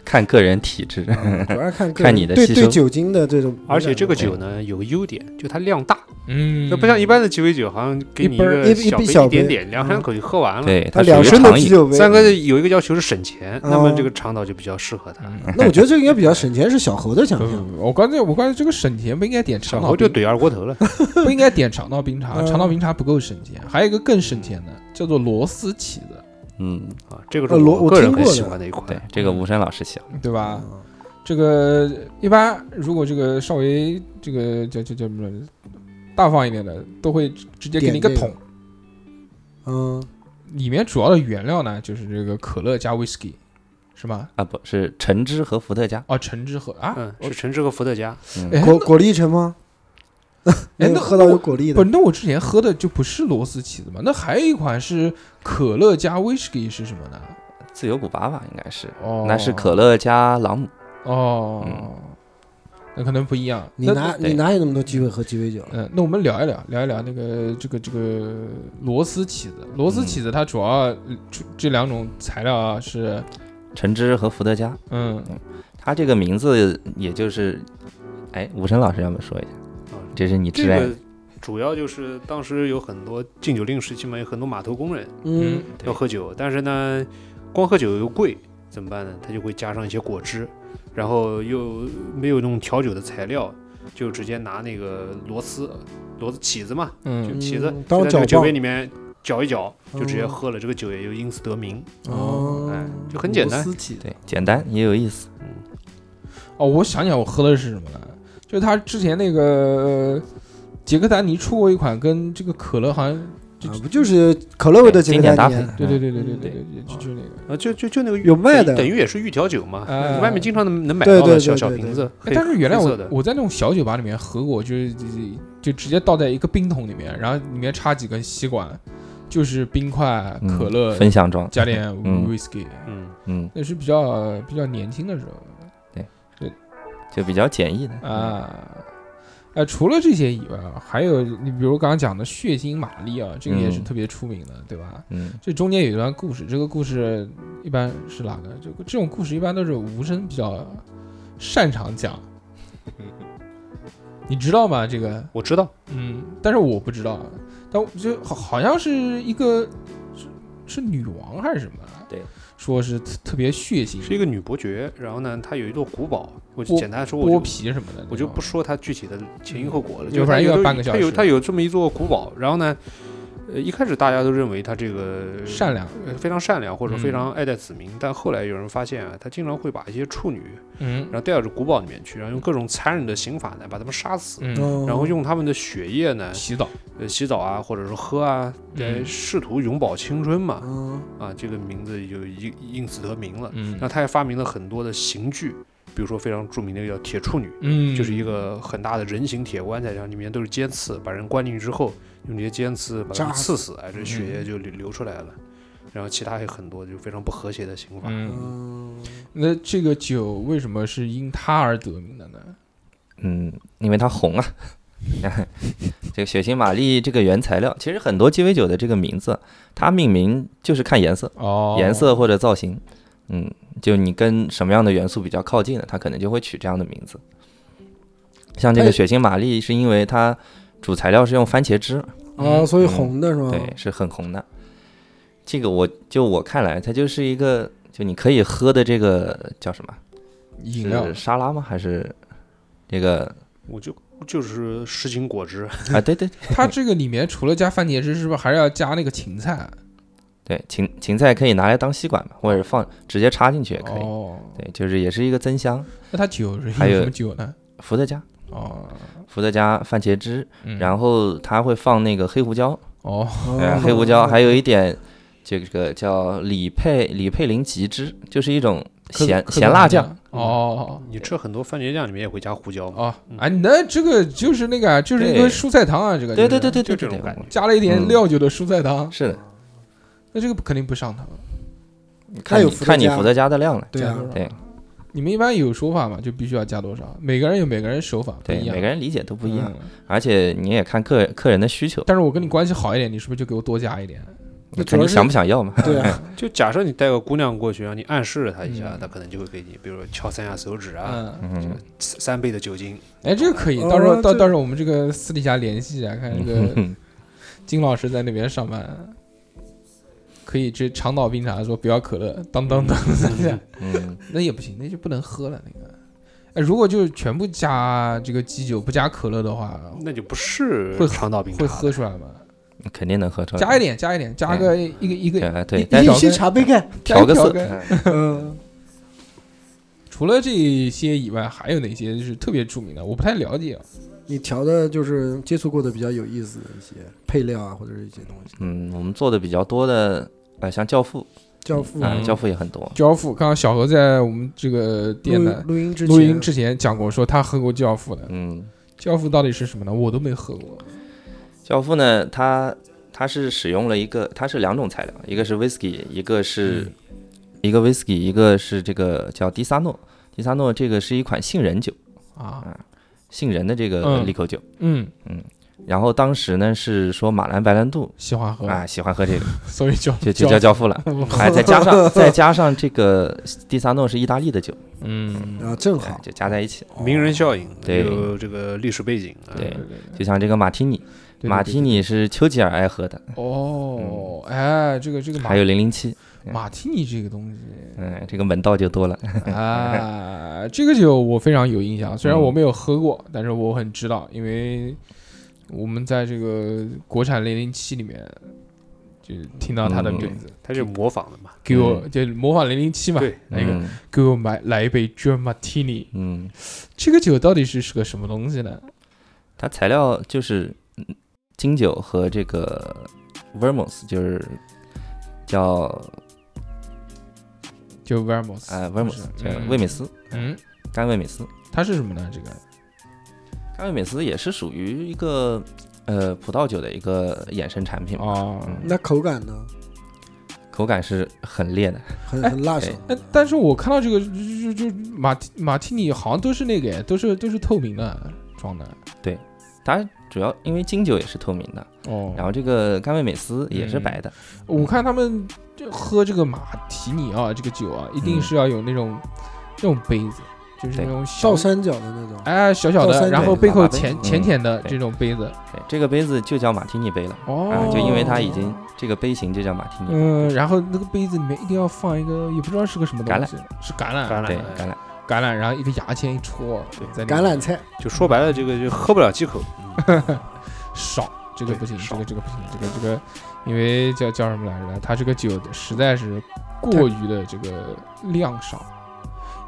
[SPEAKER 5] 看个人体质。
[SPEAKER 3] 嗯主要看个人
[SPEAKER 5] 看你的
[SPEAKER 3] 对
[SPEAKER 5] 吸
[SPEAKER 3] 对
[SPEAKER 5] 收
[SPEAKER 3] 酒精的这种，
[SPEAKER 4] 而且这个酒呢有个优点，就它量大，
[SPEAKER 1] 嗯，
[SPEAKER 4] 就不像一般的鸡尾酒，好像给你
[SPEAKER 3] 一杯儿
[SPEAKER 4] 个
[SPEAKER 3] 一一
[SPEAKER 4] 小
[SPEAKER 3] 杯
[SPEAKER 4] 杯
[SPEAKER 3] 小
[SPEAKER 4] 一点
[SPEAKER 3] 杯嗯
[SPEAKER 4] 点，两三口就喝完了。
[SPEAKER 5] 对，
[SPEAKER 3] 它
[SPEAKER 5] 它
[SPEAKER 3] 两
[SPEAKER 5] 属于
[SPEAKER 3] 升的
[SPEAKER 5] 糖
[SPEAKER 3] 啤
[SPEAKER 5] 饮。
[SPEAKER 3] 酒杯。
[SPEAKER 4] 三哥有一个要求是省钱，那么
[SPEAKER 3] 哦
[SPEAKER 4] 这个长岛就比较适合他。
[SPEAKER 1] 嗯。
[SPEAKER 3] 那我觉得这个应该比较省钱，是小猴的奖
[SPEAKER 1] 不
[SPEAKER 4] 嗯
[SPEAKER 3] 项。
[SPEAKER 1] 不不我刚才我刚才这个省钱不应该点长
[SPEAKER 4] 然
[SPEAKER 1] 岛
[SPEAKER 4] 后就
[SPEAKER 1] 冰，
[SPEAKER 4] 怼二锅头了，
[SPEAKER 1] 不应该点长岛冰茶，
[SPEAKER 3] 嗯
[SPEAKER 1] 长岛冰茶不够省钱，还有一个更省钱的叫做螺丝起子，
[SPEAKER 5] 嗯，
[SPEAKER 4] 啊，这个是
[SPEAKER 3] 呃罗
[SPEAKER 4] 我
[SPEAKER 3] 我
[SPEAKER 4] 个人
[SPEAKER 3] 听
[SPEAKER 4] 很
[SPEAKER 3] 过
[SPEAKER 4] 喜
[SPEAKER 3] 的
[SPEAKER 4] 欢的一款。
[SPEAKER 5] 对，这个吴声老师喜欢。
[SPEAKER 1] 对吧？
[SPEAKER 3] 嗯
[SPEAKER 1] 这个一般如果这个稍微这个叫叫叫什么大方一点的，都会直直接给你一个
[SPEAKER 3] 点这
[SPEAKER 1] 桶，
[SPEAKER 3] 嗯，
[SPEAKER 1] 里面主要的原料呢就是这个可乐加 whisky，是吗？
[SPEAKER 5] 啊，不是橙汁和伏特加。
[SPEAKER 1] 哦，橙汁和啊，
[SPEAKER 4] 嗯，是橙汁和伏特加，
[SPEAKER 5] 嗯，
[SPEAKER 1] 哎
[SPEAKER 3] 果果粒橙吗？
[SPEAKER 1] 哎那
[SPEAKER 3] 喝到有
[SPEAKER 1] 我
[SPEAKER 3] 果粒
[SPEAKER 1] 不，
[SPEAKER 3] 的，
[SPEAKER 1] 那我之前喝的就不是螺丝起子嘛，那还有一款是可乐加 whisky 是什么呢？
[SPEAKER 5] 自由古巴吧，应该是，
[SPEAKER 1] 哦，
[SPEAKER 5] 那是可乐加朗姆。
[SPEAKER 1] 哦，
[SPEAKER 5] 嗯
[SPEAKER 1] 那可能不一样。
[SPEAKER 3] 你
[SPEAKER 1] 那
[SPEAKER 3] 哪
[SPEAKER 5] 对
[SPEAKER 3] 你哪有那么多机会喝鸡尾酒？
[SPEAKER 1] 嗯，那我们聊一聊，聊一聊那个这个这个螺丝起子。螺丝
[SPEAKER 5] 嗯
[SPEAKER 1] 起子它主要呃这这两种材料啊是，
[SPEAKER 5] 橙汁和伏特加，
[SPEAKER 1] 嗯，
[SPEAKER 5] 它这个名字也就是，哎，吴声老师要不要说一下
[SPEAKER 4] 啊？
[SPEAKER 5] 这是你
[SPEAKER 4] 这
[SPEAKER 5] 挚爱，
[SPEAKER 4] 个主要就是当时有很多禁酒令时期嘛，有很多码头工人
[SPEAKER 1] 嗯
[SPEAKER 3] 嗯，
[SPEAKER 5] 对
[SPEAKER 4] 要喝酒，但是呢，光喝酒又贵，怎么办呢？他就会加上一些果汁，然后又没有那种调酒的材料，就直接拿那个螺丝、螺丝起子嘛，就
[SPEAKER 1] 嗯，
[SPEAKER 4] 起子
[SPEAKER 3] 嗯
[SPEAKER 4] 就
[SPEAKER 3] 当
[SPEAKER 4] 在这个
[SPEAKER 3] 搅
[SPEAKER 4] 酒
[SPEAKER 3] 拌
[SPEAKER 4] 杯里面搅一搅，就直接
[SPEAKER 3] 哦
[SPEAKER 4] 喝了，这个酒也就因此得名。
[SPEAKER 1] 哦
[SPEAKER 4] 哎就很简单
[SPEAKER 3] 螺丝起
[SPEAKER 5] 对，简单也有意思。
[SPEAKER 1] 哦，我想起来我喝的是什么了，就是他之前那个呃杰克丹尼出过一款跟这个可乐好像，就
[SPEAKER 3] 啊，不就是可乐味的
[SPEAKER 5] 经
[SPEAKER 3] 简
[SPEAKER 5] 典
[SPEAKER 3] 单
[SPEAKER 5] 搭配
[SPEAKER 3] 点？，
[SPEAKER 1] 对对
[SPEAKER 5] 嗯，
[SPEAKER 1] 对对对
[SPEAKER 3] 嗯
[SPEAKER 1] 对对，对就就是那个。
[SPEAKER 4] 啊，就就就那个
[SPEAKER 3] 有卖
[SPEAKER 4] 等于等
[SPEAKER 3] 的，
[SPEAKER 4] 于也是预调酒嘛，
[SPEAKER 1] 哎
[SPEAKER 4] 外面经常能能买
[SPEAKER 3] 对
[SPEAKER 4] 到
[SPEAKER 3] 对
[SPEAKER 4] 的
[SPEAKER 3] 对
[SPEAKER 4] 小
[SPEAKER 3] 对
[SPEAKER 4] 小
[SPEAKER 3] 对
[SPEAKER 4] 瓶
[SPEAKER 3] 对
[SPEAKER 4] 子，
[SPEAKER 1] 哎
[SPEAKER 4] 黑
[SPEAKER 1] 但是原来
[SPEAKER 4] 黑
[SPEAKER 1] 我
[SPEAKER 4] 色的
[SPEAKER 1] 我在那种小酒吧里面喝过，就是就就直接倒在一个冰桶里面，然后里面插几根吸管，就是冰块、
[SPEAKER 5] 嗯
[SPEAKER 1] 可乐，
[SPEAKER 5] 分享装，
[SPEAKER 1] 加点
[SPEAKER 5] 嗯
[SPEAKER 1] whisky，
[SPEAKER 4] 嗯，
[SPEAKER 5] 嗯，
[SPEAKER 1] 那是比较比较年轻的时候
[SPEAKER 5] 就比较简易的。
[SPEAKER 1] 啊。呃，除了这些以外啊，还有你比如刚刚讲的血腥玛丽啊，这个也是
[SPEAKER 5] 嗯
[SPEAKER 1] 特别出名的，对吧？
[SPEAKER 5] 嗯，
[SPEAKER 1] 这中间有一段故事，这个故事一般是哪个？这个这种故事一般都是无声比较擅长 讲，你知道吗？这个
[SPEAKER 4] 我知道，
[SPEAKER 1] 嗯，但是我不知道，但我就好好像是一个是是女王还是什么，
[SPEAKER 5] 对，
[SPEAKER 1] 说是特特别血腥，
[SPEAKER 4] 是一个女伯爵，然后呢，她有一座古堡，我就
[SPEAKER 1] 剥
[SPEAKER 4] 简单说我
[SPEAKER 1] 剥
[SPEAKER 4] 就。
[SPEAKER 1] 皮什么的，
[SPEAKER 4] 我就不说它具体的前因后果了，
[SPEAKER 1] 嗯
[SPEAKER 4] 就是
[SPEAKER 1] 要不
[SPEAKER 4] 它
[SPEAKER 1] 然又
[SPEAKER 4] 有
[SPEAKER 1] 要半个小
[SPEAKER 4] 它有
[SPEAKER 1] 时
[SPEAKER 4] 它有这么一座古堡，然后呢，呃，一开始大家都认为他这个
[SPEAKER 1] 善良，
[SPEAKER 4] 呃非常善良或者
[SPEAKER 1] 嗯
[SPEAKER 4] 非常爱戴子民，但后来有人发现啊，他经常会把一些处女，
[SPEAKER 1] 嗯
[SPEAKER 4] 然后带到这古堡里面去，然后用各种残忍的刑法呢把他们杀死，
[SPEAKER 1] 嗯，
[SPEAKER 3] 嗯
[SPEAKER 4] 然后用他们的血液呢，
[SPEAKER 1] 洗澡，
[SPEAKER 4] 呃，洗澡啊，或者是喝啊，来
[SPEAKER 1] 嗯
[SPEAKER 4] 试图永葆青春嘛，
[SPEAKER 3] 嗯
[SPEAKER 4] 啊，这个名字就因因此得名了。
[SPEAKER 1] 嗯
[SPEAKER 4] 那他也发明了很多的刑具，比如说非常著名的叫铁处女，
[SPEAKER 1] 嗯，
[SPEAKER 4] 就是一个很大的人形铁棺材，然后里面都是尖刺，把人关进去之后，用这些尖刺把他
[SPEAKER 3] 扎
[SPEAKER 4] 们
[SPEAKER 3] 死
[SPEAKER 4] 刺死，哎，这血液就流流出来了。然后其他还有很多就非常不和谐的刑法，
[SPEAKER 1] 嗯，
[SPEAKER 3] 嗯，
[SPEAKER 1] 那这个酒为什么是因他而得名的呢？
[SPEAKER 5] 嗯，因为它红啊。 这个血腥玛丽这个原材料，其实很多鸡尾酒的这个名字，它命名就是看颜色，
[SPEAKER 1] 哦，
[SPEAKER 5] 颜色或者造型。嗯，就你跟什么样的元素比较靠近的，它可能就会取这样的名字。像这
[SPEAKER 3] 哎
[SPEAKER 5] 个血腥玛丽，是因为它主材料是用番茄汁，嗯
[SPEAKER 1] 嗯
[SPEAKER 3] 啊，所以红的是吗？
[SPEAKER 5] 对，是很红的。这个我就我看来，它就是一个就你可以喝的这个叫什么？
[SPEAKER 1] 饮料
[SPEAKER 5] 是沙拉吗？还是这个
[SPEAKER 4] 我就就是什锦果汁，
[SPEAKER 5] 啊？对对
[SPEAKER 1] 它这个里面除了加番茄汁，是不是还要加那个芹菜？
[SPEAKER 5] 对，芹芹菜可以拿来当吸管嘛，或者放直接插进去也可以。
[SPEAKER 1] 哦，
[SPEAKER 5] 对，就是也是一个增香。
[SPEAKER 1] 那它酒是
[SPEAKER 5] 还有
[SPEAKER 1] 用什么酒呢？
[SPEAKER 5] 伏特加，
[SPEAKER 1] 哦，
[SPEAKER 5] 伏特加番茄汁，
[SPEAKER 1] 嗯
[SPEAKER 5] 然后它会放那个黑胡椒，
[SPEAKER 1] 哦，
[SPEAKER 3] 哎
[SPEAKER 5] 呃黑胡椒，还有一点这个叫李佩李佩林吉汁，就是一种
[SPEAKER 1] 可
[SPEAKER 5] 咸
[SPEAKER 1] 可
[SPEAKER 5] 咸辣酱。
[SPEAKER 1] 哦
[SPEAKER 4] 你吃很多番茄酱里面也会加胡椒
[SPEAKER 1] 哦
[SPEAKER 4] 嘛，
[SPEAKER 1] 哦，啊，那这个就是那个啊，就是一
[SPEAKER 5] 嗯对
[SPEAKER 1] 个蔬菜汤啊，这个
[SPEAKER 5] 对
[SPEAKER 1] 就
[SPEAKER 5] 对
[SPEAKER 1] 是
[SPEAKER 5] 对哦对
[SPEAKER 4] 就
[SPEAKER 5] 对，
[SPEAKER 4] 这种
[SPEAKER 5] 对
[SPEAKER 4] 感觉。
[SPEAKER 1] 加了一点
[SPEAKER 5] 嗯
[SPEAKER 1] 料酒的蔬菜汤，
[SPEAKER 5] 是的，
[SPEAKER 1] 那这个肯定不上糖。
[SPEAKER 3] 嗯
[SPEAKER 5] 看
[SPEAKER 3] 有
[SPEAKER 5] 你
[SPEAKER 3] 伏特
[SPEAKER 5] 看你
[SPEAKER 3] 加
[SPEAKER 5] 伏特加的量了。
[SPEAKER 3] 对
[SPEAKER 1] 加
[SPEAKER 3] 啊
[SPEAKER 1] 多，少
[SPEAKER 5] 对
[SPEAKER 1] 你们一般有说法吗？就必须要加多少？每个人有每个人手法不
[SPEAKER 5] 对，
[SPEAKER 1] 一样，
[SPEAKER 5] 每个人理解都不一样，
[SPEAKER 1] 嗯
[SPEAKER 5] 而且你也看客客人的需求，
[SPEAKER 1] 但是我跟你关系好一点，你是不是就给我多加一点？
[SPEAKER 3] 那主
[SPEAKER 5] 看
[SPEAKER 3] 要
[SPEAKER 5] 你
[SPEAKER 3] 是
[SPEAKER 5] 想不想要嘛。
[SPEAKER 3] 对啊，
[SPEAKER 4] 就假设你带个姑娘过去，让你暗示了她一下
[SPEAKER 1] 嗯，
[SPEAKER 4] 她可能就会给你，比如说敲三下手指啊，
[SPEAKER 1] 嗯，
[SPEAKER 5] 嗯，
[SPEAKER 4] 三三倍的酒精，
[SPEAKER 1] 哎，这个可以，
[SPEAKER 3] 哦
[SPEAKER 1] 到时候到
[SPEAKER 3] 这
[SPEAKER 1] 到时候我们这个私底下联系一下，看这个
[SPEAKER 5] 嗯
[SPEAKER 1] 金老师在那边上班，可以直接长岛冰茶说不要可乐，当当当三下，
[SPEAKER 5] 嗯，
[SPEAKER 1] 那也不行，那就不能喝了那个。哎，如果就是全部加这个基酒，不加可乐的话，
[SPEAKER 4] 那就不是
[SPEAKER 1] 会
[SPEAKER 4] 长岛冰
[SPEAKER 1] 会
[SPEAKER 4] 茶
[SPEAKER 1] 喝出来吗？
[SPEAKER 5] 肯定能喝出来。
[SPEAKER 1] 加一点，加一点，加个一个一个
[SPEAKER 5] 对哎对
[SPEAKER 1] 一， 一
[SPEAKER 5] 但是
[SPEAKER 1] 小
[SPEAKER 3] 一些
[SPEAKER 1] 根
[SPEAKER 3] 茶杯盖，
[SPEAKER 1] 加一
[SPEAKER 5] 调个色，
[SPEAKER 1] 根
[SPEAKER 5] 嗯
[SPEAKER 3] 嗯，
[SPEAKER 1] 除了这些以外，还有哪些就是特别著名的？我不太了解啊。
[SPEAKER 3] 你调的就是接触过的比较有意思的一些配料啊，或者是一些东西。
[SPEAKER 5] 嗯，我们做的比较多的，呃，像教父，
[SPEAKER 3] 教父
[SPEAKER 5] 啊，
[SPEAKER 1] 嗯
[SPEAKER 5] 教父也很多。
[SPEAKER 1] 教父，刚刚小何在我们这个
[SPEAKER 3] 录
[SPEAKER 1] 店
[SPEAKER 3] 音
[SPEAKER 1] 的
[SPEAKER 3] 录音之前
[SPEAKER 1] 录音之前讲过，说他喝过教父的。
[SPEAKER 5] 嗯，
[SPEAKER 1] 教父到底是什么呢？我都没喝过。
[SPEAKER 5] 教父呢，它它是使用了一个，它是两种材料，一个是 whisky，一个
[SPEAKER 1] 嗯
[SPEAKER 5] 是、一个 whisky，一个是这个叫迪萨诺。迪萨诺这个是一款杏仁酒，
[SPEAKER 1] 啊，
[SPEAKER 5] 杏仁的这个
[SPEAKER 1] 嗯
[SPEAKER 5] 利口酒。
[SPEAKER 1] 嗯，
[SPEAKER 5] 然后当时呢是说马兰白兰度
[SPEAKER 1] 喜欢喝，
[SPEAKER 5] 啊喜欢喝这个，
[SPEAKER 1] 所以教
[SPEAKER 5] 就就
[SPEAKER 1] 嗯
[SPEAKER 5] 叫
[SPEAKER 1] 教
[SPEAKER 5] 教父了。哎，再 加上再加上这个迪萨诺是意大利的酒，
[SPEAKER 1] 嗯，
[SPEAKER 3] 啊，正
[SPEAKER 5] 哎
[SPEAKER 3] 好
[SPEAKER 5] 就加在一起。
[SPEAKER 4] 名人效应，
[SPEAKER 5] 对
[SPEAKER 4] 有这个历史背景，啊
[SPEAKER 5] 对
[SPEAKER 1] 对对
[SPEAKER 5] 就像这个马提尼，
[SPEAKER 1] 对
[SPEAKER 5] 马提尼是丘吉尔爱喝的，
[SPEAKER 1] 哦，哎，这个这个马
[SPEAKER 5] 还有零零七，
[SPEAKER 1] 马提尼这个东西，
[SPEAKER 5] 嗯，这个门道就多了。
[SPEAKER 1] 啊，这个酒我非常有印象，虽然我没有喝过，但是我很知道，因为我们在这个国产零零七里面就听到它
[SPEAKER 5] 嗯
[SPEAKER 1] 的名字，
[SPEAKER 4] 它是模仿的嘛，
[SPEAKER 1] 给我就模仿零零七嘛，
[SPEAKER 4] 对
[SPEAKER 1] 那个给我买来一杯 Gin Martini，
[SPEAKER 5] 嗯嗯，嗯，
[SPEAKER 1] 这个酒到底是是个什么东西呢？
[SPEAKER 5] 它材料就是嗯金酒和这个 vermouth，就是叫
[SPEAKER 1] 就 Vermouth，
[SPEAKER 5] 呃
[SPEAKER 1] 是
[SPEAKER 5] vermouth，
[SPEAKER 1] 不是
[SPEAKER 5] 叫
[SPEAKER 1] 嗯
[SPEAKER 5] 威美斯，
[SPEAKER 1] 嗯，
[SPEAKER 5] 干威美斯。
[SPEAKER 1] 它是什么呢？这个
[SPEAKER 5] 干威美斯也是属于一个呃葡萄酒的一个衍生产品，
[SPEAKER 1] 哦，
[SPEAKER 5] 嗯
[SPEAKER 3] 那口感呢，
[SPEAKER 5] 口感是很烈的。
[SPEAKER 3] 很很辣手。
[SPEAKER 1] 哎，但是我看到这个就就就马提马提尼好像都是那个，都是都是透明的装的，
[SPEAKER 5] 它主要因为金酒也是透明的，
[SPEAKER 1] 哦，
[SPEAKER 5] 然后这个干威美斯也是白的，
[SPEAKER 1] 我看他们就喝这个马提尼啊，这个酒啊，一定是要有那种那种杯子，就是那种小
[SPEAKER 3] 倒三角的那种，
[SPEAKER 1] 哎小小
[SPEAKER 3] 倒
[SPEAKER 1] 的，
[SPEAKER 3] 三角
[SPEAKER 1] 然后
[SPEAKER 5] 的
[SPEAKER 1] 背
[SPEAKER 5] 马
[SPEAKER 1] 后
[SPEAKER 5] 拉杯
[SPEAKER 1] 浅
[SPEAKER 5] 嗯
[SPEAKER 1] 浅浅的
[SPEAKER 5] 对
[SPEAKER 1] 这种杯子。
[SPEAKER 5] 对，这个杯子就叫马提尼杯了。啊
[SPEAKER 1] 嗯哦，，
[SPEAKER 5] 就因为它已经这个杯型就叫马提尼，
[SPEAKER 1] 嗯，然后那个杯子里面一定要放一个，也不知道是个什么东西，是橄榄，嗯
[SPEAKER 4] 橄榄
[SPEAKER 5] 对，
[SPEAKER 4] 哎
[SPEAKER 5] 橄榄，
[SPEAKER 1] 橄榄，然后一个牙签一戳，
[SPEAKER 4] 对
[SPEAKER 1] 在里面
[SPEAKER 3] 橄榄菜，
[SPEAKER 4] 就说白了，这个就喝不了几口，
[SPEAKER 1] 少，这个
[SPEAKER 4] 对
[SPEAKER 1] 不行，这
[SPEAKER 4] 少
[SPEAKER 1] 个这个不行，这个这个，因为叫叫什么来着？它这个酒实在是过于的这个量少。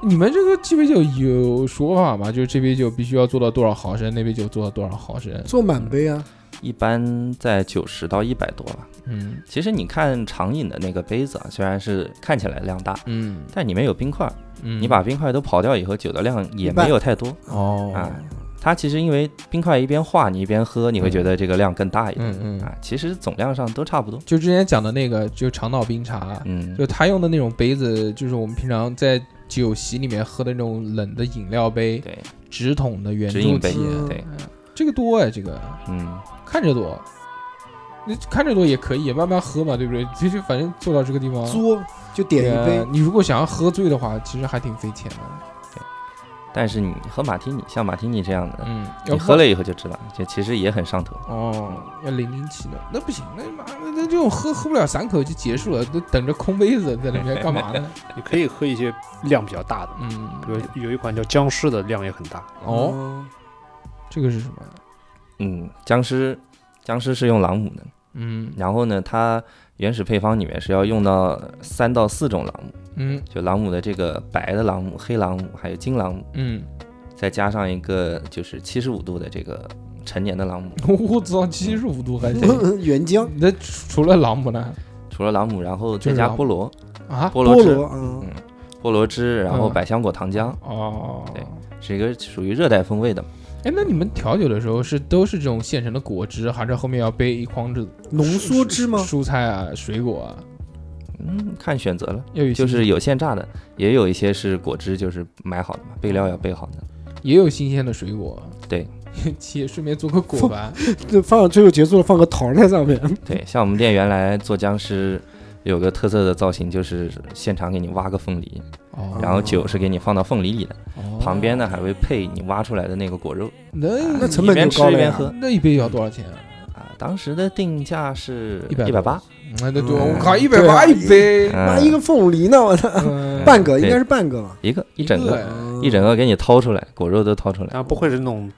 [SPEAKER 1] 你们这个鸡尾酒有说法吗？就是这杯酒必须要做到多少毫升，那杯酒做到多少毫升？
[SPEAKER 3] 做满杯啊，
[SPEAKER 5] 一般在九十到一百多吧。
[SPEAKER 1] 嗯
[SPEAKER 5] 其实你看长饮的那个杯子啊，虽然是看起来量大，
[SPEAKER 1] 嗯
[SPEAKER 5] 但里面有冰块，
[SPEAKER 1] 嗯，
[SPEAKER 5] 你把冰块都刨掉以后，酒的量也没有太多
[SPEAKER 1] 哦
[SPEAKER 5] 啊。它其实因为冰块一边化你一边喝，你会觉得这个量更大一点
[SPEAKER 1] 嗯嗯，
[SPEAKER 5] 啊。其实总量上都差不多。
[SPEAKER 1] 就之前讲的那个，就长岛冰茶，
[SPEAKER 5] 嗯，
[SPEAKER 1] 就他用的那种杯子，就是我们平常在酒席里面喝的那种冷的饮料杯，
[SPEAKER 5] 对，
[SPEAKER 1] 直筒的圆
[SPEAKER 5] 直
[SPEAKER 1] 柱
[SPEAKER 5] 饮杯
[SPEAKER 1] 体，
[SPEAKER 3] 嗯，
[SPEAKER 5] 对，
[SPEAKER 1] 这个多哎，这个。
[SPEAKER 5] 嗯，
[SPEAKER 1] 看着多，你看着多也可以，慢慢喝嘛，对不对？ 其实反正做到这个地方，
[SPEAKER 3] 嘬就点一
[SPEAKER 1] 对
[SPEAKER 3] 杯
[SPEAKER 1] 啊，你如果想要喝醉的话，其实还挺费钱的。
[SPEAKER 5] 但是你喝马提尼，像马提尼这样的，
[SPEAKER 1] 嗯，
[SPEAKER 5] 你喝了以后就知道，就其实也很上头。
[SPEAKER 1] 哦，要零零七的，那不行，那妈的那这种喝喝不了三口就结束了，都等着空杯子在里面干嘛呢？
[SPEAKER 4] 你可以喝一些量比较大的，
[SPEAKER 1] 嗯，
[SPEAKER 4] 比如有一款叫僵尸的量也很大，
[SPEAKER 1] 哦，，
[SPEAKER 3] 嗯
[SPEAKER 1] 这个是什么？
[SPEAKER 5] 嗯，僵尸，僵尸是用朗姆的，
[SPEAKER 1] 嗯
[SPEAKER 5] 然后呢，它原始配方里面是要用到三到四种朗姆，
[SPEAKER 1] 嗯
[SPEAKER 5] 就朗姆的这个白的朗姆、黑朗姆，还有金朗姆，
[SPEAKER 1] 嗯，
[SPEAKER 5] 再加上一个就是七十五度的这个陈年的朗姆。
[SPEAKER 1] 我操，七十五度还 行。
[SPEAKER 3] 原浆
[SPEAKER 1] 那除了朗姆呢？
[SPEAKER 5] 除了朗姆，然后
[SPEAKER 1] 就
[SPEAKER 5] 再
[SPEAKER 1] 是
[SPEAKER 5] 加
[SPEAKER 1] 朗
[SPEAKER 5] 菠萝、
[SPEAKER 1] 啊？
[SPEAKER 5] 菠萝
[SPEAKER 3] 菠
[SPEAKER 5] 汁、
[SPEAKER 3] 萝啊，
[SPEAKER 5] 菠萝汁，然后
[SPEAKER 1] 嗯
[SPEAKER 5] 百香果糖浆，
[SPEAKER 1] 哦，
[SPEAKER 5] 对是一个属于热带风味的。
[SPEAKER 1] 哎，那你们调酒的时候是都是这种现成的果汁，还是后面要备一筐子
[SPEAKER 3] 浓缩汁吗？
[SPEAKER 1] 蔬菜啊、水果啊，
[SPEAKER 5] 嗯，看选择了，
[SPEAKER 1] 要有
[SPEAKER 5] 就
[SPEAKER 1] 新
[SPEAKER 5] 是有现榨的，也有一些是果汁，就是买好的嘛，备料要备好的。
[SPEAKER 1] 也有新鲜的水果。
[SPEAKER 5] 对，
[SPEAKER 1] 切顺便做个果盘。
[SPEAKER 3] 这放最后结束了，放个桃在上面。
[SPEAKER 5] 对，像我们店原来做僵尸。有个特色的造型就是现场给你挖个凤梨，
[SPEAKER 1] 哦
[SPEAKER 5] 然后酒是给你放到凤梨里的，
[SPEAKER 1] 哦
[SPEAKER 5] 旁边呢还会配你挖出来的那个果肉，啊
[SPEAKER 1] 那
[SPEAKER 3] 那成
[SPEAKER 5] 一
[SPEAKER 3] 本
[SPEAKER 5] 边
[SPEAKER 3] 就
[SPEAKER 5] 吃
[SPEAKER 3] 高
[SPEAKER 5] 一
[SPEAKER 3] 了
[SPEAKER 5] 边
[SPEAKER 3] 呀
[SPEAKER 5] 喝
[SPEAKER 1] 那一杯要多少钱啊？
[SPEAKER 5] 啊。当时的定价是
[SPEAKER 1] 180
[SPEAKER 5] 一百八，
[SPEAKER 1] 那对，我
[SPEAKER 3] 嗯
[SPEAKER 1] 靠，一百
[SPEAKER 3] 对
[SPEAKER 1] 八
[SPEAKER 3] 啊
[SPEAKER 1] 哎一杯，
[SPEAKER 5] 嗯
[SPEAKER 3] 妈一个凤梨呢，我操，
[SPEAKER 1] 嗯
[SPEAKER 3] 半个
[SPEAKER 5] 对
[SPEAKER 3] 应该是半个吧，嗯
[SPEAKER 5] 一个一整
[SPEAKER 1] 个
[SPEAKER 5] 个
[SPEAKER 1] 哎
[SPEAKER 5] 一整个给你掏出来，果肉都掏出来。
[SPEAKER 4] 但不会是那种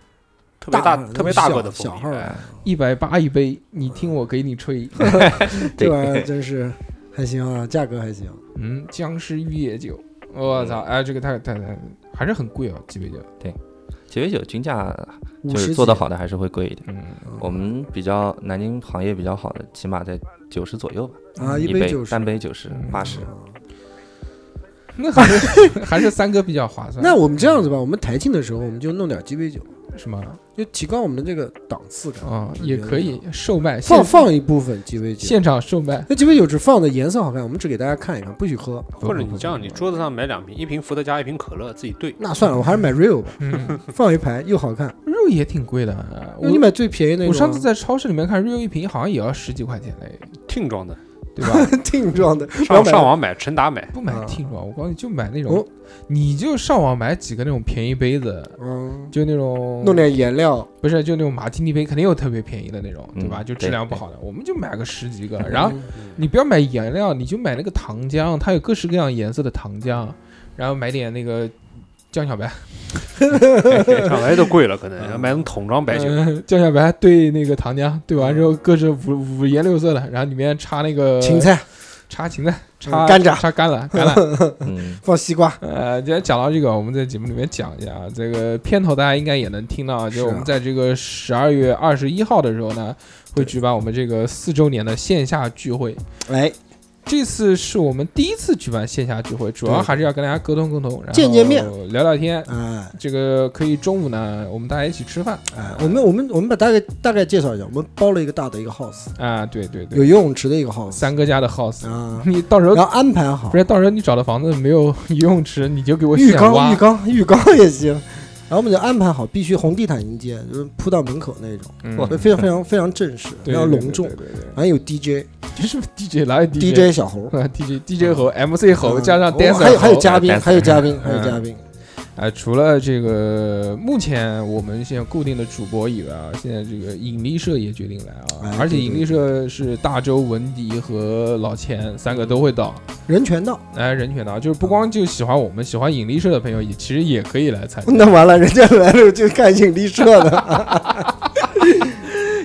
[SPEAKER 4] 特别大、
[SPEAKER 3] 大
[SPEAKER 4] 特别大
[SPEAKER 3] 小
[SPEAKER 4] 个的凤
[SPEAKER 3] 小
[SPEAKER 4] 梨
[SPEAKER 3] 号啊
[SPEAKER 4] 哎
[SPEAKER 1] 一百八一杯，你听我给你吹。
[SPEAKER 3] 这玩意儿真是还行啊，价格还行。
[SPEAKER 1] 嗯，僵尸玉液酒，我操，哎，这个太太太还是很贵啊，鸡尾酒。
[SPEAKER 5] 鸡尾酒均价
[SPEAKER 3] 五
[SPEAKER 5] 就是
[SPEAKER 3] 十
[SPEAKER 5] 做
[SPEAKER 3] 几
[SPEAKER 5] 得好的还是会贵一点。
[SPEAKER 1] 嗯，
[SPEAKER 5] 我们比较南京行业比较好的，起码在九十左右吧，
[SPEAKER 3] 啊，
[SPEAKER 5] 一
[SPEAKER 3] 杯九十，啊
[SPEAKER 5] 单杯九十
[SPEAKER 1] 嗯、
[SPEAKER 5] 八十。
[SPEAKER 1] 那还是还是三哥比较划算。
[SPEAKER 3] 那我们这样子吧，我们台庆的时候我们就弄点鸡尾酒，
[SPEAKER 1] 什么
[SPEAKER 3] 就提高我们这个档次感。
[SPEAKER 1] 啊，也可以售卖，
[SPEAKER 3] 放
[SPEAKER 1] 现
[SPEAKER 3] 放一部分鸡尾酒，
[SPEAKER 1] 现场售卖，
[SPEAKER 3] 那鸡尾酒只放的颜色好看，我们只给大家看一看，不许喝。
[SPEAKER 4] 或者你这样，你
[SPEAKER 1] 说，
[SPEAKER 4] 桌子上买两瓶，一瓶伏特加，一瓶可乐，自己兑。
[SPEAKER 3] 那算了，我还是买 real 吧，
[SPEAKER 1] 嗯，
[SPEAKER 3] 放一排又好看。
[SPEAKER 1] 肉也挺贵的啊。
[SPEAKER 3] 那
[SPEAKER 1] 我
[SPEAKER 3] 你买最便宜那种啊。
[SPEAKER 1] 我上次在超市里面看，肉一瓶好像也要十几块钱嘞，
[SPEAKER 4] 听装的，
[SPEAKER 1] 对吧？
[SPEAKER 3] 听装的，然后
[SPEAKER 4] 上
[SPEAKER 3] 买
[SPEAKER 4] 上网买，陈达买，
[SPEAKER 1] 不买
[SPEAKER 3] 啊
[SPEAKER 1] 听装，我告诉你，就买那
[SPEAKER 3] 哦
[SPEAKER 1] 种，你就上网买几个那种便宜杯子，
[SPEAKER 3] 嗯，
[SPEAKER 1] 就那种
[SPEAKER 3] 弄点颜料，
[SPEAKER 1] 不是就那种马提尼杯，肯定有特别便宜的那种，对吧？
[SPEAKER 5] 嗯
[SPEAKER 1] 就质量不
[SPEAKER 5] 对对
[SPEAKER 1] 好的，我们就买个十几个，然后你不要买颜料，你就买那个糖浆，它有各式各样颜色的糖浆，然后买点那个酱小白，
[SPEAKER 4] 上哎来都贵了，可能要买那种桶装白酒。
[SPEAKER 1] 嗯 酱小白兑那个糖浆，兑完之后各式五五颜六色的，然后里面插那个
[SPEAKER 3] 嗯芹，菜
[SPEAKER 1] 插芹
[SPEAKER 3] 嗯
[SPEAKER 1] 菜，插
[SPEAKER 3] 甘蔗
[SPEAKER 1] 插甘蓝，甘 蓝。
[SPEAKER 5] 嗯，
[SPEAKER 3] 放西瓜，
[SPEAKER 1] 呃，今天讲到这个，我们在节目里面讲一下啊，这个片头大家应该也能听到啊，就是
[SPEAKER 3] 啊
[SPEAKER 1] 我们在这个十二月二十一号的时候呢，会举办我们这个四周年的线下聚会。
[SPEAKER 3] 哎，
[SPEAKER 1] 这次是我们第一次举办线下聚会，主要还是要跟大家沟通沟通，然后
[SPEAKER 3] 见见面，
[SPEAKER 1] 聊聊天。
[SPEAKER 3] 哎
[SPEAKER 1] 这个可以中午呢，我们大家一起吃饭
[SPEAKER 3] 哎，我们我们我们把大概大概介绍一下，我们包了一个大的一个 house，
[SPEAKER 1] 啊，对对
[SPEAKER 3] 有
[SPEAKER 1] 对，
[SPEAKER 3] 游泳池的一个 house
[SPEAKER 1] 三哥家的 house，
[SPEAKER 3] 啊，
[SPEAKER 1] 你到时候
[SPEAKER 3] 然后安排好
[SPEAKER 1] 不是到时候你找的房子没有 游泳池，你就给我
[SPEAKER 3] 浴
[SPEAKER 1] 现
[SPEAKER 3] 缸
[SPEAKER 1] 挖
[SPEAKER 3] 浴缸 浴缸也行，然后我们就安排好，必须红地毯迎接，就是铺到门口那种，
[SPEAKER 1] 嗯
[SPEAKER 5] 哇
[SPEAKER 3] 所以非常非常非常正式，非
[SPEAKER 1] 对
[SPEAKER 3] 常隆重
[SPEAKER 1] 对，对对对对，
[SPEAKER 3] 然后有 DJ
[SPEAKER 1] 这是不是 DJ 哪有啊 DJ
[SPEAKER 3] DJ 小猴，
[SPEAKER 1] DJ DJ 猴 MC 猴
[SPEAKER 3] 嗯
[SPEAKER 1] 加上
[SPEAKER 3] 哦
[SPEAKER 1] dancer
[SPEAKER 3] 还有还有
[SPEAKER 1] 猴
[SPEAKER 3] 嘉宾，
[SPEAKER 5] dancer
[SPEAKER 3] 还有嘉宾，
[SPEAKER 1] 嗯
[SPEAKER 3] 还有嘉宾，
[SPEAKER 1] 啊，除了这个目前我们现在固定的主播以外啊，现在这个引力社也决定来啊
[SPEAKER 3] 哎，
[SPEAKER 1] 而且
[SPEAKER 3] 对
[SPEAKER 1] 引
[SPEAKER 3] 对
[SPEAKER 1] 力社是大周、文迪和老钱三个都会到，
[SPEAKER 3] 人全到，
[SPEAKER 1] 哎，人全到，
[SPEAKER 3] 嗯
[SPEAKER 1] 就是不光就喜欢我们，喜欢引力社的朋友也其实也可以来参
[SPEAKER 3] 那
[SPEAKER 1] 加，
[SPEAKER 3] 完了，人家来了就看引力社 的，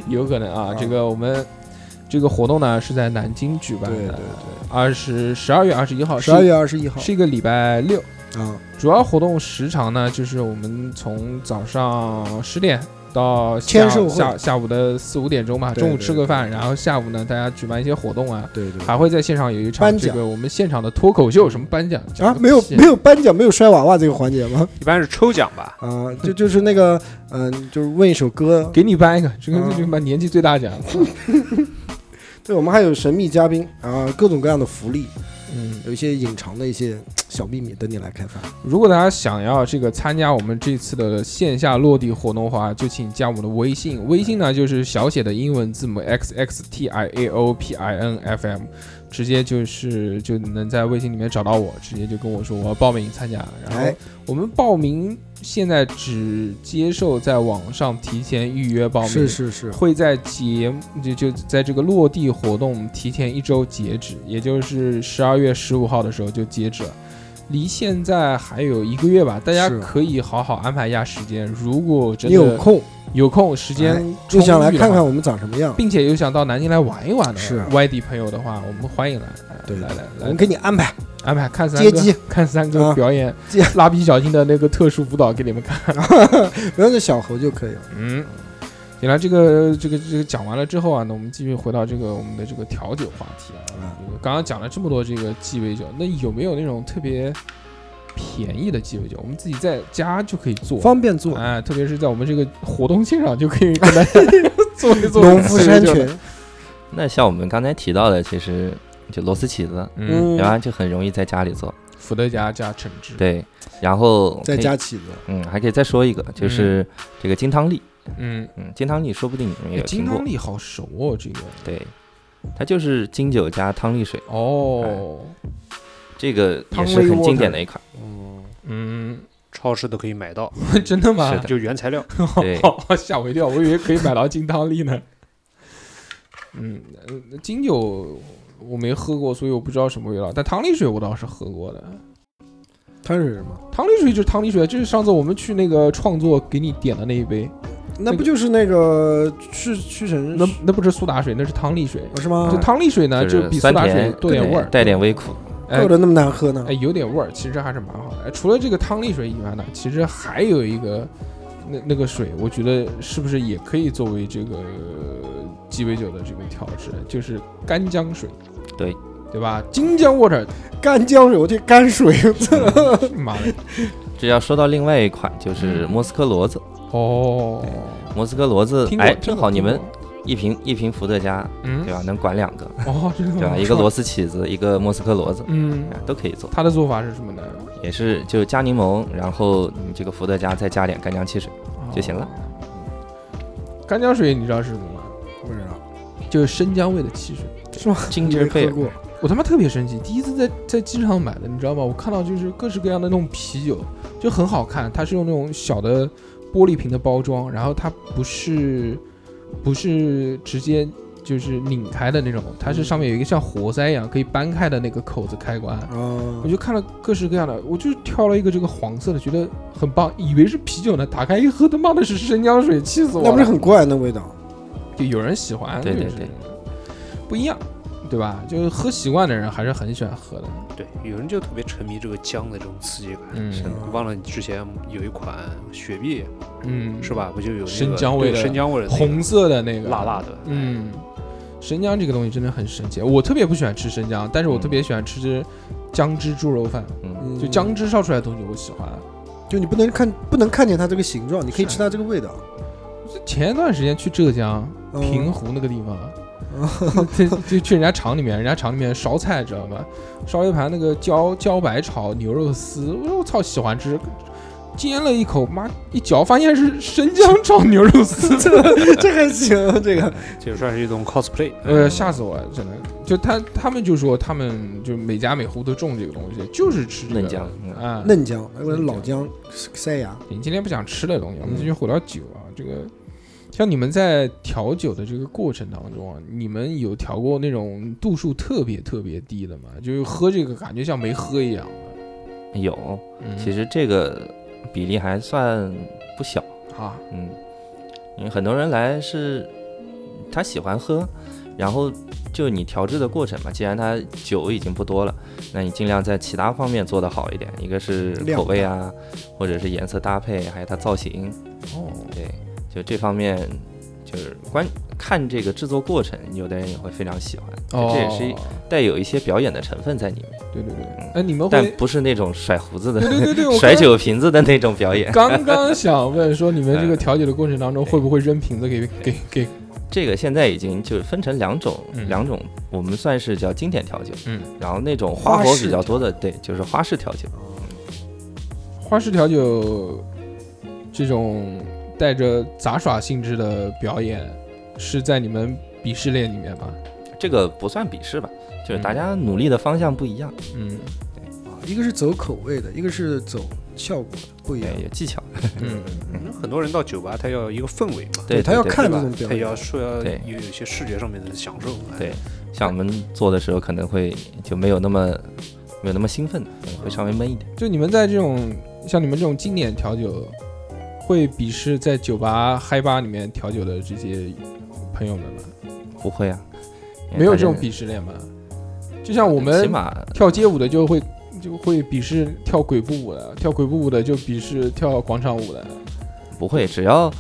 [SPEAKER 1] 有可能啊
[SPEAKER 3] 啊，
[SPEAKER 1] 这个我们这个活动呢是在南京举办的，
[SPEAKER 3] 对，
[SPEAKER 1] 二十十二月二十一号，
[SPEAKER 3] 十二月二十一号
[SPEAKER 1] 是一个礼拜六。
[SPEAKER 3] 啊，
[SPEAKER 1] 主要活动时长呢，就是我们从早上十点到下
[SPEAKER 3] 签售会
[SPEAKER 1] 下下午的四五点钟吧，
[SPEAKER 3] 对
[SPEAKER 1] 中午吃个饭，
[SPEAKER 3] 对对
[SPEAKER 1] 然后下午呢，大家举办一些活动啊，
[SPEAKER 3] 对对
[SPEAKER 1] 还会在现场有一场
[SPEAKER 3] 颁
[SPEAKER 1] 这
[SPEAKER 3] 奖
[SPEAKER 1] 个我们现场的脱口秀，什么颁奖
[SPEAKER 3] 啊，没有没有颁奖，没有摔娃娃这个环节吗？
[SPEAKER 4] 一般是抽奖吧，
[SPEAKER 3] 啊， 就就是那个，嗯，就是问一首歌，
[SPEAKER 1] 给你颁一个，这个
[SPEAKER 3] 嗯
[SPEAKER 1] 这个嘛年纪最大奖，
[SPEAKER 3] 对我们还有神秘嘉宾啊，各种各样的福利，
[SPEAKER 1] 嗯，
[SPEAKER 3] 有一些隐藏的一些小秘密等你来开发。
[SPEAKER 1] 如果大家想要这个参加我们这次的线下落地活动的话，就请加我们的微信，微信呢就是小写的英文字母 x x t i a o p i n f m。直接就是就能在微信里面找到我，直接就跟我说我要报名参加。然后
[SPEAKER 3] 哎
[SPEAKER 1] 我们报名现在只接受在网上提前预约报名，
[SPEAKER 3] 是是是，
[SPEAKER 1] 会在节目就就在这个落地活动提前一周截止，也就是十二月十五号的时候就截止了。离现在还有一个月吧，大家
[SPEAKER 3] 是
[SPEAKER 1] 可以好好安排一下时间。如果真
[SPEAKER 3] 你有
[SPEAKER 1] 的
[SPEAKER 3] 空
[SPEAKER 1] 有空时间
[SPEAKER 3] 哎
[SPEAKER 1] 充
[SPEAKER 3] 就想来
[SPEAKER 1] 裕的话
[SPEAKER 3] 看看我们长什么样，
[SPEAKER 1] 并且有想到南京来玩一玩的
[SPEAKER 3] 是
[SPEAKER 1] 外地朋友的话，我们欢迎来，
[SPEAKER 3] 对
[SPEAKER 1] 来
[SPEAKER 3] 我
[SPEAKER 1] 来
[SPEAKER 3] 们
[SPEAKER 1] 来，
[SPEAKER 3] 给你安排。
[SPEAKER 1] 安排看三
[SPEAKER 3] 接
[SPEAKER 1] 哥
[SPEAKER 3] 机，
[SPEAKER 1] 看三哥
[SPEAKER 3] 啊
[SPEAKER 1] 表演
[SPEAKER 3] 接
[SPEAKER 1] 蜡笔小新的那个特殊舞蹈给你们看。
[SPEAKER 3] 不要那小猴就可以了。
[SPEAKER 1] 嗯，行了，这个这个这个讲完了之后啊，那我们继续回到这个我们的这个调酒话题啊
[SPEAKER 3] 嗯。
[SPEAKER 1] 这个刚刚讲了这么多这个鸡尾酒，那有没有那种特别便宜的鸡尾酒？我们自己在家就可以做，
[SPEAKER 3] 方便做
[SPEAKER 1] 哎，特别是在我们这个活动现场就可以跟大家 做一做
[SPEAKER 3] 农夫
[SPEAKER 1] 鸡尾
[SPEAKER 3] 山
[SPEAKER 1] 酒了
[SPEAKER 3] 泉，，
[SPEAKER 5] 那像我们刚才提到的，其实就螺丝起子，
[SPEAKER 1] 嗯，
[SPEAKER 3] 嗯
[SPEAKER 5] 对，吧？就很容易在家里做。
[SPEAKER 1] 伏特加加橙汁，
[SPEAKER 5] 对，然后
[SPEAKER 3] 再
[SPEAKER 5] 可以
[SPEAKER 3] 加起子，
[SPEAKER 5] 嗯，还可以再说一个，就是这个金汤力。
[SPEAKER 1] 嗯，
[SPEAKER 5] 嗯，金汤力说不定你们也
[SPEAKER 1] 哎
[SPEAKER 5] 有
[SPEAKER 1] 金
[SPEAKER 5] 听过
[SPEAKER 1] 汤。力好熟哦，这个
[SPEAKER 5] 对，它就是金酒加汤力水，
[SPEAKER 1] 哦，
[SPEAKER 5] 这个也
[SPEAKER 1] 汤
[SPEAKER 5] 是
[SPEAKER 1] 力
[SPEAKER 5] 很
[SPEAKER 1] water
[SPEAKER 5] 经典的一款。
[SPEAKER 4] 嗯，
[SPEAKER 1] 嗯，
[SPEAKER 4] 超市都可以买到，
[SPEAKER 1] 真的吗？
[SPEAKER 5] 是的
[SPEAKER 4] 就原材料。
[SPEAKER 5] 对，
[SPEAKER 1] 吓 我一跳，我以为可以买到金汤 力呢。嗯，呃金酒我没喝过，所以我不知道什么味道。但汤力水我倒是喝过的，
[SPEAKER 3] 汤水是什么？
[SPEAKER 1] 汤力水就是汤力水，啊就是上次我们去那个创作给你点的那一杯，
[SPEAKER 3] 那不就是那个去去城
[SPEAKER 1] 那那不是苏打水，那是汤力水。
[SPEAKER 3] 哦是吗
[SPEAKER 1] 就？汤力水呢，
[SPEAKER 5] 嗯就
[SPEAKER 1] 就是比苏
[SPEAKER 5] 酸
[SPEAKER 1] 打水
[SPEAKER 5] 甜，
[SPEAKER 1] 多点
[SPEAKER 5] 对
[SPEAKER 1] 味儿，
[SPEAKER 5] 带点微苦。
[SPEAKER 1] 哎
[SPEAKER 3] 做的那么难喝呢
[SPEAKER 1] 哎，？有点味儿，其实还是蛮好的。哎除了这个汤力水以外呢，其实还有一个那那个水，我觉得是不是也可以作为这个呃鸡尾酒的这个调制，就是干姜水，
[SPEAKER 5] 对
[SPEAKER 1] 对吧？金姜 water，
[SPEAKER 3] 干姜水，我去干水，
[SPEAKER 1] 妈的，
[SPEAKER 5] 这要说到另外一款，
[SPEAKER 1] 嗯
[SPEAKER 5] 就是莫斯科骡子。
[SPEAKER 1] 哦，
[SPEAKER 5] 莫斯科骡子
[SPEAKER 1] 听，过，
[SPEAKER 5] 哎，
[SPEAKER 1] 听
[SPEAKER 5] 正
[SPEAKER 1] 过
[SPEAKER 5] 好你，们
[SPEAKER 1] 听过
[SPEAKER 5] 一瓶一瓶伏特加，
[SPEAKER 1] 嗯
[SPEAKER 5] 对，吧？能管两个，
[SPEAKER 1] 哦，真的吗，
[SPEAKER 5] 对吧？一个螺丝起子，一个莫斯科骡子，
[SPEAKER 1] 嗯，
[SPEAKER 5] 啊都可以做。
[SPEAKER 1] 它的做法是什么呢？
[SPEAKER 5] 也是就加柠檬，然后你这个伏特加再加点干姜 汽水。就行了
[SPEAKER 1] 哦。干姜水你知道是什么吗？
[SPEAKER 3] 不知道
[SPEAKER 1] 就是生姜味的汽水。
[SPEAKER 3] 是吗？
[SPEAKER 5] Ginger
[SPEAKER 3] 没
[SPEAKER 5] beer
[SPEAKER 3] 喝过，
[SPEAKER 1] 我他妈特别生气，第一次在在机场买的，你知道吗？我看到就是各式各样的那种啤酒，就很好看，它是用那种小的玻璃瓶的包装，然后它不是不是直接就是拧开的那种，它是上面有一个像活塞一样可以扳开的那个口子开关。
[SPEAKER 3] 哦
[SPEAKER 1] 我，就看了各式各样的，我就挑了一个这个黄色的，觉得很棒，以为是啤酒呢，打开一喝，他妈的是生姜水，气死我了！
[SPEAKER 3] 那不是很怪那味道？
[SPEAKER 1] 就有人喜欢，
[SPEAKER 5] 对对
[SPEAKER 1] 就是
[SPEAKER 5] 对
[SPEAKER 1] 不一样，对吧？就是喝习惯的人还是很喜欢喝的，
[SPEAKER 4] 对，有人就特别沉迷这个姜的这种刺激感。
[SPEAKER 1] 嗯，
[SPEAKER 5] 是的
[SPEAKER 4] 忘了之前有一款雪碧
[SPEAKER 1] 嗯，
[SPEAKER 4] 是？吧？不就有那个
[SPEAKER 1] 生姜味的
[SPEAKER 4] 对生姜味的那个
[SPEAKER 1] 红色的那个
[SPEAKER 4] 辣辣的，
[SPEAKER 1] 嗯，生姜这个东西真的很神奇，我特别不喜欢吃生姜，但是我特别喜欢吃姜汁猪肉饭，
[SPEAKER 5] 嗯，
[SPEAKER 3] 嗯
[SPEAKER 1] 就姜汁烧出来的东西我喜欢。
[SPEAKER 3] 就你不能看，不能看见它这个形状，你可以吃它这个味道。
[SPEAKER 1] 前一段时间去浙江
[SPEAKER 3] 嗯
[SPEAKER 1] 平湖那个地方。就就去人家厂里面，人家厂里面烧菜，知道吧？烧一盘那个茭茭白炒牛肉丝，我说我操，喜欢吃，煎了一口，妈一嚼发现是生姜炒牛肉丝，
[SPEAKER 3] 这还行，这个
[SPEAKER 4] 这也算是一种 cosplay。
[SPEAKER 5] 嗯
[SPEAKER 1] 呃，吓死我了，真的。就他他们就说他们就每家每户都种这个东西，就是吃这个
[SPEAKER 5] 嫩姜嗯
[SPEAKER 1] 啊。
[SPEAKER 3] 嫩姜，还有老姜塞牙，
[SPEAKER 1] 你今天不想吃的东西，我们继续回到酒啊，这个。像你们在调酒的这个过程当中啊，你们有调过那种度数特别特别低的吗？就是喝这个感觉像没喝一样的。
[SPEAKER 5] 有，
[SPEAKER 1] 嗯
[SPEAKER 5] 其实这个比例还算不小，
[SPEAKER 1] 啊，
[SPEAKER 5] 嗯，因为很多人来是他喜欢喝，然后就你调制的过程嘛，既然他酒已经不多了，那你尽量在其他方面做得好一点，一个是
[SPEAKER 3] 量
[SPEAKER 5] 口味啊，或者是颜色搭配，还有它造型，
[SPEAKER 1] 哦，
[SPEAKER 5] 对，就这方面就是观看这个制作过程，有的人也会非常喜欢，
[SPEAKER 1] 哦，
[SPEAKER 5] 这也是带有一些表演的成分在里面，
[SPEAKER 1] 对对对
[SPEAKER 5] 嗯，
[SPEAKER 1] 哎，你们
[SPEAKER 5] 但
[SPEAKER 1] 会
[SPEAKER 5] 不是那种甩胡子的。
[SPEAKER 1] 对对对对，我
[SPEAKER 5] 甩
[SPEAKER 1] 刚才
[SPEAKER 5] 酒瓶子的那种表演，
[SPEAKER 1] 刚刚想问说，你们这个调酒的过程当中会不会扔瓶子给给给？
[SPEAKER 5] 这个现在已经就是分成两种，
[SPEAKER 1] 嗯
[SPEAKER 5] 两种我们算是叫经典调酒，
[SPEAKER 1] 嗯，
[SPEAKER 5] 然后那种花
[SPEAKER 3] 花
[SPEAKER 5] 活
[SPEAKER 3] 式
[SPEAKER 5] 比较多的，对，就是花式调酒，
[SPEAKER 1] 花式调酒这种带着杂耍性质的表演，是在你们鄙视链里面吧？
[SPEAKER 5] 这个不算鄙视吧，就是大家努力的方向不一样，
[SPEAKER 1] 嗯
[SPEAKER 3] 啊，一个是走口味的，一个是走效果的，不一样
[SPEAKER 5] 对，。有技巧，
[SPEAKER 1] 嗯
[SPEAKER 4] 那很多人到酒吧，他要一个氛围嘛，
[SPEAKER 5] 对，
[SPEAKER 3] 他要
[SPEAKER 5] 对
[SPEAKER 3] 看
[SPEAKER 5] 对
[SPEAKER 3] 这
[SPEAKER 5] 吧
[SPEAKER 3] 种表
[SPEAKER 4] 他
[SPEAKER 3] 演，
[SPEAKER 4] 要说要
[SPEAKER 5] 对
[SPEAKER 4] 有有一些视觉上面的享受。哎
[SPEAKER 5] 对像我们做的时候可能会就没有那么没有那么兴奋，可能会稍微闷一点。
[SPEAKER 1] 就你们在这种像你们这种经典调酒，会鄙视在酒吧、嗨吧里面调酒的这些朋友们吗？
[SPEAKER 5] 不会啊，因为
[SPEAKER 1] 没有
[SPEAKER 5] 大家
[SPEAKER 1] 这种鄙视链吧？就像我
[SPEAKER 5] 起
[SPEAKER 1] 们
[SPEAKER 5] 码
[SPEAKER 1] 跳街舞的就会就会鄙视跳鬼步舞的，跳鬼步舞的就鄙视跳广场舞的。
[SPEAKER 5] 不会，只要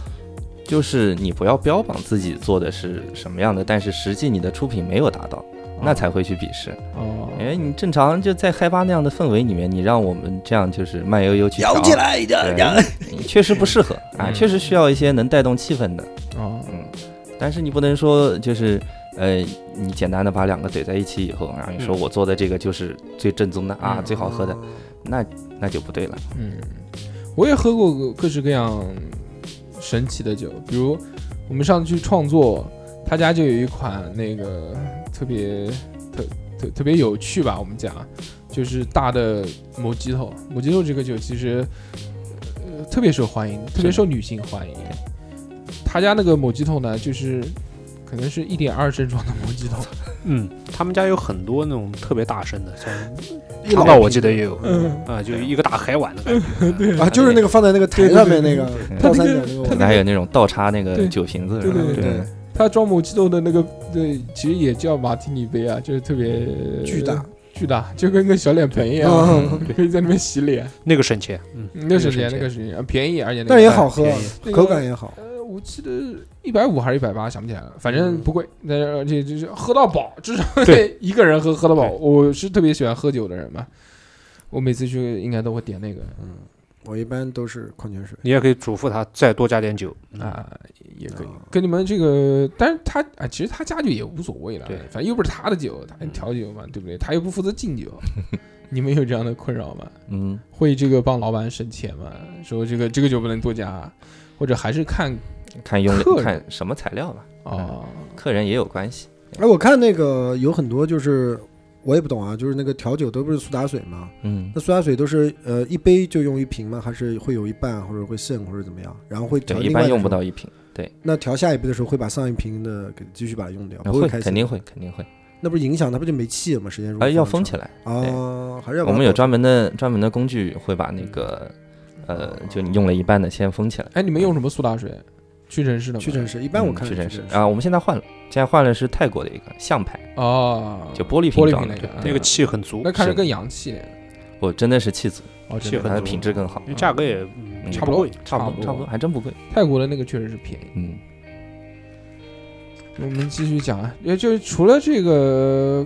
[SPEAKER 5] 就是你不要标榜自己做的是什么样的，但是实际你的出品没有达到，那才会去鄙视。
[SPEAKER 1] 哦，
[SPEAKER 5] 因哎为你正常就在嗨吧那样的氛围里面，你让我们这样就是慢悠悠去调起来，对，确实不适合啊，
[SPEAKER 1] 嗯
[SPEAKER 5] 确实需要一些能带动气氛的，
[SPEAKER 1] 哦，
[SPEAKER 5] 嗯，但是你不能说就是。呃，你简单的把两个怼在一起以后，然后你说
[SPEAKER 4] 嗯
[SPEAKER 5] 我做的这个就是最正宗的啊，
[SPEAKER 1] 嗯
[SPEAKER 5] 最好喝
[SPEAKER 3] 哦
[SPEAKER 5] 的，那那就不对了。
[SPEAKER 1] 嗯，我也喝过各式各样神奇的酒，比如我们上次去创作，他家就有一款那个特别特特特别有趣吧，我们讲就是大的摩吉头，摩吉头这个酒其实、呃、特别受欢迎，特别受女性欢迎。他家那个摩吉头呢，就是可能是一点二升装的摩吉头，
[SPEAKER 4] 嗯，他们家有很多那种特别大声的，像
[SPEAKER 1] 一老
[SPEAKER 4] 长岛我记得也有，
[SPEAKER 3] 嗯
[SPEAKER 4] 啊，就是一个大海碗的感觉。对
[SPEAKER 3] 啊，就是那个放在那个台上面那个
[SPEAKER 5] 对
[SPEAKER 3] 倒三角那个
[SPEAKER 1] 他
[SPEAKER 5] 可
[SPEAKER 3] 碗，
[SPEAKER 5] 能还有那种倒插那个
[SPEAKER 1] 对
[SPEAKER 5] 酒瓶子，
[SPEAKER 1] 对
[SPEAKER 5] 是吧
[SPEAKER 1] 对
[SPEAKER 3] 对对
[SPEAKER 1] 他装摩吉头的那个，对，其实也叫马提尼杯啊，就是特别
[SPEAKER 3] 巨大，
[SPEAKER 1] 巨大，就跟个小脸盆一样，
[SPEAKER 3] 嗯，
[SPEAKER 1] 可以在里面洗脸。
[SPEAKER 4] 那个省钱，嗯，
[SPEAKER 1] 那是
[SPEAKER 4] 省
[SPEAKER 1] 钱，那
[SPEAKER 4] 钱
[SPEAKER 1] 个是钱，便宜，而且那个
[SPEAKER 3] 但是也好喝
[SPEAKER 4] 便宜，
[SPEAKER 1] 那个
[SPEAKER 3] 口感也好。
[SPEAKER 1] 呃，我记得一百五还是一百八，想不起来了，反正不贵。但是而且就是喝到 饱，至少
[SPEAKER 4] 对
[SPEAKER 1] 一个人喝喝到饱。
[SPEAKER 4] 对
[SPEAKER 1] 我是特别喜欢喝酒的人嘛，我每次去应该都会点那个
[SPEAKER 3] 我一般都是矿泉水，
[SPEAKER 4] 你也可以嘱咐他再多加点酒。
[SPEAKER 1] 啊，也可以
[SPEAKER 3] 啊。
[SPEAKER 1] 跟你们这个，但是他啊，其实他家酒也无所谓了，
[SPEAKER 4] 对
[SPEAKER 1] 反正又不是他的酒，他调酒嘛，对不对？他又不负责敬酒。你们有这样的困扰吗？
[SPEAKER 5] 嗯，
[SPEAKER 1] 会这个帮老板省钱吗？说这个这个酒不能多加，啊或者还是看
[SPEAKER 5] 看用
[SPEAKER 1] 客
[SPEAKER 5] 料，
[SPEAKER 1] 人
[SPEAKER 5] 看什么材料吧，
[SPEAKER 1] 哦，
[SPEAKER 5] 客人也有关系。
[SPEAKER 3] 哎，我看那个有很多就是我也不懂啊，就是那个调酒都不是苏打水吗？
[SPEAKER 5] 嗯
[SPEAKER 3] 那，苏打水都是呃一杯就用一瓶吗？还是会有一半或者会剩或者怎么样？然后会调
[SPEAKER 5] 对，一
[SPEAKER 3] 另外
[SPEAKER 5] 般
[SPEAKER 3] 的
[SPEAKER 5] 用不
[SPEAKER 3] 时候。
[SPEAKER 5] 到一瓶，
[SPEAKER 3] 那调下一杯的时候会把上一瓶的给继续把它用掉，
[SPEAKER 5] 那
[SPEAKER 3] 不
[SPEAKER 5] 会
[SPEAKER 3] 开心
[SPEAKER 5] 肯定会肯定会，
[SPEAKER 3] 那不是影响，那不就没气了吗？时间如果
[SPEAKER 5] 而要封
[SPEAKER 3] 放得
[SPEAKER 5] 起来。
[SPEAKER 3] 长啊，还是要把
[SPEAKER 5] 我
[SPEAKER 3] 它
[SPEAKER 5] 们有
[SPEAKER 3] 保
[SPEAKER 5] 专门的专门的工具，会把那个呃，就你用了一半的先封起来。
[SPEAKER 1] 哎，你们用什么苏打水？屈臣氏的吗？
[SPEAKER 3] 屈臣氏，一般我
[SPEAKER 5] 嗯
[SPEAKER 3] 看
[SPEAKER 5] 屈
[SPEAKER 3] 是
[SPEAKER 5] 臣
[SPEAKER 3] 屈
[SPEAKER 5] 氏
[SPEAKER 3] 臣氏
[SPEAKER 5] 啊，我们现在换了，现在换了是泰国的一个象牌，
[SPEAKER 1] 哦，
[SPEAKER 5] 就玻璃
[SPEAKER 1] 玻
[SPEAKER 5] 瓶
[SPEAKER 1] 璃
[SPEAKER 5] 装
[SPEAKER 1] 瓶
[SPEAKER 5] 的
[SPEAKER 1] 那，个，啊
[SPEAKER 4] 那个气很足
[SPEAKER 1] 那，看着
[SPEAKER 5] 是
[SPEAKER 1] 更洋气点。
[SPEAKER 5] 我真的是气足，
[SPEAKER 1] 哦，
[SPEAKER 4] 气
[SPEAKER 1] 真的
[SPEAKER 4] 很
[SPEAKER 5] 它的
[SPEAKER 4] 足
[SPEAKER 5] 品质更好
[SPEAKER 4] 因为，价格也嗯
[SPEAKER 5] 嗯
[SPEAKER 4] 也
[SPEAKER 1] 差不多
[SPEAKER 4] 贵
[SPEAKER 1] 差
[SPEAKER 5] 差不
[SPEAKER 1] 不
[SPEAKER 5] 多
[SPEAKER 1] 多
[SPEAKER 5] 差不多，还真不贵。
[SPEAKER 1] 泰国的那个确实是便宜。
[SPEAKER 5] 嗯，
[SPEAKER 1] 我们继续讲啊，也就是除了这个，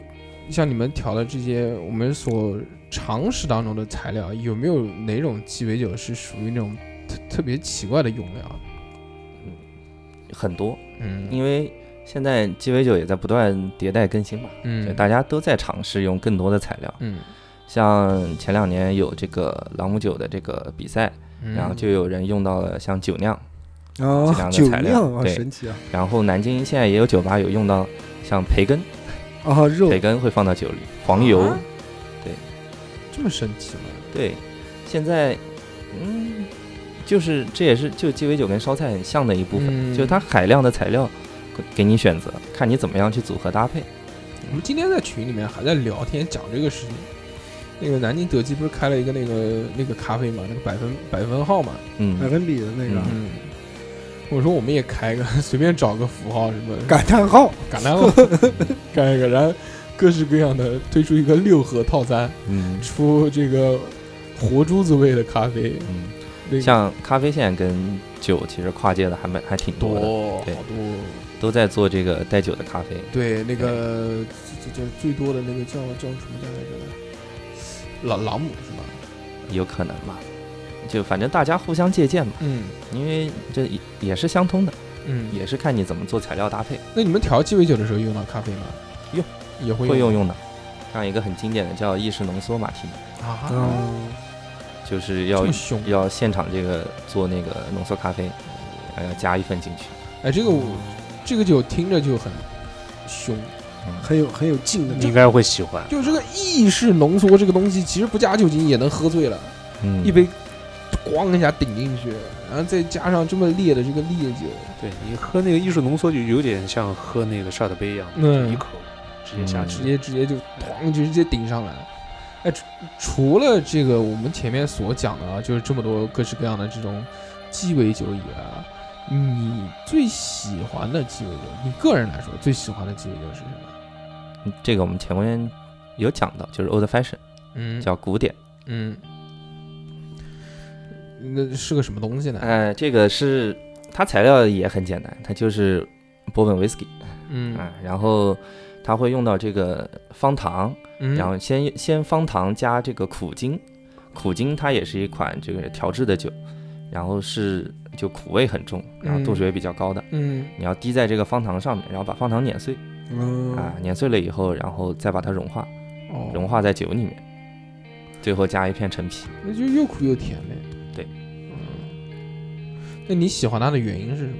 [SPEAKER 1] 像你们调的这些我们所常识当中的材料，有没有哪种鸡尾酒是属于那种特特别奇怪的用料？啊
[SPEAKER 5] 很多，
[SPEAKER 1] 嗯
[SPEAKER 5] 因为现在鸡尾酒也在不断迭代更新嘛，所以
[SPEAKER 1] 嗯，
[SPEAKER 5] 大家都在尝试用更多的材料。
[SPEAKER 1] 嗯
[SPEAKER 5] 像前两年有这个朗姆酒的这个比赛，
[SPEAKER 1] 嗯，
[SPEAKER 5] 然后就有人用到了像酒酿，
[SPEAKER 3] 啊，
[SPEAKER 5] 这
[SPEAKER 3] 酒
[SPEAKER 5] 两个材料
[SPEAKER 3] 酿啊，
[SPEAKER 5] 对
[SPEAKER 3] 神奇啊
[SPEAKER 5] 然后南京现在也有酒吧有用到像培根，
[SPEAKER 3] 啊肉
[SPEAKER 5] 培根会放到酒里，黄油
[SPEAKER 1] 啊，这么神奇吗？
[SPEAKER 5] 对，现在嗯，就是这也是就鸡尾酒跟烧菜很像的一部分，
[SPEAKER 1] 嗯
[SPEAKER 5] 就是它海量的材料给给你选择，看你怎么样去组合搭配。
[SPEAKER 1] 我们今天在群里面还在聊天讲这个事情。那个南京德基不是开了一个那个那个咖啡嘛，那个百分百分号嘛，
[SPEAKER 3] 百
[SPEAKER 5] 嗯，
[SPEAKER 3] 分比的那个
[SPEAKER 5] 嗯
[SPEAKER 1] 嗯，我说我们也开一个， 随便找个符号什么
[SPEAKER 3] 感叹号，
[SPEAKER 1] 橄榄油干一个，然后各式各样的推出一个六盒套餐，
[SPEAKER 5] 嗯
[SPEAKER 1] 出这个活珠子味的咖啡，
[SPEAKER 5] 嗯，
[SPEAKER 1] 那个
[SPEAKER 5] 像咖啡现在跟酒其实跨界的还蛮还挺多的，
[SPEAKER 1] 哦多好
[SPEAKER 5] 对
[SPEAKER 1] 多，
[SPEAKER 5] 都在做这个带酒的咖啡。
[SPEAKER 1] 对那个呃这这最多的那个叫叫什么来着？朗朗姆是吧？
[SPEAKER 5] 有可能吧，就反正大家互相借鉴嘛，
[SPEAKER 1] 嗯
[SPEAKER 5] 因为这也也是相通的，
[SPEAKER 1] 嗯，
[SPEAKER 5] 也是看你怎么做材料搭配，
[SPEAKER 1] 那你们调鸡尾酒的时候用到咖啡吗？
[SPEAKER 5] 用，
[SPEAKER 1] 也会
[SPEAKER 5] 会用用的。像一个很经典的叫意式浓缩马提尼，
[SPEAKER 1] 啊，
[SPEAKER 3] 嗯，
[SPEAKER 5] 就是
[SPEAKER 1] 这
[SPEAKER 5] 要
[SPEAKER 1] 么凶！
[SPEAKER 5] 要现场这个做那个浓缩咖啡，然后要加一份进去。
[SPEAKER 1] 哦哎，这个我这个酒听着就很凶，
[SPEAKER 3] 很有很有劲的
[SPEAKER 4] 你
[SPEAKER 3] 这
[SPEAKER 4] 应
[SPEAKER 3] 个。
[SPEAKER 4] 该会喜欢。
[SPEAKER 1] 就这个意式浓缩这个东西，其实不加酒精也能喝醉了，
[SPEAKER 5] 嗯，
[SPEAKER 1] 一杯咣一下顶进去，然后再加上这么烈的这个烈酒，
[SPEAKER 4] 对你喝那个艺术浓缩，就有点像喝那个沙特杯一样，
[SPEAKER 1] 嗯
[SPEAKER 4] 一口直接下
[SPEAKER 5] 嗯
[SPEAKER 4] 去
[SPEAKER 1] 直。接直接就咣就直接顶上来。哎，除除了这个我们前面所讲的啊，就是这么多各式各样的这种鸡尾酒以外啊，你最喜欢的鸡尾酒，你个人来说最喜欢的鸡尾酒是什么？
[SPEAKER 5] 这个我们前面有讲到，就是 old fashion，
[SPEAKER 1] 嗯
[SPEAKER 5] 叫古典。
[SPEAKER 1] 嗯，那是个什么东西呢？
[SPEAKER 5] 呃，这个是它材料也很简单，它就是波本 whisky
[SPEAKER 1] 嗯
[SPEAKER 5] 啊，然后它会用到这个方糖，
[SPEAKER 1] 嗯，
[SPEAKER 5] 然后先先方糖加这个苦精，苦精它也是一款这个调制的酒，然后是就苦味很重，然后度数也比较高的，
[SPEAKER 1] 嗯
[SPEAKER 5] 你要滴在这个方糖上面，然后把方糖碾碎
[SPEAKER 3] 嗯
[SPEAKER 5] 啊，碾碎了以后，然后再把它融化，
[SPEAKER 1] 哦，
[SPEAKER 5] 融化在酒里面，最后加一片陈皮。
[SPEAKER 1] 那就又苦又甜呗。
[SPEAKER 5] 对
[SPEAKER 1] 嗯，那你喜欢它的原因是什么？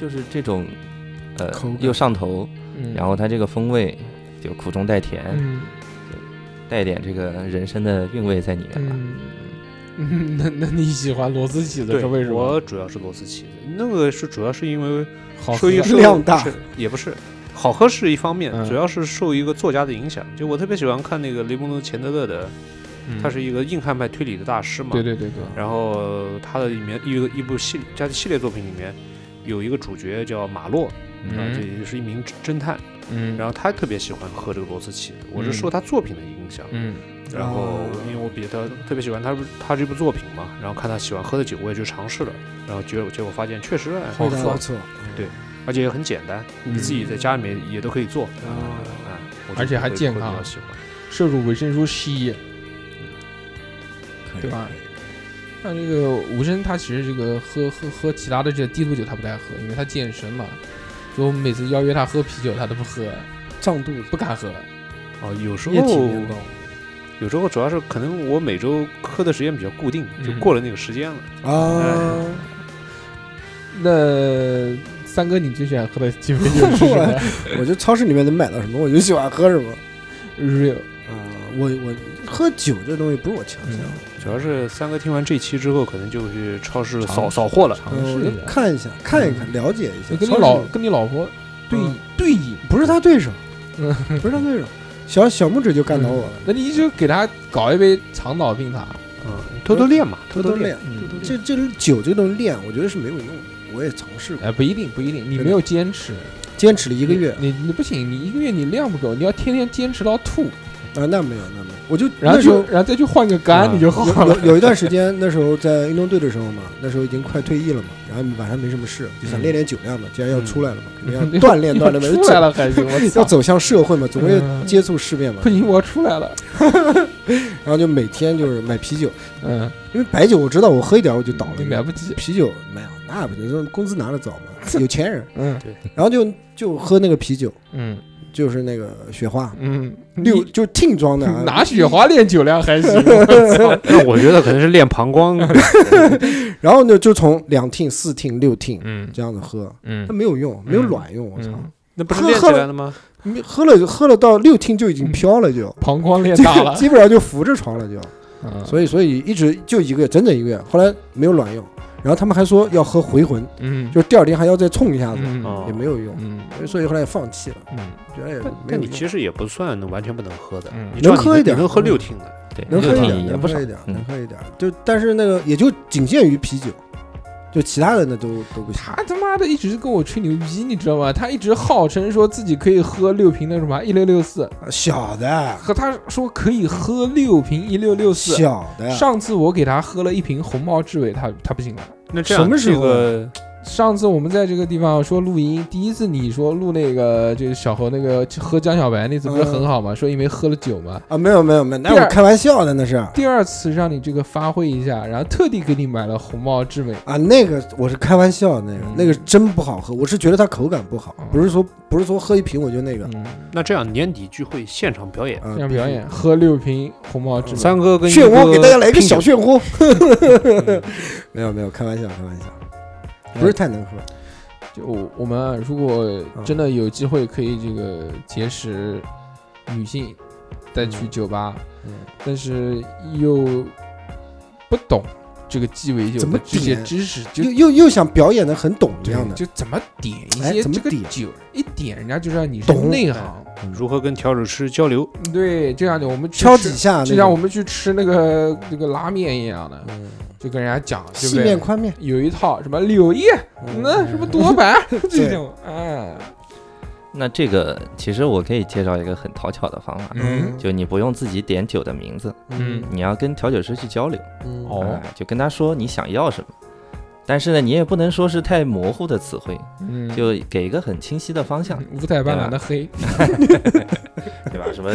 [SPEAKER 5] 就是这种，呃
[SPEAKER 3] 口感，
[SPEAKER 5] 又上头，
[SPEAKER 1] 嗯，
[SPEAKER 5] 然后哎它这个风味就苦中带甜，
[SPEAKER 1] 嗯
[SPEAKER 5] 带点这个人生的韵味在里面吧。
[SPEAKER 1] 嗯嗯， 那那你喜欢螺丝起子
[SPEAKER 4] 对
[SPEAKER 1] 是为什，么？
[SPEAKER 4] 我主要是螺丝起子，那个是主要是因为
[SPEAKER 1] 好
[SPEAKER 4] 受一
[SPEAKER 1] 喝
[SPEAKER 4] 个受
[SPEAKER 3] 量大
[SPEAKER 4] 是也不是。好喝是一方面，
[SPEAKER 1] 嗯
[SPEAKER 4] 主要是受一个作家的影响。就我特别喜欢看那个雷蒙德·钱德勒的，
[SPEAKER 1] 嗯
[SPEAKER 4] 他是一个硬汉派推理的大师嘛。
[SPEAKER 1] 对对对对，
[SPEAKER 4] 然后他的里面一个一部系他的系列作品里面有一个主角叫马洛，
[SPEAKER 1] 嗯
[SPEAKER 4] 啊，这也是一名侦探。
[SPEAKER 1] 嗯，后
[SPEAKER 4] 然后他特别喜欢喝这个螺丝起子，我是
[SPEAKER 1] 嗯
[SPEAKER 4] 受他作品的影响。
[SPEAKER 1] 嗯
[SPEAKER 4] 然后
[SPEAKER 3] 哦
[SPEAKER 4] 因为我比他特别喜欢他他这部作品嘛，然后看他喜欢喝的酒，我也去尝试了，然后结果结果发现确实哎
[SPEAKER 3] 味道
[SPEAKER 4] 好
[SPEAKER 3] 不
[SPEAKER 4] 喝，
[SPEAKER 3] 错，
[SPEAKER 4] 对而且也很简单，
[SPEAKER 1] 嗯
[SPEAKER 4] 你自己在家里面也都可以做，
[SPEAKER 3] 啊，
[SPEAKER 1] 哦
[SPEAKER 4] 啊，我就
[SPEAKER 1] 而且还
[SPEAKER 4] 会
[SPEAKER 1] 健
[SPEAKER 4] 会比较
[SPEAKER 1] 康
[SPEAKER 4] 喜欢。
[SPEAKER 1] 摄入维生素 C，
[SPEAKER 5] 可以
[SPEAKER 1] 对吧？像这个吴声，他其实这个喝喝喝其他的这些低度酒他不太喝，因为他健身嘛。就我们每次邀约他喝啤酒，他都不喝，
[SPEAKER 3] 胀肚子，
[SPEAKER 1] 不敢喝。
[SPEAKER 4] 哦，有时
[SPEAKER 3] 液体
[SPEAKER 4] 候
[SPEAKER 3] 面包，
[SPEAKER 4] 有时候主要是可能我每周喝的时间比较固定，就
[SPEAKER 1] 嗯
[SPEAKER 4] 过了那个时间了。
[SPEAKER 3] 啊，
[SPEAKER 1] 那三哥，你最喜欢喝的鸡尾酒是什 么
[SPEAKER 3] 我就超市里面能买到什么我就喜欢喝什么。
[SPEAKER 1] ？Real，
[SPEAKER 3] 啊，我我喝酒这东西不是我强项，
[SPEAKER 4] 主要是三哥听完这期之后，可能就去超市
[SPEAKER 1] 尝
[SPEAKER 4] 扫
[SPEAKER 1] 试
[SPEAKER 4] 扫货了。
[SPEAKER 1] 尝
[SPEAKER 3] 嗯，我
[SPEAKER 1] 试
[SPEAKER 3] 就
[SPEAKER 1] 一下。
[SPEAKER 3] 看一下，看一看，了解一下
[SPEAKER 1] 你。跟你
[SPEAKER 3] 超市
[SPEAKER 1] 老
[SPEAKER 3] 里
[SPEAKER 1] 跟你老婆对
[SPEAKER 3] 嗯
[SPEAKER 1] 对饮，
[SPEAKER 3] 不是他对手，
[SPEAKER 1] 嗯
[SPEAKER 3] 不是他对手，小小拇指就干倒我了，
[SPEAKER 1] 那你就给他搞一杯长岛冰茶。
[SPEAKER 4] 嗯，偷偷练嘛，
[SPEAKER 3] 偷
[SPEAKER 4] 偷
[SPEAKER 3] 偷
[SPEAKER 4] 练。
[SPEAKER 3] 练。
[SPEAKER 1] 嗯，
[SPEAKER 3] 这这酒这个东西练，我觉得是没有用的，我也尝试过，
[SPEAKER 1] 哎，不一定，不一定，你
[SPEAKER 3] 真的
[SPEAKER 1] 没有坚持
[SPEAKER 3] 坚持了一
[SPEAKER 1] 一
[SPEAKER 3] 个月啊、
[SPEAKER 1] 你你不行，你一个月你量不够，你要天天坚持到吐，
[SPEAKER 3] 啊那没有那没有，我就
[SPEAKER 1] 然后
[SPEAKER 3] 那时候啊
[SPEAKER 1] 就然后再去换个肝，
[SPEAKER 4] 嗯
[SPEAKER 1] 你就好
[SPEAKER 3] 有
[SPEAKER 1] 了。
[SPEAKER 3] 有有一段时间，那时候在运动队的时候嘛，那时候已经快退役了嘛，然后晚上没什么事，就想练练酒量嘛，既然要出来了嘛，肯 定要锻炼锻炼嘛，
[SPEAKER 1] 嗯出
[SPEAKER 3] 就
[SPEAKER 1] 来
[SPEAKER 3] 走
[SPEAKER 1] 了还行，我
[SPEAKER 3] 要
[SPEAKER 1] 操，
[SPEAKER 3] 走向社会嘛，总归
[SPEAKER 1] 嗯
[SPEAKER 3] 接触世面嘛
[SPEAKER 1] 不，行，我出来了。
[SPEAKER 3] 然后就每天就是买啤酒，
[SPEAKER 1] 嗯，
[SPEAKER 3] 因为白酒我知道我喝一点我就倒
[SPEAKER 1] 你买
[SPEAKER 3] 了，
[SPEAKER 1] 不起。
[SPEAKER 3] 啤酒没有那不行，工资拿的早 嘛，有钱人，
[SPEAKER 1] 嗯
[SPEAKER 3] 然后就就喝那个啤酒，
[SPEAKER 1] 嗯
[SPEAKER 3] 就是那个雪花。
[SPEAKER 1] 嗯，
[SPEAKER 3] 六
[SPEAKER 1] 你
[SPEAKER 3] 就是听 装的、啊，
[SPEAKER 1] 拿雪花练酒量还行，我操。
[SPEAKER 4] 那我觉得可能是练膀 胱，
[SPEAKER 3] 然后呢，就从两听、四听、六听
[SPEAKER 1] 嗯
[SPEAKER 3] 这样子喝，
[SPEAKER 1] 嗯
[SPEAKER 3] 它没有用，没有卵用，我操！
[SPEAKER 1] 嗯，
[SPEAKER 4] 那不是
[SPEAKER 3] 喝
[SPEAKER 4] 练起
[SPEAKER 3] 喝了
[SPEAKER 4] 来了吗？
[SPEAKER 3] 你喝了喝了到六听就已经飘了 就，
[SPEAKER 1] 膀胱练
[SPEAKER 3] 就
[SPEAKER 1] 嗯大了。
[SPEAKER 3] 基本上就扶着床了就。
[SPEAKER 1] 嗯
[SPEAKER 3] 所以所以一直就一个月，整整一个月，后来没有卵用。然后他们还说要喝回魂，
[SPEAKER 1] 嗯，
[SPEAKER 3] 就是第二天还要再冲一下子，
[SPEAKER 1] 嗯
[SPEAKER 4] 哦
[SPEAKER 3] 也没有用。
[SPEAKER 1] 嗯
[SPEAKER 3] 所以所以后来也放弃了，
[SPEAKER 1] 嗯
[SPEAKER 3] 觉得也没
[SPEAKER 4] 但
[SPEAKER 3] 有
[SPEAKER 4] 但你
[SPEAKER 3] 用。
[SPEAKER 4] 其实也不算完全不能喝的，
[SPEAKER 1] 嗯
[SPEAKER 4] 你知道
[SPEAKER 3] 能喝
[SPEAKER 4] 你
[SPEAKER 3] 一点
[SPEAKER 4] 你能喝
[SPEAKER 3] 嗯
[SPEAKER 4] 六听的，
[SPEAKER 5] 对，
[SPEAKER 3] 能
[SPEAKER 5] 六
[SPEAKER 3] 喝一
[SPEAKER 5] 挺
[SPEAKER 3] 点，
[SPEAKER 5] 也
[SPEAKER 3] 能
[SPEAKER 5] 不少
[SPEAKER 3] 喝一点，
[SPEAKER 5] 嗯
[SPEAKER 3] 能喝一点。就但是那个也就仅限于啤酒，就其他的那都都不行。
[SPEAKER 1] 他他妈的一直跟我吹牛逼，你知道吗？他一直号称说自己可以喝六瓶的什么一六六四，
[SPEAKER 3] 啊小的，
[SPEAKER 1] 和他说可以喝六瓶一六六四。
[SPEAKER 3] 小的，
[SPEAKER 1] 上次我给他喝了一瓶红毛之味，他他不行了。
[SPEAKER 4] 那这样
[SPEAKER 3] 什么时
[SPEAKER 4] 这
[SPEAKER 3] 候
[SPEAKER 4] 个
[SPEAKER 1] 上次我们在这个地方说录音，第一次你说录那个就是小何那个喝江小白那次不是
[SPEAKER 3] 嗯
[SPEAKER 1] 很好吗？说因为喝了酒嘛。
[SPEAKER 3] 啊，没有没有没有，那
[SPEAKER 1] 第二
[SPEAKER 3] 我开玩笑的那是啊，
[SPEAKER 1] 第二次让你这个发挥一下，然后特地给你买了红毛之味。
[SPEAKER 3] 啊那个我是开玩笑的那个
[SPEAKER 1] 嗯，
[SPEAKER 3] 那个真不好喝，我是觉得它口感不好
[SPEAKER 1] 哦，
[SPEAKER 3] 不是说不是说喝一瓶我就那个
[SPEAKER 1] 嗯，
[SPEAKER 4] 那这样年底聚会现场表演，
[SPEAKER 3] 啊
[SPEAKER 1] 这样表演喝六瓶红毛
[SPEAKER 3] 嗯
[SPEAKER 1] 之味。
[SPEAKER 4] 三哥跟
[SPEAKER 3] 漩涡，
[SPEAKER 4] 一
[SPEAKER 3] 给大家来一个
[SPEAKER 4] 拼
[SPEAKER 3] 小
[SPEAKER 4] 酒
[SPEAKER 3] 漩涡。 没有没有，开玩笑开玩笑，不是太能喝，
[SPEAKER 1] 就我我们啊如果
[SPEAKER 3] 嗯
[SPEAKER 1] 真的有机会可以这个结识女性，再去酒吧，
[SPEAKER 3] 嗯
[SPEAKER 1] 但是又不懂这个鸡尾酒
[SPEAKER 3] 怎么
[SPEAKER 1] 的这些
[SPEAKER 3] 点
[SPEAKER 1] 知识，就
[SPEAKER 3] 又又又想表演的很懂一
[SPEAKER 1] 对
[SPEAKER 3] 样的，
[SPEAKER 1] 就怎么点一
[SPEAKER 3] 哎
[SPEAKER 1] 些
[SPEAKER 3] 怎么
[SPEAKER 1] 这个
[SPEAKER 3] 点
[SPEAKER 1] 酒，一点人家就知道你是
[SPEAKER 3] 懂
[SPEAKER 1] 内行。
[SPEAKER 4] 如何跟调酒师交流？
[SPEAKER 1] 对，这样的我们去
[SPEAKER 3] 敲
[SPEAKER 1] 吃
[SPEAKER 3] 几下那种，
[SPEAKER 1] 就像我们去吃那个那个拉面一样的，
[SPEAKER 3] 嗯
[SPEAKER 1] 就跟人家讲，对不
[SPEAKER 3] 细
[SPEAKER 1] 对？
[SPEAKER 3] 面宽面，
[SPEAKER 1] 有一套什么柳叶，
[SPEAKER 3] 嗯
[SPEAKER 1] 那什么多板 这种，哎，
[SPEAKER 5] 那这个其实我可以介绍一个很讨巧的方法，
[SPEAKER 1] 嗯
[SPEAKER 5] 就你不用自己点酒的名字，
[SPEAKER 1] 嗯
[SPEAKER 5] 你要跟调酒师去交流，
[SPEAKER 3] 嗯
[SPEAKER 1] 哦
[SPEAKER 5] 哎就跟他说你想要什么。但是呢，你也不能说是太模糊的词汇，
[SPEAKER 1] 嗯，
[SPEAKER 5] 就给一个很清晰的方向，
[SPEAKER 1] 嗯五彩斑斓的黑，
[SPEAKER 5] 对吧？什么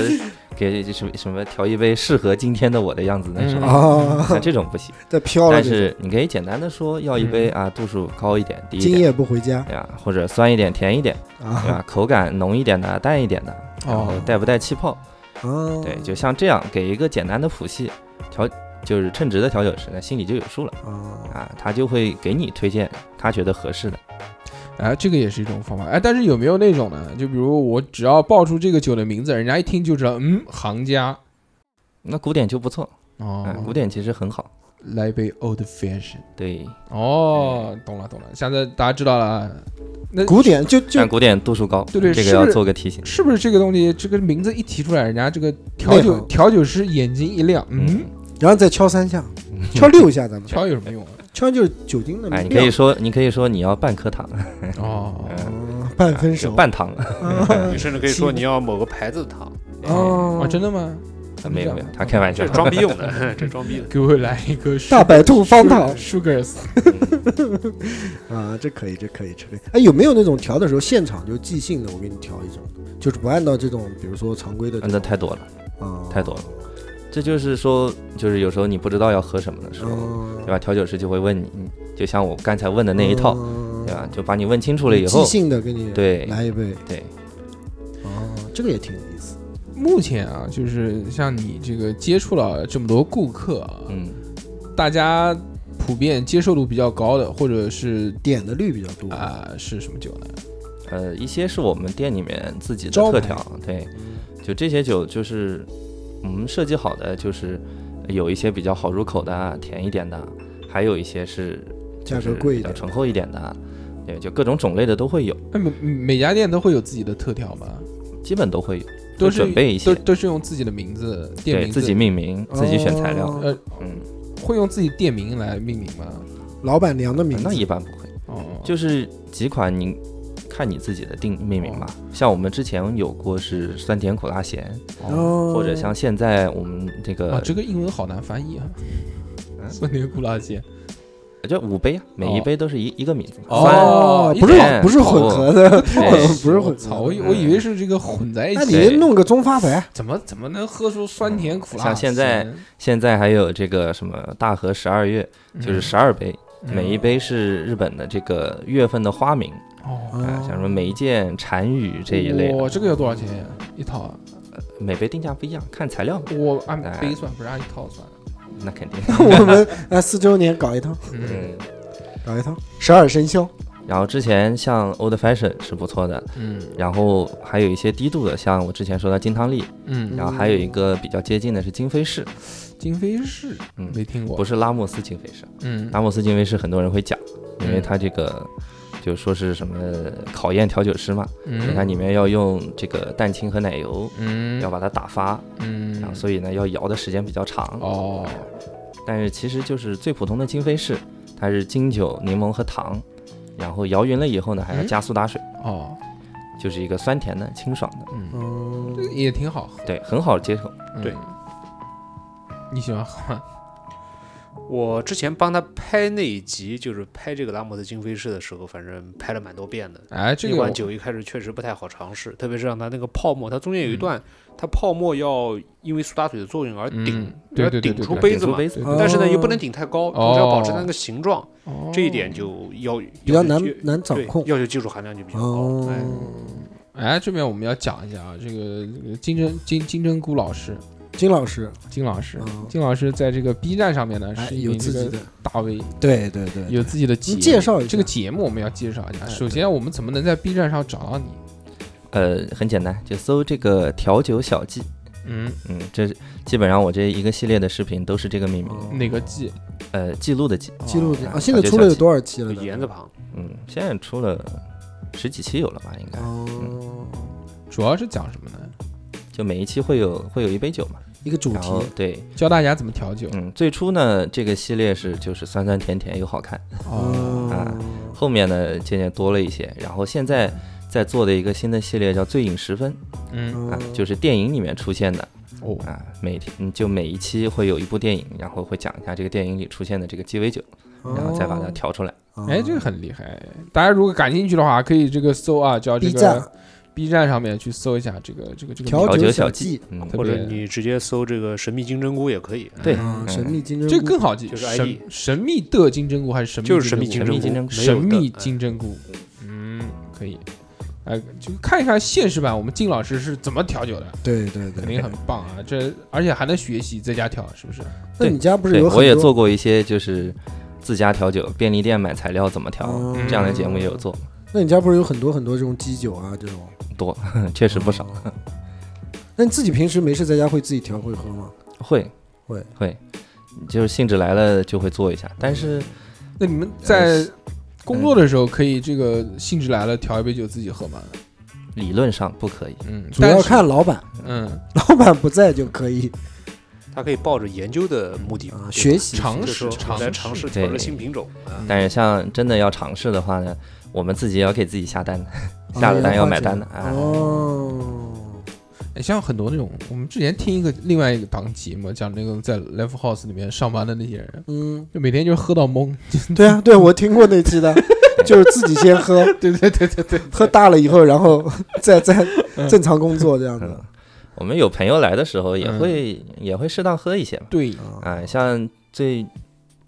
[SPEAKER 5] 给什么什么调一杯适合今天的我的样子那种，
[SPEAKER 1] 嗯哦
[SPEAKER 3] 啊，
[SPEAKER 5] 那这种不行。
[SPEAKER 3] 在飘了
[SPEAKER 5] 但
[SPEAKER 3] 这种，
[SPEAKER 5] 是你可以简单的说要一杯
[SPEAKER 1] 嗯
[SPEAKER 5] 啊，度数高一点、低一
[SPEAKER 3] 今
[SPEAKER 5] 点，
[SPEAKER 3] 夜不回家
[SPEAKER 5] 对吧？或者酸一点、甜一点，对
[SPEAKER 3] 啊
[SPEAKER 5] 吧？口感浓一点的、淡一点的，然后
[SPEAKER 1] 哦
[SPEAKER 5] 带不带气泡，
[SPEAKER 3] 啊，
[SPEAKER 5] 对，就像这样给一个简单的谱系，调就是称职的调酒师呢，心里就有数了
[SPEAKER 1] 哦
[SPEAKER 3] 啊，
[SPEAKER 5] 啊，他就会给你推荐他觉得合适的。
[SPEAKER 1] 哎，这个也是一种方法，哎，但是有没有那种呢？就比如我只要报出这个酒的名字，人家一听就知道，嗯，行家，
[SPEAKER 5] 那古典就不错，啊，古
[SPEAKER 1] 哦，
[SPEAKER 5] 典其实很好。
[SPEAKER 1] 来一杯 old fashion，
[SPEAKER 5] 对，
[SPEAKER 1] 哦，懂了懂了，下次大家知道了啊，那
[SPEAKER 3] 古典就就
[SPEAKER 5] 但古典度数高，
[SPEAKER 1] 对对
[SPEAKER 5] 这
[SPEAKER 1] 是
[SPEAKER 5] 个要做个提醒。
[SPEAKER 1] 是不是这个东西？这个名字一提出来，人家这个调
[SPEAKER 3] 内
[SPEAKER 1] 酒
[SPEAKER 3] 行
[SPEAKER 1] 调酒师眼睛一亮，嗯
[SPEAKER 5] 嗯，，
[SPEAKER 3] 然后再敲三下，敲六下 咱们
[SPEAKER 1] 调有什么用啊？
[SPEAKER 3] 敲就是酒精的
[SPEAKER 5] 哎，你
[SPEAKER 3] 量
[SPEAKER 5] 可以说，你可以说你要半颗糖，
[SPEAKER 1] 哦，
[SPEAKER 3] 啊半分
[SPEAKER 5] 就
[SPEAKER 3] 熟
[SPEAKER 5] 半糖，
[SPEAKER 3] 啊
[SPEAKER 4] 你甚至可以说
[SPEAKER 3] 七
[SPEAKER 4] 你要某个牌子的糖，
[SPEAKER 1] 哦，真的吗？
[SPEAKER 5] 没有没有，他开玩
[SPEAKER 4] 这
[SPEAKER 5] 笑
[SPEAKER 4] 是。装逼用的，这是装逼用的。
[SPEAKER 1] 给我来一个 sugar-
[SPEAKER 3] 大白兔方糖
[SPEAKER 1] sugars，
[SPEAKER 3] 啊，这可以，这可以，这可以。哎，有没有那种调的时候现场就即兴的？我给你调一种，就是不按照这种，比如说常规的这
[SPEAKER 5] 嗯那
[SPEAKER 3] 种，
[SPEAKER 5] 太多了，
[SPEAKER 3] 啊，
[SPEAKER 5] 太多了。这就是说，就是有时候你不知道要喝什么的时候，
[SPEAKER 3] 嗯，
[SPEAKER 5] 对吧？调酒师就会问你，你就像我刚才问的那一套，
[SPEAKER 3] 嗯
[SPEAKER 5] 对吧？就把你问清楚了以后
[SPEAKER 3] 即，兴的给你
[SPEAKER 5] 对
[SPEAKER 3] 来一杯，
[SPEAKER 5] 对，
[SPEAKER 3] 哦，这个也挺有意思。
[SPEAKER 1] 目前啊，就是像你这个接触了这么多顾客，嗯，
[SPEAKER 5] 嗯，
[SPEAKER 1] 大家普遍接受度比较高的，或者是
[SPEAKER 3] 点的率比较多，
[SPEAKER 1] 啊、是什么酒呢？
[SPEAKER 5] 呃，一些是我们店里面自己
[SPEAKER 3] 招
[SPEAKER 5] 的
[SPEAKER 3] 牌
[SPEAKER 5] 特调，对，就这些酒就是我们设计好的，就是有一些比较好入口的啊，甜一点的，还有一些是
[SPEAKER 3] 价
[SPEAKER 5] 就
[SPEAKER 3] 格
[SPEAKER 5] 是
[SPEAKER 3] 贵一
[SPEAKER 5] 比较
[SPEAKER 3] 点，
[SPEAKER 5] 醇厚一点的啊，对，就各种种类的都会有，
[SPEAKER 1] 那哎每每家店都会有自己的特调吗？
[SPEAKER 5] 基本都会有，
[SPEAKER 1] 都
[SPEAKER 5] 就是准备一
[SPEAKER 1] 都
[SPEAKER 5] 些，
[SPEAKER 1] 都是用自己的名字店
[SPEAKER 5] 对
[SPEAKER 1] 名字
[SPEAKER 5] 自己命名，自己选材料，
[SPEAKER 3] 哦
[SPEAKER 1] 呃，
[SPEAKER 5] 嗯，
[SPEAKER 1] 会用自己店名来命名吗？
[SPEAKER 3] 老板娘的名字，
[SPEAKER 5] 啊那一般不会，
[SPEAKER 1] 哦，
[SPEAKER 5] 就是几款你。看你自己的定命名吧，
[SPEAKER 1] 哦
[SPEAKER 5] 像我们之前有过是酸甜苦辣咸，
[SPEAKER 3] 哦，
[SPEAKER 5] 或者像现在我们这
[SPEAKER 1] 啊，
[SPEAKER 5] 个
[SPEAKER 1] 这个英文好难翻译啊。
[SPEAKER 5] 嗯
[SPEAKER 1] 酸甜苦辣咸
[SPEAKER 5] 就五杯啊，每一杯都是一、一个名字，酸
[SPEAKER 1] 哦
[SPEAKER 3] 哦，不是
[SPEAKER 5] 一哦点
[SPEAKER 3] 不是混合 的，不是混
[SPEAKER 1] 操！
[SPEAKER 3] 合
[SPEAKER 1] 我
[SPEAKER 3] 的。
[SPEAKER 1] 以我以为是这个混在一
[SPEAKER 3] 那
[SPEAKER 1] 起，
[SPEAKER 3] 你弄个中发啊白，
[SPEAKER 1] 怎么怎么能喝出酸甜苦辣咸？
[SPEAKER 5] 嗯像现在现在还有这个什么大和十二月，就是十二杯，
[SPEAKER 1] 嗯
[SPEAKER 5] 每一杯是日本的这个月份的花名
[SPEAKER 1] 哦，
[SPEAKER 5] 啊、
[SPEAKER 3] 哦
[SPEAKER 5] 像什么梅见、产雨这一类的，
[SPEAKER 1] 哇，这个要多少钱一套啊？
[SPEAKER 5] 每杯定价不一样，看材料嘛，
[SPEAKER 1] 我按
[SPEAKER 5] 哎
[SPEAKER 1] 杯算，不是按一套算。
[SPEAKER 5] 那肯定。
[SPEAKER 3] 我们呃四周年搞一趟，
[SPEAKER 1] 嗯
[SPEAKER 5] 嗯，
[SPEAKER 3] 搞一趟十二生肖，
[SPEAKER 5] 然后之前像 Old Fashion 是不错的，
[SPEAKER 1] 嗯
[SPEAKER 5] 然后还有一些低度的，像我之前说的金汤力，
[SPEAKER 1] 嗯，
[SPEAKER 5] 然后还有一个比较接近的是金飞士，
[SPEAKER 1] 金飞士
[SPEAKER 5] 嗯
[SPEAKER 1] 没听过，
[SPEAKER 5] 不是啊拉莫斯金飞士，
[SPEAKER 1] 嗯
[SPEAKER 5] 拉莫斯金威士很多人会讲，因为
[SPEAKER 1] 嗯
[SPEAKER 5] 它这个就说是什么考验调酒师嘛，因为它
[SPEAKER 1] 嗯
[SPEAKER 5] 里面要用这个蛋清和奶油，
[SPEAKER 1] 嗯
[SPEAKER 5] 要把它打发，然后
[SPEAKER 1] 嗯，
[SPEAKER 5] 所以呢要摇的时间比较长。
[SPEAKER 1] 哦
[SPEAKER 5] 但是其实就是最普通的金飞士，它是金酒、柠檬和糖，然后摇匀了以后呢还要
[SPEAKER 1] 嗯
[SPEAKER 5] 加苏打水，
[SPEAKER 1] 哦，
[SPEAKER 5] 就是一个酸甜的、清爽的，
[SPEAKER 1] 嗯，
[SPEAKER 3] 嗯，
[SPEAKER 1] 也挺好喝。
[SPEAKER 5] 对，很好接受。
[SPEAKER 1] 嗯
[SPEAKER 4] 对，
[SPEAKER 1] 你喜欢喝吗？
[SPEAKER 4] 我之前帮他拍那一集，就是拍这个拉莫斯金飞士的时候，反正拍了蛮多遍的。
[SPEAKER 1] 哎，这
[SPEAKER 4] 那
[SPEAKER 1] 个
[SPEAKER 4] 款
[SPEAKER 1] 我
[SPEAKER 4] 酒一开始确实不太好尝试，特别是让它那个泡沫，它中间有一段，它泡沫要因为苏打水的作用而顶，
[SPEAKER 1] 嗯对对
[SPEAKER 4] 要
[SPEAKER 1] 对
[SPEAKER 4] 顶
[SPEAKER 1] 对
[SPEAKER 4] 出
[SPEAKER 1] 对
[SPEAKER 4] 杯
[SPEAKER 5] 顶
[SPEAKER 4] 子
[SPEAKER 5] 住
[SPEAKER 4] 嘛。
[SPEAKER 5] 杯子，
[SPEAKER 3] 哦
[SPEAKER 4] 嗯但是呢，又不能顶太高，同时要保持它那个形状，
[SPEAKER 1] 哦
[SPEAKER 4] 这一点就要
[SPEAKER 3] 比较
[SPEAKER 4] 要求
[SPEAKER 3] 难
[SPEAKER 4] 技
[SPEAKER 3] 难掌
[SPEAKER 4] 对
[SPEAKER 3] 控。
[SPEAKER 4] 要求技术含量就比较高。哎
[SPEAKER 3] 哦，
[SPEAKER 1] 哎，这边我们要讲一下啊，这个这个金针金金针菇老师，
[SPEAKER 3] 金老师，
[SPEAKER 1] 金老师
[SPEAKER 3] 嗯，
[SPEAKER 1] 金老师在这个 B 站上面呢
[SPEAKER 3] 哎，
[SPEAKER 1] 是一
[SPEAKER 3] 有
[SPEAKER 1] 名
[SPEAKER 3] 自
[SPEAKER 1] 这
[SPEAKER 3] 己
[SPEAKER 1] 个
[SPEAKER 3] 的，
[SPEAKER 1] 大 V，
[SPEAKER 3] 对对对，
[SPEAKER 1] 有自己的节
[SPEAKER 3] 你
[SPEAKER 1] 目。
[SPEAKER 3] 介绍一下
[SPEAKER 1] 这个节目，我们要介绍一下。
[SPEAKER 3] 哎
[SPEAKER 1] 首先，我们怎么能在 B 站上找到你？
[SPEAKER 5] 呃，很简单，就搜这个调酒小记。
[SPEAKER 1] 嗯，
[SPEAKER 5] 嗯，这基本上我这一个系列的视频都是这个命名，
[SPEAKER 3] 哦
[SPEAKER 1] 哪个季？
[SPEAKER 5] 呃，记录的记。
[SPEAKER 3] 记录的
[SPEAKER 5] 哦
[SPEAKER 3] 啊，现在出了有多少期了
[SPEAKER 4] 有
[SPEAKER 3] 呢？
[SPEAKER 4] 言字旁，
[SPEAKER 5] 嗯，现在出了十几期有了吧，应该。
[SPEAKER 3] 哦，
[SPEAKER 1] 主要是讲什么呢？
[SPEAKER 5] 就每一期会有会有一杯酒嘛，
[SPEAKER 3] 一个主
[SPEAKER 5] 然
[SPEAKER 3] 题
[SPEAKER 5] 后对，
[SPEAKER 1] 教大家怎么调酒。
[SPEAKER 5] 嗯，最初呢这个系列是就是酸酸甜甜又好看，
[SPEAKER 1] 哦，
[SPEAKER 5] 啊
[SPEAKER 3] 哦，
[SPEAKER 5] 后面呢渐渐多了一些，然后现在在做的一个新的系列叫醉影十分
[SPEAKER 1] 嗯，
[SPEAKER 5] 啊，
[SPEAKER 3] 嗯
[SPEAKER 5] 就是电影里面出现的
[SPEAKER 1] 哦，
[SPEAKER 5] 啊，每天嗯就每一期会有一部电影，然后会讲一下这个电影里出现的这个鸡尾酒，然后再把它调出来。
[SPEAKER 3] 哦
[SPEAKER 1] 哎，这个很厉害。大家如果感兴趣的话，可以这个搜啊，叫这
[SPEAKER 3] B
[SPEAKER 1] 个
[SPEAKER 3] 站
[SPEAKER 1] B 站上面去搜一下这个这个这个
[SPEAKER 3] 调
[SPEAKER 1] 名
[SPEAKER 5] 调
[SPEAKER 1] 字
[SPEAKER 3] 酒
[SPEAKER 5] 酒
[SPEAKER 3] 哦小
[SPEAKER 5] 小
[SPEAKER 3] 记
[SPEAKER 5] 记，嗯，
[SPEAKER 1] 特
[SPEAKER 4] 或者
[SPEAKER 1] 别
[SPEAKER 4] 你直接搜这个神秘金针菇也可以。哎
[SPEAKER 5] 对，
[SPEAKER 3] 啊，神秘金针
[SPEAKER 1] 这个
[SPEAKER 3] 菇
[SPEAKER 1] 更好记，
[SPEAKER 4] 就是 ID
[SPEAKER 1] 神神秘的金针菇还是神秘？
[SPEAKER 4] 就是神秘
[SPEAKER 5] 金
[SPEAKER 4] 针
[SPEAKER 5] 神秘金针
[SPEAKER 4] 菇，
[SPEAKER 5] 菇
[SPEAKER 1] 神
[SPEAKER 4] 没有
[SPEAKER 1] 秘
[SPEAKER 4] 的哎
[SPEAKER 1] 金针菇。嗯，可以。哎，就看一看现实版，我们金老师是怎么调酒的，
[SPEAKER 3] 对对对，
[SPEAKER 1] 肯定很棒啊！这而且还能学习在家调，是 不是？
[SPEAKER 3] 那
[SPEAKER 5] 对
[SPEAKER 3] 你家不是
[SPEAKER 5] 对，
[SPEAKER 3] 有很多
[SPEAKER 5] 我也做过一些就是自家调酒，便利店买材料怎么调、
[SPEAKER 3] 哦
[SPEAKER 5] 这样的节目也有做，
[SPEAKER 3] 那你家不是有很多很多这种基酒啊这种？
[SPEAKER 5] 多嗯确实不少。
[SPEAKER 3] 那你自己平时没事在家会自己调会喝吗？
[SPEAKER 5] 会
[SPEAKER 3] 会
[SPEAKER 5] 会，就是兴致来了就会做一下，但是
[SPEAKER 1] 那你们在工作的时候可以这个兴致来了调一杯酒自己喝吗？
[SPEAKER 5] 理论上不可以。
[SPEAKER 1] 嗯，
[SPEAKER 3] 主要
[SPEAKER 1] 但是
[SPEAKER 3] 看老板，
[SPEAKER 1] 嗯
[SPEAKER 3] 老板不在就可以
[SPEAKER 4] 它可以抱着研究的目的
[SPEAKER 3] 啊学习
[SPEAKER 1] 尝
[SPEAKER 4] 就是
[SPEAKER 1] 试
[SPEAKER 4] 说我
[SPEAKER 1] 尝
[SPEAKER 4] 来
[SPEAKER 1] 试
[SPEAKER 4] 尝试
[SPEAKER 5] 对
[SPEAKER 4] 调制新品种
[SPEAKER 3] 嗯
[SPEAKER 4] 啊。
[SPEAKER 5] 但是像真的要尝试的话呢，我们自己也要给自己下单，下了单要买单的啊。
[SPEAKER 3] 哦，
[SPEAKER 1] 哎像很多那种，我们之前听一个另外一个档节目，讲那个在 Live House 里面上班的那些人，
[SPEAKER 3] 嗯，
[SPEAKER 1] 就每天就喝到懵。
[SPEAKER 3] 对啊，对我听过那期的，就是自己先喝，
[SPEAKER 1] 对对对对对，
[SPEAKER 3] 喝大了以后，然后再再正常工作这样子
[SPEAKER 5] 嗯。我们有朋友来的时候也
[SPEAKER 1] 嗯
[SPEAKER 5] 会、也会适当喝一些嘛。
[SPEAKER 1] 对，
[SPEAKER 3] 啊，
[SPEAKER 5] 啊，像最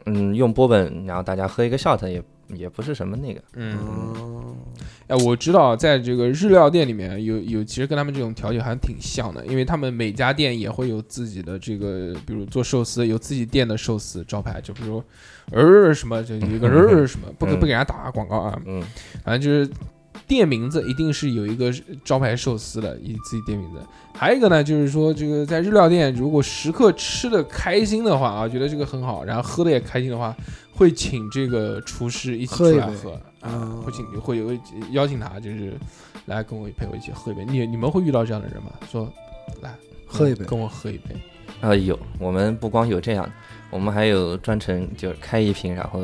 [SPEAKER 5] 嗯用波本，然后大家喝一个 shot 也也不是什么那个。
[SPEAKER 1] 嗯，
[SPEAKER 3] 哦
[SPEAKER 1] 哎，我知道，在这个日料店里面有有，其实跟他们这种调酒还挺像的，因为他们每家店也会有自己的这个，比如做寿司有自己店的寿司招牌，就比如呃什么，就有 一个呃什么，不给不给人家打广告啊，
[SPEAKER 5] 嗯，
[SPEAKER 1] 反正就是店名字一定是有一个招牌寿司的，以自己店名字。还有一个呢，就是说这个在日料店，如果食客吃的开心的话啊，觉得这个很好，然后喝的也开心的话，会请这个厨师一起出
[SPEAKER 3] 喝一
[SPEAKER 1] 来
[SPEAKER 3] 杯
[SPEAKER 1] 喝啊
[SPEAKER 3] 啊，
[SPEAKER 1] 会请会有呃邀请他，就是来跟我陪我一起喝一杯。你你们会遇到这样的人吗？说来
[SPEAKER 3] 喝一杯
[SPEAKER 1] 跟我喝一杯。
[SPEAKER 5] 啊有，我们不光有这样的，我们还有专程就是开一瓶，然后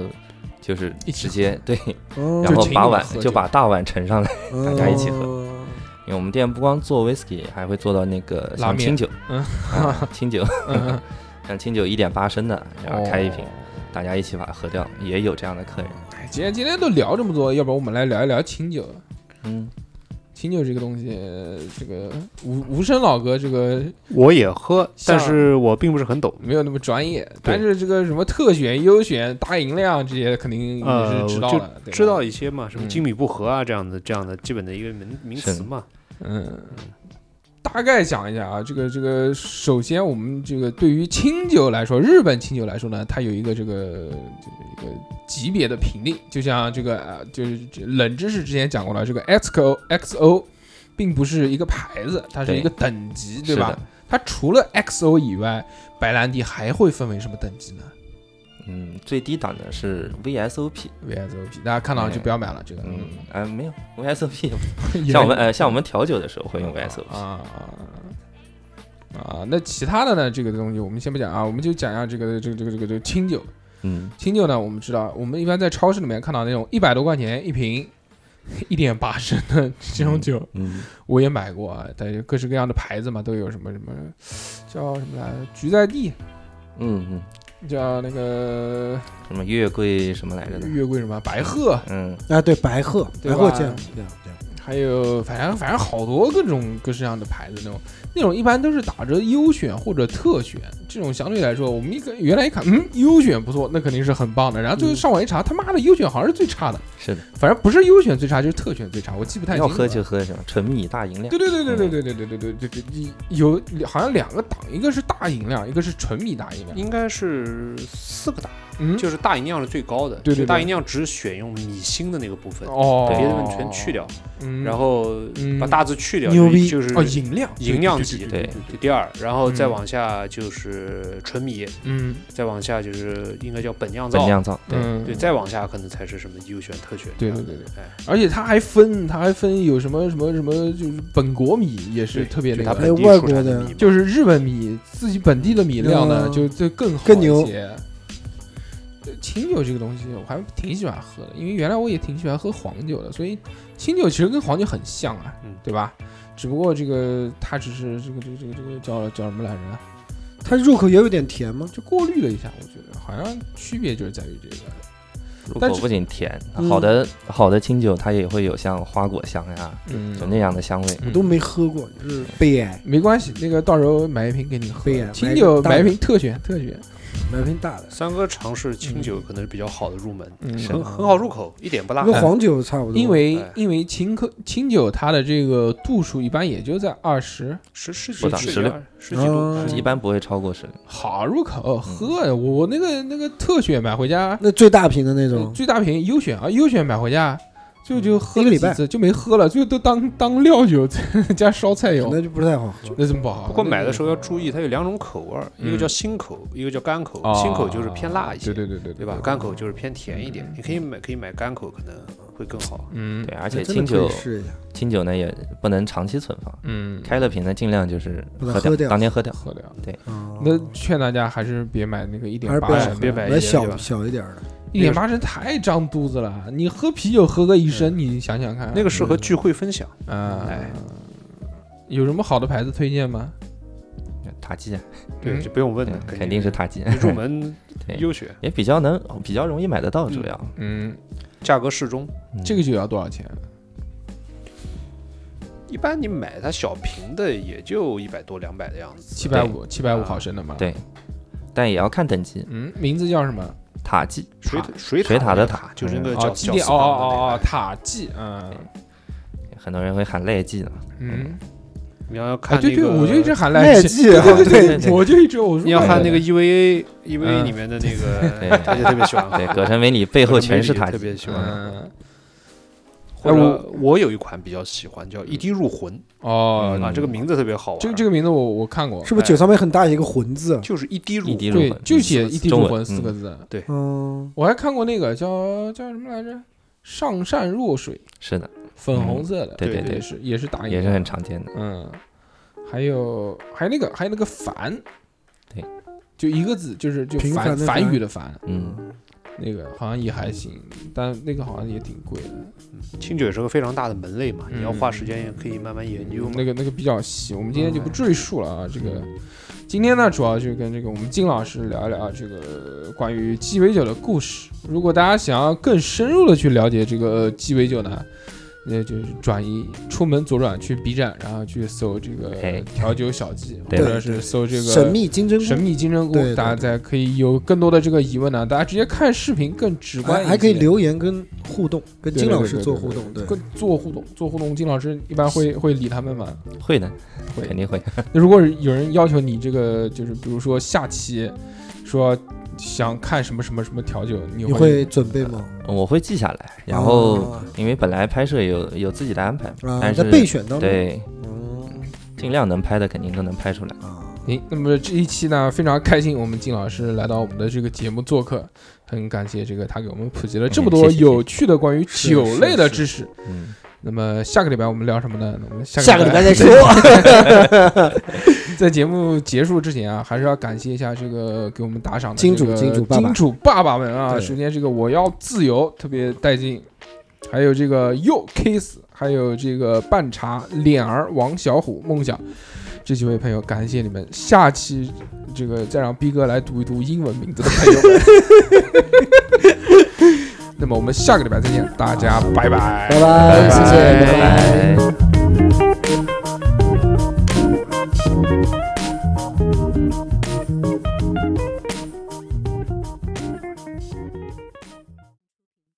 [SPEAKER 5] 就是
[SPEAKER 1] 一起
[SPEAKER 5] 直接对，
[SPEAKER 3] 哦嗯
[SPEAKER 5] 然
[SPEAKER 1] 就
[SPEAKER 5] 后
[SPEAKER 1] 请你
[SPEAKER 5] 把
[SPEAKER 1] 们
[SPEAKER 5] 碗
[SPEAKER 1] 喝
[SPEAKER 5] 就
[SPEAKER 1] 酒
[SPEAKER 5] 把大碗盛上来，嗯大家一起喝
[SPEAKER 3] 喝。
[SPEAKER 5] 因为我们店不光做 whisky，还会做到那个
[SPEAKER 1] 拉
[SPEAKER 5] 像
[SPEAKER 1] 面
[SPEAKER 5] 清酒，
[SPEAKER 1] 嗯
[SPEAKER 5] 啊，清酒，
[SPEAKER 1] 嗯，
[SPEAKER 5] 像清酒一点八升的，然
[SPEAKER 4] 啊
[SPEAKER 5] 后开一瓶
[SPEAKER 1] 哦，
[SPEAKER 5] 大家一起把它喝掉，也有这样的客人。
[SPEAKER 1] 哎今天今天都聊这么多，要不然我们来聊一聊清酒。
[SPEAKER 5] 嗯，
[SPEAKER 1] 清酒这个东西，呃这个无无声老哥这个
[SPEAKER 4] 我也喝，
[SPEAKER 1] 像
[SPEAKER 4] 但是我并不是很懂。
[SPEAKER 1] 没有那么专业，但是这个什么特选、优选、大饮量这些肯定也
[SPEAKER 4] 呃，
[SPEAKER 1] 是知道
[SPEAKER 4] 就
[SPEAKER 1] 了，对吧
[SPEAKER 4] 知道。一些嘛，什么
[SPEAKER 1] 嗯
[SPEAKER 4] 金米不和啊，这样的这样的基本的一个名名
[SPEAKER 5] 是
[SPEAKER 4] 词嘛。
[SPEAKER 1] 嗯，大概讲一下啊，这个这个，首先我们这个对于清酒来说，日本清酒来说呢，它有一个这个呃这个一个级别的评定，就像这个呃，就是这冷知识之前讲过了，这个 XO XO 并不是一个牌子，它是
[SPEAKER 5] 对
[SPEAKER 1] 一个等级，对
[SPEAKER 5] 是
[SPEAKER 1] 吧
[SPEAKER 5] 的？，
[SPEAKER 1] 它除了 XO 以外，白兰地还会分为什么等级呢
[SPEAKER 5] 嗯，最低档的是 VSOP，
[SPEAKER 1] ？VSOP，大家看到就不要买了，这个
[SPEAKER 5] 嗯，啊没有 VSOP，
[SPEAKER 1] 嗯
[SPEAKER 5] 像我们呃像我们调酒的时候会用
[SPEAKER 1] 啊
[SPEAKER 5] VSOP，
[SPEAKER 1] 啊啊啊！那其他的呢？这个东西我们先不讲啊，我们就讲一下这个这个这个这个这个清酒。
[SPEAKER 5] 嗯，
[SPEAKER 1] 清酒呢，我们知道，我们一般在超市里面看到那种一百多块钱一瓶。一点八升的这种酒，
[SPEAKER 5] 嗯，
[SPEAKER 1] 我也买过啊，但是各式各样的牌子嘛，都有什么什么叫什么来着？菊在地，
[SPEAKER 5] 嗯嗯，
[SPEAKER 1] 叫那个
[SPEAKER 5] 什么月桂什么来着的，
[SPEAKER 1] 嗯月桂什么白鹤，
[SPEAKER 5] 嗯，
[SPEAKER 3] 啊，对，白鹤，
[SPEAKER 1] 对
[SPEAKER 3] 白鹤
[SPEAKER 1] 吧
[SPEAKER 3] 这样这样这样，
[SPEAKER 1] 还有反正反正好多各种各式各样的牌子那种，那种一般都是打着优选或者特选，这种相对来说，我们一个原来一看，嗯，优选不错，那肯定是很棒的，然后最
[SPEAKER 4] 嗯
[SPEAKER 1] 后上网一查，他妈的优选好像是最差的，
[SPEAKER 5] 是的，
[SPEAKER 1] 反正不是优选最差就是特选最差，我记不太清啊
[SPEAKER 5] 要
[SPEAKER 1] 了。
[SPEAKER 5] 喝就喝什么纯米大吟酿
[SPEAKER 1] 对，对对对对对对对对对对对，你有好像两个档，一个是大饮料，一个是纯米大饮料。
[SPEAKER 4] 应该是四个大，
[SPEAKER 1] 嗯，
[SPEAKER 4] 就是大吟酿是最高的，
[SPEAKER 1] 对对
[SPEAKER 4] 就
[SPEAKER 1] 对
[SPEAKER 4] 大吟酿只选用米芯的那个部分，
[SPEAKER 1] 哦，
[SPEAKER 4] 别的部分全去掉，
[SPEAKER 1] 嗯，
[SPEAKER 4] 然后
[SPEAKER 1] 嗯
[SPEAKER 4] 把大字去掉，
[SPEAKER 3] 牛逼
[SPEAKER 4] 就是
[SPEAKER 1] 哦
[SPEAKER 4] 就是
[SPEAKER 1] 饮料
[SPEAKER 4] 银酿级
[SPEAKER 1] 对对对
[SPEAKER 4] 就第二，然后再
[SPEAKER 1] 嗯
[SPEAKER 4] 往下就是纯米，
[SPEAKER 1] 嗯
[SPEAKER 4] 再往下就是应该叫本酿
[SPEAKER 5] 本
[SPEAKER 4] 造，
[SPEAKER 5] 酿造，对，
[SPEAKER 1] 嗯
[SPEAKER 4] 对，再往下可能才是什么优选、特选这
[SPEAKER 1] 对
[SPEAKER 4] 样
[SPEAKER 1] 对
[SPEAKER 4] 的，
[SPEAKER 1] 对对，
[SPEAKER 4] 哎，
[SPEAKER 1] 而且它还分，它还分有什么什么什么，就是本国米也是
[SPEAKER 4] 对
[SPEAKER 1] 特别
[SPEAKER 4] 就
[SPEAKER 1] 那
[SPEAKER 4] 它
[SPEAKER 1] 个，
[SPEAKER 4] 本
[SPEAKER 3] 哎
[SPEAKER 4] 地
[SPEAKER 3] 外
[SPEAKER 4] 出
[SPEAKER 3] 国
[SPEAKER 4] 产的
[SPEAKER 3] 的
[SPEAKER 4] 米嘛
[SPEAKER 1] 就是日本米自己本地的米料呢，
[SPEAKER 3] 嗯
[SPEAKER 1] 就就更好
[SPEAKER 3] 更牛
[SPEAKER 1] 一些。对清酒这个东西我还挺喜欢喝的，因为原来我也挺喜欢喝黄酒的，所以清酒其实跟黄酒很像啊，
[SPEAKER 4] 嗯
[SPEAKER 1] 对吧？只不过这个它只是这个这个这个这个叫叫什么来着？
[SPEAKER 3] 它入口也有点甜吗？
[SPEAKER 1] 就过滤了一下，我觉得好像区别就是在于这个，
[SPEAKER 5] 入
[SPEAKER 1] 但
[SPEAKER 5] 口
[SPEAKER 1] 是
[SPEAKER 5] 不仅甜，
[SPEAKER 3] 嗯
[SPEAKER 5] 好的好的清酒它也会有像花果香呀，有
[SPEAKER 1] 嗯，
[SPEAKER 5] 那样的香味。
[SPEAKER 1] 嗯
[SPEAKER 3] 都没喝过，就是悲哀。
[SPEAKER 1] 没关系，那个到时候买一瓶给你喝
[SPEAKER 3] 对呀，
[SPEAKER 1] 清酒
[SPEAKER 3] 买
[SPEAKER 1] 买
[SPEAKER 3] 一
[SPEAKER 1] 一
[SPEAKER 3] 个
[SPEAKER 1] 瓶特选特选，
[SPEAKER 3] 买瓶大的，
[SPEAKER 4] 三哥尝试清酒可能是比较好的入门，
[SPEAKER 1] 嗯，
[SPEAKER 5] 是
[SPEAKER 4] 很很好入口，一点不辣
[SPEAKER 3] 跟。黄酒差不多。
[SPEAKER 1] 因为
[SPEAKER 4] 哎
[SPEAKER 1] 因为清客清酒它的这个度数一般也就在二十，
[SPEAKER 4] 十十几
[SPEAKER 5] 不
[SPEAKER 4] 度
[SPEAKER 5] 到
[SPEAKER 4] 十
[SPEAKER 5] 16
[SPEAKER 4] 十几度，
[SPEAKER 3] 嗯
[SPEAKER 5] 一般不会超过十六，
[SPEAKER 1] 好入口喝。我我那个那个特选买回家，
[SPEAKER 3] 那最大瓶的那
[SPEAKER 1] 呃
[SPEAKER 3] 种，嗯
[SPEAKER 1] 最大瓶优选啊，优选买回家。就就喝
[SPEAKER 3] 一个
[SPEAKER 1] 了
[SPEAKER 3] 礼
[SPEAKER 1] 几
[SPEAKER 3] 拜
[SPEAKER 1] 次就没喝了，最后都当当料酒 加烧菜用，
[SPEAKER 3] 那就不太好喝。
[SPEAKER 1] 那怎么不好？啊
[SPEAKER 4] 不过
[SPEAKER 1] 那
[SPEAKER 4] 买的
[SPEAKER 1] 就
[SPEAKER 4] 时候要注意，它有两种口味儿，一个
[SPEAKER 1] 嗯
[SPEAKER 4] 叫辛口，一个叫干口
[SPEAKER 1] 啊。
[SPEAKER 4] 辛口就是偏辣一些，
[SPEAKER 1] 对对对对
[SPEAKER 4] 对吧？干口就是偏甜一点。你可以买可以买干口，可能会更好。
[SPEAKER 1] 嗯
[SPEAKER 5] 对，而且
[SPEAKER 3] 真的
[SPEAKER 5] 清
[SPEAKER 3] 可以
[SPEAKER 5] 酒
[SPEAKER 3] 试一下，
[SPEAKER 5] 清酒呢也不能长期存放，
[SPEAKER 1] 嗯，
[SPEAKER 5] 开了瓶呢尽量就是
[SPEAKER 3] 不能
[SPEAKER 5] 喝
[SPEAKER 3] 喝掉
[SPEAKER 5] 当天喝掉。
[SPEAKER 1] 喝掉。
[SPEAKER 3] 嗯
[SPEAKER 1] 那劝大家还是别买那个一点
[SPEAKER 3] 还是
[SPEAKER 1] 八
[SPEAKER 3] 不要
[SPEAKER 1] 升的，
[SPEAKER 4] 别买
[SPEAKER 3] 买
[SPEAKER 4] 一点
[SPEAKER 3] 小
[SPEAKER 4] 吧
[SPEAKER 3] 小一点的，
[SPEAKER 1] 一点八升太胀肚子了。你喝啤酒喝个一
[SPEAKER 3] 嗯
[SPEAKER 1] 升，你想想看，
[SPEAKER 4] 那个适合聚会分享，
[SPEAKER 1] 啊
[SPEAKER 4] 哎，
[SPEAKER 1] 有什么好的牌子推荐吗？
[SPEAKER 5] 塔基啊，
[SPEAKER 4] 对，
[SPEAKER 1] 嗯
[SPEAKER 4] 就不用问
[SPEAKER 5] 对
[SPEAKER 4] 了，
[SPEAKER 5] 肯定是塔基，
[SPEAKER 4] 入门
[SPEAKER 5] 对
[SPEAKER 4] 优选，
[SPEAKER 5] 也比较能比较容易买得到，主要
[SPEAKER 1] 嗯，
[SPEAKER 4] 价格适中。
[SPEAKER 5] 嗯
[SPEAKER 1] 这个酒要多少钱？
[SPEAKER 4] 一般你买它小瓶的也就一百多两百的样子，
[SPEAKER 1] 七百五，七百五毫升的吗？
[SPEAKER 5] 对但也要看等级。
[SPEAKER 1] 嗯，名字叫什么？
[SPEAKER 5] 塔基
[SPEAKER 4] 水
[SPEAKER 1] 塔
[SPEAKER 4] 塔水
[SPEAKER 5] 水塔
[SPEAKER 4] 的
[SPEAKER 5] 的
[SPEAKER 4] 塔
[SPEAKER 5] 塔
[SPEAKER 4] 就是那
[SPEAKER 5] 嗯
[SPEAKER 1] 哦，
[SPEAKER 4] 个叫
[SPEAKER 1] 基
[SPEAKER 4] 叫
[SPEAKER 1] 地，哦
[SPEAKER 4] 四方的那个
[SPEAKER 1] 哦哦，塔记，嗯
[SPEAKER 5] 很多人会喊赖记的，
[SPEAKER 1] 嗯，
[SPEAKER 4] 你要看
[SPEAKER 1] 啊，对对，
[SPEAKER 4] 那个
[SPEAKER 1] 我就一直喊
[SPEAKER 3] 麦
[SPEAKER 1] 赖
[SPEAKER 3] 记
[SPEAKER 1] 对
[SPEAKER 3] 啊
[SPEAKER 1] 对
[SPEAKER 5] 对
[SPEAKER 1] 对
[SPEAKER 5] 对对
[SPEAKER 1] 我就一直我说
[SPEAKER 4] 你要看那个 E
[SPEAKER 5] 对
[SPEAKER 4] EVA EVA
[SPEAKER 1] 嗯
[SPEAKER 4] 里面的那
[SPEAKER 5] 对
[SPEAKER 4] 个，大家特别喜欢喝，
[SPEAKER 5] 对，葛城美里背后全是塔
[SPEAKER 4] 特
[SPEAKER 5] 基，
[SPEAKER 4] 别喜欢。
[SPEAKER 1] 嗯，
[SPEAKER 4] 或者我有一款比较喜欢，叫一滴入魂
[SPEAKER 1] 哦，
[SPEAKER 4] 啊，这个名字特别好玩。
[SPEAKER 1] 这个这个名字我我看过，
[SPEAKER 3] 是不是酒上面很大一个魂字？啊
[SPEAKER 4] 就是一滴入
[SPEAKER 5] 一滴
[SPEAKER 4] 魂，
[SPEAKER 5] 入
[SPEAKER 1] 对
[SPEAKER 5] 魂，
[SPEAKER 1] 就写
[SPEAKER 5] 嗯
[SPEAKER 1] 一滴
[SPEAKER 5] 中
[SPEAKER 1] 入
[SPEAKER 5] 文
[SPEAKER 1] 魂四
[SPEAKER 5] 嗯
[SPEAKER 1] 个字，
[SPEAKER 3] 嗯，
[SPEAKER 1] 我还看过那个叫叫什么来着？上善若水，
[SPEAKER 5] 是的，
[SPEAKER 1] 粉红色的，
[SPEAKER 5] 对
[SPEAKER 4] 嗯对
[SPEAKER 1] 也
[SPEAKER 5] 对，
[SPEAKER 1] 是也是打印，
[SPEAKER 5] 也是很，常见的。
[SPEAKER 1] 嗯，还有还有那个还有那个凡，
[SPEAKER 5] 对，
[SPEAKER 1] 就一个字，就是就
[SPEAKER 3] 平
[SPEAKER 1] 梵
[SPEAKER 3] 凡的
[SPEAKER 1] 梵
[SPEAKER 3] 梵
[SPEAKER 1] 语的梵，
[SPEAKER 5] 嗯，
[SPEAKER 1] 那个好像也还行，但那个好像也挺贵的，
[SPEAKER 4] 清酒也是个非常大的门类嘛，
[SPEAKER 1] 嗯
[SPEAKER 4] 你要花时间也可以慢慢研
[SPEAKER 5] 啊
[SPEAKER 4] 究嘛
[SPEAKER 1] 那。个那个比较细，我们今天就不赘述了啊。这个
[SPEAKER 5] 嗯
[SPEAKER 1] 今天呢，主要就跟这个我们金老师聊一聊这个关于鸡尾酒的故事。如果大家想要更深入的去了解这个鸡尾酒呢，那就是转移出门左转去 B 站，然后去搜这个
[SPEAKER 5] 哎
[SPEAKER 1] 调酒小记，或
[SPEAKER 5] 对
[SPEAKER 1] 者是搜这个
[SPEAKER 3] 神秘金针菇
[SPEAKER 1] 神秘金针
[SPEAKER 3] 对对
[SPEAKER 1] 菇，
[SPEAKER 3] 对
[SPEAKER 1] 大家再可以有更多的这个疑问呢，大家直接看视频更直观
[SPEAKER 3] 还
[SPEAKER 1] 一些，
[SPEAKER 3] 还可以留言跟互动，跟
[SPEAKER 1] 对
[SPEAKER 3] 金
[SPEAKER 1] 对
[SPEAKER 3] 老
[SPEAKER 1] 对
[SPEAKER 3] 师
[SPEAKER 1] 对
[SPEAKER 3] 做
[SPEAKER 1] 对
[SPEAKER 3] 互
[SPEAKER 1] 对
[SPEAKER 3] 动，对，
[SPEAKER 1] 跟做互动，做互动，金老师一般会会理他们吗？
[SPEAKER 5] 会的，
[SPEAKER 1] 会
[SPEAKER 5] 肯定会。
[SPEAKER 1] 那如果有人要求你这个，就是比如说下期说想看什么什么什么调酒，你
[SPEAKER 3] 你会准备吗？
[SPEAKER 5] 我会记下来，然后
[SPEAKER 3] 啊
[SPEAKER 5] 因为本来拍摄有有自己的安排，
[SPEAKER 3] 啊，
[SPEAKER 5] 但是
[SPEAKER 3] 在备选当中，
[SPEAKER 5] 对，
[SPEAKER 3] 嗯
[SPEAKER 5] 尽量能拍的肯定都能拍出来。
[SPEAKER 3] 啊，
[SPEAKER 1] 诶，那么这一期呢，非常开心，我们金老师来到我们的这个节目做客，很感谢这个他给我们普及了这么
[SPEAKER 5] 嗯
[SPEAKER 1] 多
[SPEAKER 5] 谢谢
[SPEAKER 1] 有趣的关于酒类的知识。
[SPEAKER 5] 嗯，
[SPEAKER 1] 那么下个礼拜我们聊什么呢？我们下
[SPEAKER 3] 下个礼拜再说。
[SPEAKER 1] 在节目结束之前啊，还是要感谢一下这个给我们打赏的
[SPEAKER 3] 金主
[SPEAKER 1] 这个
[SPEAKER 3] 金主爸爸
[SPEAKER 1] 金主爸爸们啊！
[SPEAKER 3] 对
[SPEAKER 1] 首先这个我要自由特别带劲，还有这个又 kiss，还有这个半茶脸儿王小虎梦想这几位朋友，感谢你们！下期这个再让逼哥来读一读英文名字的朋友们。 那么我们下个礼拜再见，大家拜拜。
[SPEAKER 3] 拜拜，谢谢，
[SPEAKER 5] 拜拜